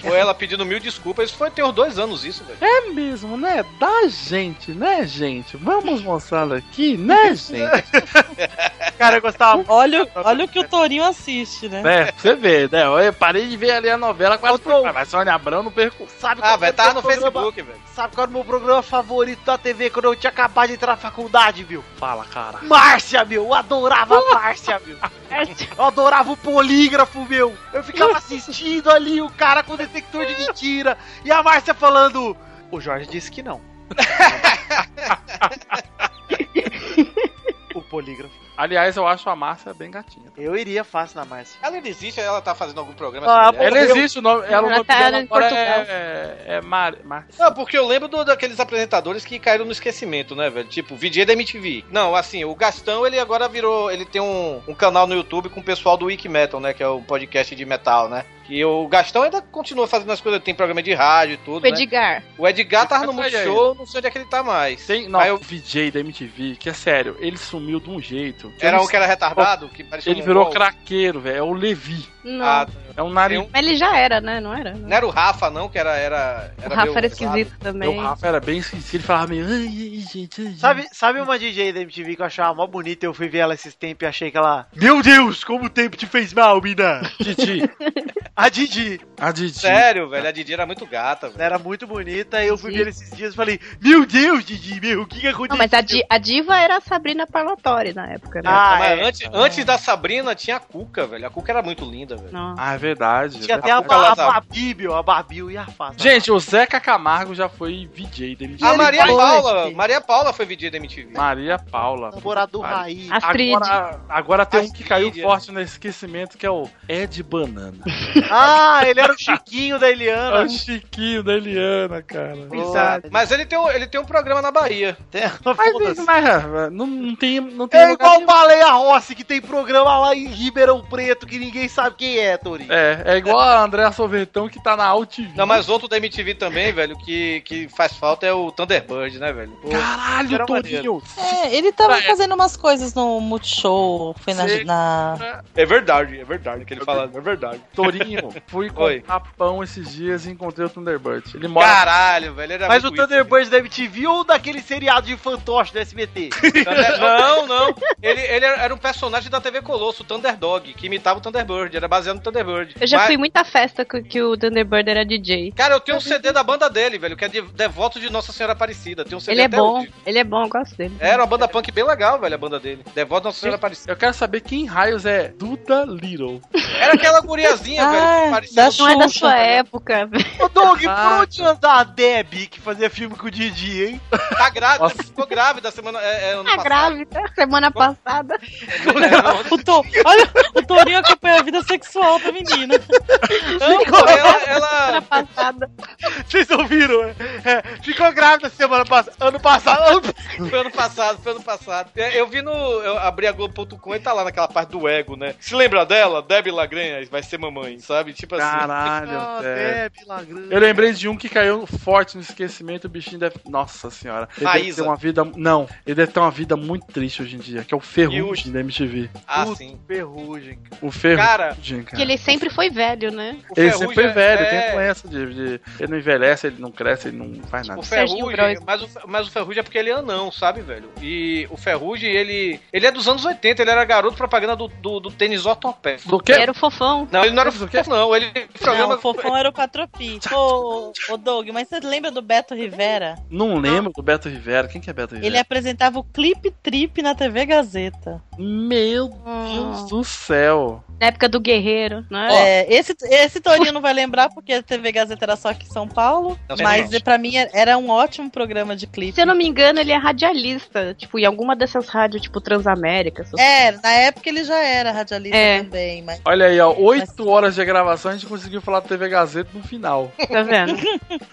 H: Foi ela pedindo mil desculpas. Isso foi ter uns dois anos, isso, velho.
G: É mesmo, né? Da gente, né, gente? Vamos mostrá-lo aqui, né, gente?
E: Cara, eu gostava.
C: Olha, o- olha o que o Torinho assiste, né?
G: É, você vê, né? Eu parei de ver ali a novela com as Mas Sônia Abrão não perco.
E: Sabe
H: Ah,
E: qual
H: velho,
E: foi
H: tava
E: o
H: no
E: programa-
H: Facebook, velho.
E: Sabe qual era o meu programa favorito da TV quando eu tinha acabado de entrar na faculdade, viu?
G: Fala, cara.
E: Márcia, meu! Eu adorava a Márcia, meu! Eu adorava o polígrafo, meu! Eu ficava assistindo ali o cara com o detector de mentira e a Márcia falando: O Jorge disse que não. o polígrafo.
G: Aliás, eu acho a Márcia bem gatinha.
E: Eu iria fácil na Márcia.
H: Ela ainda existe, ela tá fazendo algum programa.
E: Ah,
H: essa mulher?
G: Ela existe, o nome, ela, o
H: Ela
G: nome
H: tá
G: dela
H: em
G: agora
H: Portugal.
G: é, é Mar, Mar-
H: Não, porque eu lembro do- daqueles apresentadores que caíram no esquecimento, né, velho? Tipo, VJ da MTV. Não, assim, o Gastão, ele agora virou. Ele tem um, um canal no YouTube com o pessoal do Wiki Metal, né? Que é o podcast de metal, né? E o Gastão ainda continua fazendo as coisas, tem programa de rádio e tudo.
F: O Edgar.
H: Né? O Edgar tava no
G: Tá aí
H: Multishow, não sei onde é que ele tá mais.
G: Tem, não, o VJ da MTV, que é sério, ele sumiu de um jeito.
H: Era
G: Eu não
H: um que era
G: sei-
H: retardado, que parecia
G: Ele
H: um
G: virou
H: gol.
G: craqueiro, velho. É o Levi.
F: Não.
G: é um nariz.
F: Mas ele já era, né? Não era?
H: Ah, Não era o Rafa, não, que era. era,
F: O
H: era
F: Rafa
H: meio
F: era
H: pesado.
F: esquisito também.
G: O Rafa era bem esquisito. Ele falava meio. Ai, ai, gente, ai,
E: Sabe, sabe uma DJ da MTV que eu achava mó bonita? Eu fui ver ela esses tempos e achei que ela. Meu Deus, como o tempo te fez mal, mina!
G: Didi.
E: a Didi.
G: A Didi.
H: Sério, velho, a Didi era muito gata, velho.
E: Ela era muito bonita e eu fui ver ela esses dias e falei: Meu Deus, Didi, meu, o que, que
F: Não,
E: aconteceu?
F: mas a, di- a diva era a Sabrina Parlatore na época, né?
E: Ah,
H: Mas
E: é.
H: antes, antes da Sabrina tinha a Cuca, velho. A Cuca era muito linda, velho.
G: Ah, é verdade.
E: Tinha
G: é
E: até a,
G: verdade.
E: ba a Babíbio, a Babil e a Fácil.
G: Gente, o Zeca Camargo já foi VJ da MTV.
H: A Maria Paula, Maria Paula foi vendida da MTV.
G: Maria
E: Tá
G: Paula.
E: Namorado
G: Maria-
E: raiz.
H: Astrid.
G: Agora, agora tem um que caiu
H: Astrid, é.
G: forte no esquecimento, que é o Ed Banana.
E: Ah, ele era o Chiquinho da Eliana.
G: É o Chiquinho da Eliana, cara.
E: Exato.
H: Mas ele tem, um, ele tem um programa na Bahia.
G: Mas, mas, não, não tem, não tem
E: assim. É
G: lugar
E: igual
G: nenhum.
E: Baleia Rossi, que tem programa lá em Ribeirão Preto que ninguém sabe quem é, Tori.
G: É, é igual a Andréa Sovetão que tá na Altiv.
H: Não, mas outro da MTV também, velho, que, que faz falta é o Thunderbird, né, velho? Pô,
G: Caralho,
H: era
G: Torinho!
H: maneiro.
C: É, ele tava fazendo umas coisas no Multishow, foi na...
G: Sim.
C: na...
H: É verdade, é verdade que ele fala, é verdade.
G: Torinho, fui
H: Oi.
G: comprar pão esses dias e encontrei o Thunderbird. Ele mora.
H: Caralho, velho, era
E: Mas o
H: é muito
E: Thunderbird da MTV ou daquele seriado de fantoche do SBT?
H: Thunder- Não, não. Ele, ele era um personagem da TV Colosso, o Thunderdog, que imitava o Thunderbird, era baseado no Thunderbird.
F: Eu já
H: Mas-
F: fui em muita festa que, que o Thunderbird era DJ.
H: Cara, eu tenho um CD da banda dele, velho, que é de- devoto de Nossa Senhora Aparecida. Tem um CD
F: Ele é
H: até
F: bom,
H: hoje.
F: ele é bom, eu gosto dele.
H: Era uma banda punk bem legal, velho, a banda dele. Devoto de Nossa Senhora Aparecida.
G: Eu quero saber quem raios é Duda Little.
H: Era aquela guriazinha,
G: Ah,
H: velho, que parecia...
F: não é da
H: Xuxa,
F: sua
H: velho.
F: época. É
E: Ô, Doug, por onde anda a Deb que fazia filme com o Didi, hein?
G: é?
H: Tá grávida, ficou grávida semana. É, é, ano
F: A Tá
H: passado.
F: grávida, né? semana passada.
C: o to... Olha, o Torinho acompanha a vida sexual da menina.
H: Não, ela, ela-
F: passada.
E: Vocês ouviram? É, é, ficou grávida semana passada. Ano passado. ano-
H: Foi ano passado, foi ano passado. É, Eu vi no. Eu abri a Globo.com e tá lá naquela parte do ego, né? Se lembra dela? Debbie Lagranha vai ser mamãe, sabe? Tipo assim.
G: Caralho,
E: Ah,
G: velho.
E: Deb, Lagrange.
G: Eu lembrei de um que caiu forte no esquecimento, o bichinho deve. Nossa senhora. Ele deve
H: Raíza.
G: ter uma vida. Não, ele deve ter uma vida muito triste hoje em dia, que é o Ferrugem da MTV.
H: Ah,
G: Puta,
H: sim.
E: Ferrugem.
G: O Ferrugem, cara.
F: Que ele sempre foi velho, né?
H: O
G: Ele
H: Ferrugem
G: sempre foi
H: é-
G: velho,
H: é-
G: tem doença de, de- Ele não envelhece, ele não cresce, ele não faz nada.
H: O Ferrugem, mas o, mas o Ferrugem é porque ele é anão, sabe, velho? E o Ferrugem, ele. Ele é dos anos 80, ele era garoto propaganda do, do, do tênis ortopé.
G: Do quê?
F: Era o fofão.
H: Não, ele não era o fofão, não. Ele
C: Não, o fofão era o Patropi. Ô, ô, Doug, mas você lembra do Beto Rivera?
G: Não lembro do Beto Rivera. Quem que é Beto Rivera?
C: Ele apresentava o Clip Trip na TV Gazeta.
G: Meu Deus do céu.
F: Na época do Guerreiro, né?
C: É, esse, esse Toninho não vai lembrar porque a TV Gazeta era só aqui em São Paulo,
F: Não,
C: mas
F: não.
C: pra mim era um ótimo programa de clipe.
F: Se eu não me engano, ele é radialista. Tipo, em alguma dessas rádios, tipo Transamérica. essas
C: É, na época ele já era radialista
F: É.
C: também, mas
G: Olha aí, ó, 8 horas de gravação a gente conseguiu falar da TV Gazeta no final.
F: Tá vendo?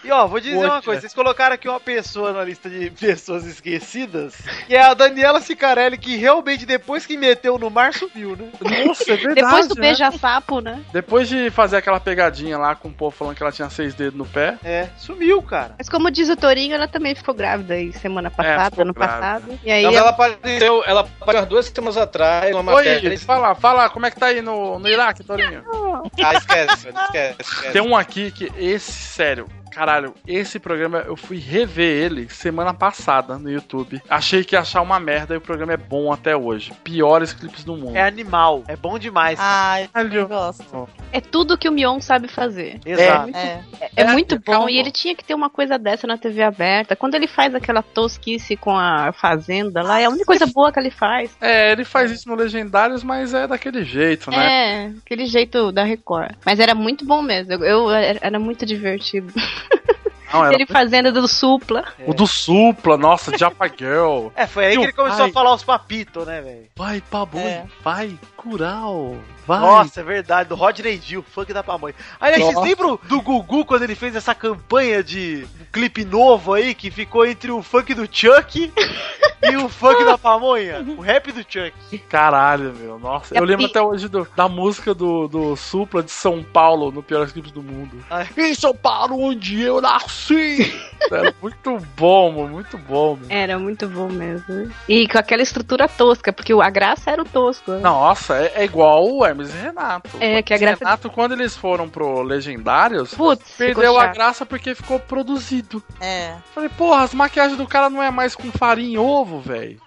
E: E ó, vou dizer uma
G: Poxa.
E: coisa: vocês colocaram aqui uma pessoa na lista de pessoas esquecidas, que é a Daniela Cicarelli, que realmente depois que meteu no mar sumiu, né?
G: Nossa, é verdade.
F: Depois do
G: né?
F: beija-sapo, né?
G: Depois de fazer aquela pegadinha lá com o povo falando que ela tinha seis dedos no pé.
E: É, sumiu, cara.
F: Mas como diz o Torinho, ela também ficou grávida aí semana passada,
G: ficou
F: ano
G: grávida.
F: passado. E aí é,
H: Não, mas
F: ela-
H: ela apareceu, ela apareceu umas duas semanas atrás, uma
G: Oi,
H: matéria.
G: Iris, fala, fala, como é que tá aí no, no Iraque, Torinho?
H: Ah, esquece, velho, esquece, esquece.
G: Tem um aqui que, esse, sério, caralho, esse programa eu fui rever ele semana passada no YouTube. Achei que ia achar uma merda e o programa é bom até hoje. Piores clipes do mundo.
E: É animal, é bom demais.
C: Ah,
G: eu
C: gosto.
F: É tudo que o Mion sabe fazer.
E: Exato.
F: É,
E: É.
F: é- é muito bom e ele tinha que ter uma coisa dessa na TV aberta. Quando ele faz aquela tosquice com a fazenda lá, é a única coisa boa que ele faz.
G: É, ele faz isso no Legendários, mas é daquele jeito, né?
F: É, aquele jeito da Record. Mas era muito bom mesmo. Eu, eu- era era muito divertido.
G: Não, era
F: ele fazendo do supla.
G: O do Supla, nossa, Japa Girl.
E: É, foi aí que ele começou a falar os papitos, né, velho?
G: Vai, Paboi,
F: É.
G: vai, Cural, vai.
E: Nossa, é verdade, do Rodney Dill, funk da pamonha. Aliás, vocês
G: Nossa.
E: lembram do Gugu quando ele fez essa campanha de clipe novo aí, que ficou entre o funk do Chuck e o funk da pamonha? O rap do Chuck.
G: Caralho, meu, nossa.
F: É
E: E a
G: Eu lembro
E: pi-
G: até hoje do- da música do, do Supla de São Paulo, no Piores Clipes do Mundo. Em São Paulo, onde eu nasci! Era É muito bom, mano, muito bom. Mano.
F: Era muito bom mesmo. E com aquela estrutura tosca, porque o- a graça era o tosco. né?
G: Nossa, é, é igual o Hermes e Renato.
F: É, que a
G: Hermes e
F: graça-
G: Renato, quando eles foram pro Legendários, perdeu
F: ficou
G: a
F: chato.
G: graça porque ficou produzido.
C: É.
G: Falei, porra, as maquiagens do cara não é mais com farinha e ovo, velho.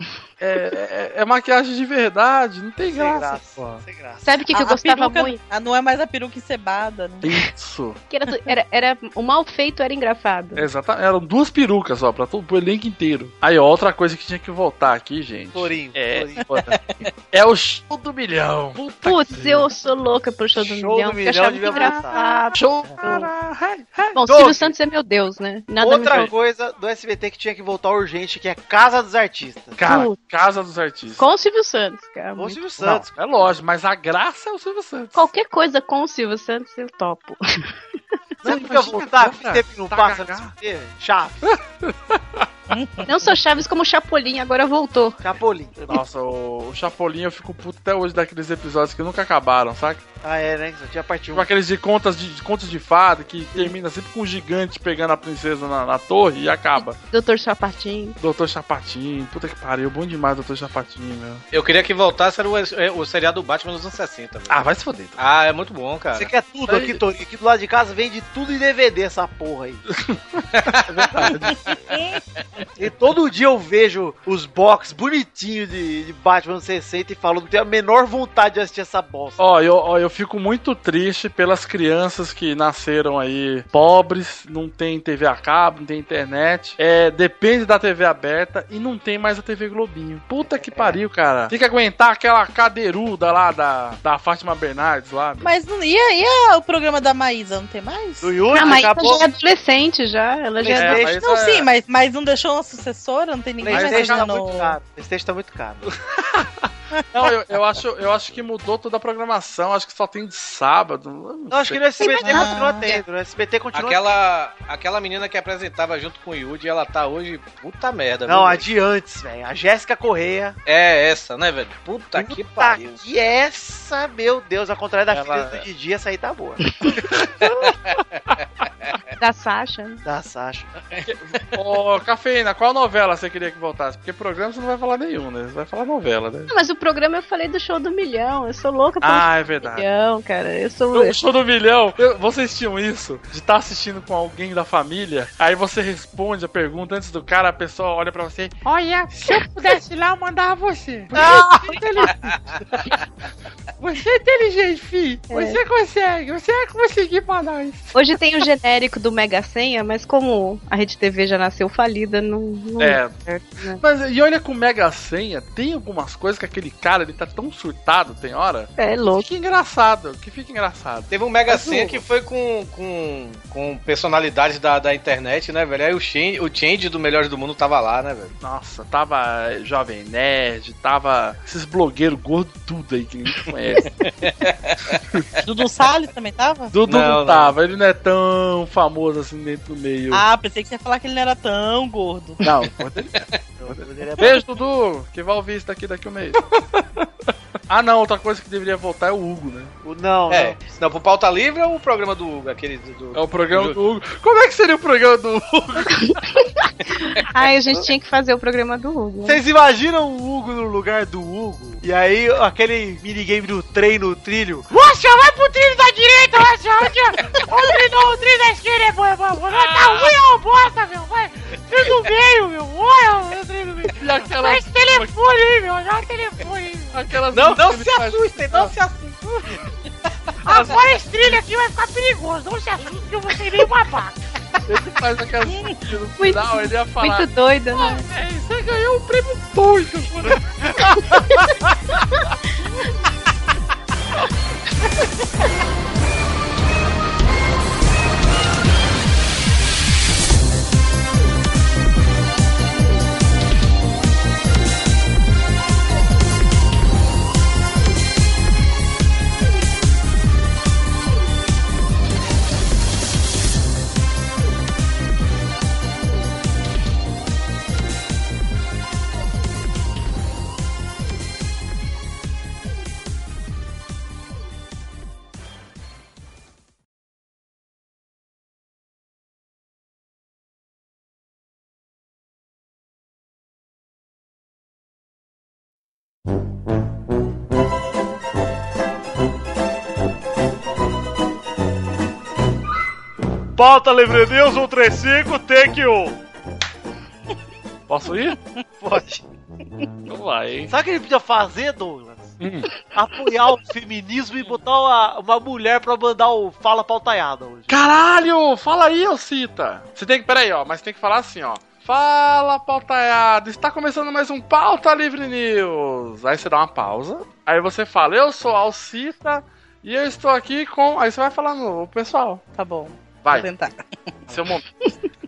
G: É, é- é maquiagem de verdade, não tem
C: Sem
G: graça.
C: graça,
G: pô.
E: sem graça.
F: Sabe o que, que eu
C: A- a
F: gostava
C: peruca-
F: muito?
C: Ah, não é mais a peruca encebada, né?
G: Isso.
F: Que era, tu- era, era- o mal feito era engraçado.
G: Exatamente, eram duas perucas só, pra todo pro elenco inteiro. Aí, ó, outra coisa que tinha que voltar aqui, gente.
E: Torinho.
G: É, foda. é o show do milhão.
F: Putz, eu sou louca pro show do
G: tá Show do
F: milhão. porque eu
G: Milhão
F: achava muito
G: devia voltar.
F: engraçado.
G: Show.
F: Bom,
E: Doug.
F: Silvio Santos é meu Deus, né? Nada me
E: Outra
F: faz.
E: coisa do SBT que tinha que voltar urgente, que é Casa dos Artistas.
G: Cara,
E: Putz.
G: Casa dos Artistas.
F: Com o Silvio Santos, cara.
E: Com o Silvio
G: Não,
E: Santos.
G: é lógico, mas a graça é o Silvio Santos.
F: Qualquer coisa com o Silvio Santos eu topo.
E: Você nunca voltar, que tempo
G: tá
E: não passa no SBT, velho? Chaves.
F: Não sou Chaves como Chapolin, agora voltou.
E: Chapolin.
G: Nossa, o, o Chapolin eu fico puto até hoje daqueles episódios que nunca acabaram, saca?
E: Ah, é, né? Só tinha parte 1.
G: Tipo aqueles de contas de, de contos de fada que termina sempre com um gigante pegando a princesa na, na torre e acaba.
F: Doutor Chapatinho.
G: Doutor Chapatinho, puta que pariu, bom demais Doutor Chapatinho, meu.
H: Eu queria que voltasse era o, é, o seriado do Batman dos anos 60. velho.
G: Ah, vai se foder.
H: Ah, é muito bom, cara.
E: Você quer tudo aqui, Torinho? Aqui do lado de casa vende tudo em DVD, essa porra aí.
H: É
E: E todo dia eu vejo os box bonitinhos de, de Batman 60 e falo, não tenho a menor vontade de assistir essa bosta.
G: Ó, eu, ó, eu fico muito triste pelas crianças que nasceram aí pobres, não tem TV a cabo, não tem internet, é, depende da TV aberta e não tem mais a TV Globinho. Puta que pariu, cara. Tem que aguentar aquela cadeiruda lá da, da Fátima Bernardes lá. meu.
C: Mas não ia, ia o programa da Maísa, não tem mais?
E: Do
F: Ah, mas ela já é adolescente já. Ela já é,
C: Playstation-
F: adolescente.
C: não, sim, mas, mas não deixou uma sucessora? Não tem ninguém mais
E: Playstation tá
C: assinando...
E: muito caro. Playstation tá muito caro.
G: Não, eu, eu acho, eu acho que mudou toda a programação, acho que só tem de sábado.
E: Não, acho que no SBT continua tendo. No SBT continua
H: Aquela, aquela menina que apresentava junto com o Yudi, ela tá hoje puta merda.
E: Não, a
H: viu?
E: de antes, velho. A Jéssica Correia.
H: É essa, né, velho? Puta, que
E: Tá
H: pariu.
E: aqui essa, meu Deus, ao contrário da
H: Ela-
E: filha do Didi, essa aí tá boa.
F: Da Sasha.
E: Da Sasha.
G: Ô, Cafeína, qual novela você queria que voltasse? Porque programa você não vai falar nenhum, né? Você vai falar novela, né?
F: Não, Ah, mas o programa eu falei do show do milhão. Eu sou louca pelo
G: Ah,
F: Show
G: é verdade.
F: do milhão, cara. Eu sou.
G: No show do milhão, eu- vocês tinham isso? De estar assistindo com alguém da família, aí você responde a pergunta antes do cara, a pessoa olha pra você.
B: Olha, se eu pudesse ir lá, eu mandava você. Porque Você é inteligente. Você é inteligente, fi.
G: É.
B: Você consegue. Você vai conseguir pra nós.
F: Hoje tem o genérico do Mega Senha, mas como a Rede TV já nasceu falida, não. não-
G: É. Mas e olha com Mega Senha, tem algumas coisas que aquele cara ele tá tão surtado, tem hora.
F: É louco.
G: Que engraçado, que fica engraçado.
H: Teve um Mega
G: Mas
H: Senha
G: o-
H: que foi com, com, com personalidades da, da internet, né, velho? Aí o Change, o Change do Melhores do Mundo tava lá, né, velho?
G: Nossa, tava Jovem Nerd, tava esses blogueiros gordos tudo aí que ninguém conhece.
C: Dudu Salles também tava?
G: Dudu não, tava, ele não é tão famoso assim dentro do meio.
C: Ah, pensei que você ia falar que ele não era tão gordo.
G: Não, gordo ele é. Beijo, Dudu, que vai ouvir isso daqui daqui um mês. ah, não, outra coisa que deveria voltar é o Hugo, né?
E: O não,
H: É. Não, pro pauta livre é o programa do Hugo, aquele do. do-
G: É o programa do Hugo. Como é que seria o programa do Hugo?
F: Ai, a gente tinha que fazer o programa do Hugo.
E: Vocês imaginam o Hugo no lugar do Hugo? E aí, aquele minigame do trem no trilho.
B: Rocha, vai pro trilho da direita, Rocha, Rocha. O trilho, o trilho da esquerda é bom, é bom. Não tá ruim, é uma bosta, meu. Vai. Trilho do meio, meu. Olha o trilho do meio.
G: E aquela-
B: Vai esse telefone aí, meu. Dá o telefone aí. meu.
G: Aquelas
E: Não, não
G: se
E: assustem, não se
B: assustem. Agora esse trilho aqui vai ficar perigoso. Não se assustem que eu vou ser meio babaca.
G: Ele faz aquela no final, ele ia falar.
F: Muito doida, né?
B: É, você ganhou um prêmio doido.
E: Pauta Livre News 135, take 1.
G: Posso ir?
E: Pode.
G: Vamos lá, hein?
E: Sabe o que ele podia fazer, Douglas? Apoiar o feminismo e botar uma, uma mulher pra mandar o Fala Pautanhada hoje.
G: Caralho, fala aí, ô Cita. Você tem que, peraí, ó, mas tem que falar assim, ó. Fala, pautaiado! Está começando mais um Pauta Livre News! Aí você dá uma pausa, aí você fala, eu sou Alcita e eu estou aqui com... Aí você vai falar no pessoal.
C: Tá bom.
G: Vai.
C: Vou tentar.
G: Seu momento.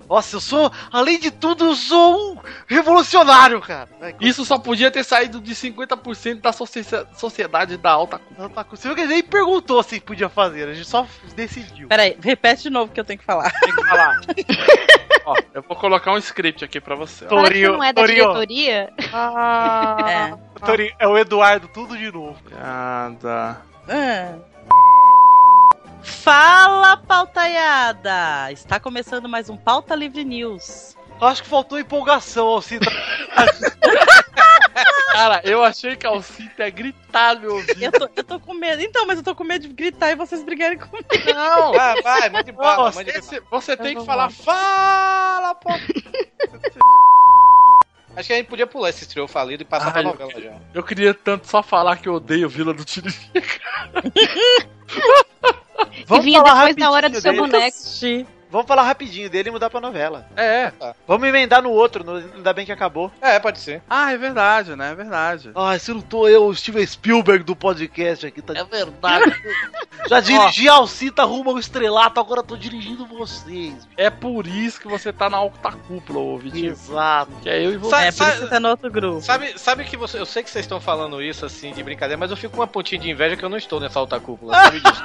E: Nossa, eu sou, além de tudo, eu sou um revolucionário, cara. É
G: Isso só podia ter saído de 50% da socie- sociedade da alta
E: Não tá com- Você viu que ele nem perguntou se podia fazer, a gente só decidiu.
C: Peraí, repete de novo o que eu tenho que falar.
G: Tem que falar. Ó, eu vou colocar um script aqui pra você. ó.
F: Fala que não é da diretoria.
G: Ah.
E: Torinho, é o Eduardo, tudo de novo.
G: Piada.
C: Ah. Fala, pautaiada! Está começando mais um Pauta Livre News.
E: Eu acho que faltou empolgação, Alcita.
G: Cara, eu achei que a Alcita é gritar no meu ouvido.
C: Eu tô, eu tô com medo. Então, mas eu tô com medo de gritar e vocês brigarem comigo.
G: Não!
H: Vai, Ah, vai, mande bala,
G: Você,
H: mande bala.
G: se- você tem que
C: vou
G: falar,
C: lá.
G: fala, pô!
H: Acho que a gente podia pular esse trio falido e passar pra
G: Ai,
H: novela
G: eu-
H: já.
G: Eu queria tanto só falar que eu odeio Vila do Tiririca.
E: Vamos
F: vinha
E: falar
F: depois da hora do
E: rapidinho
F: seu
E: dele.
F: boneco.
E: Vamos falar rapidinho dele e mudar pra novela.
G: É.
E: Vamos emendar no outro, no, ainda bem que acabou.
H: É, pode ser.
G: Ah, é verdade, né? É verdade.
E: Ah, se não tô eu, o Steven Spielberg do podcast aqui. Tá... É
G: verdade.
E: Já dirigi Alcita rumo ao estrelato, agora tô dirigindo vocês.
G: É por isso que você tá na alta cúpula, ô
H: Tipo,
G: Vitinho.
E: Exato.
G: Que é eu e você.
H: Sabe- É, por isso que
C: tá no outro grupo.
H: Sabe, sabe que você. Eu sei que vocês estão falando isso assim de brincadeira, mas eu fico com uma pontinha de inveja que eu não estou nessa alta cúpula. Sabe disso?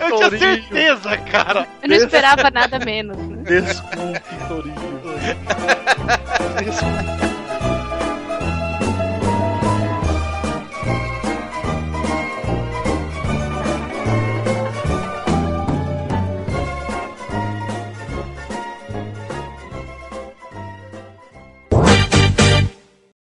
E: Eu tinha certeza, cara.
F: Eu não né? esperava nada menos.
G: Desculpe, Torinho.
E: Desculpe.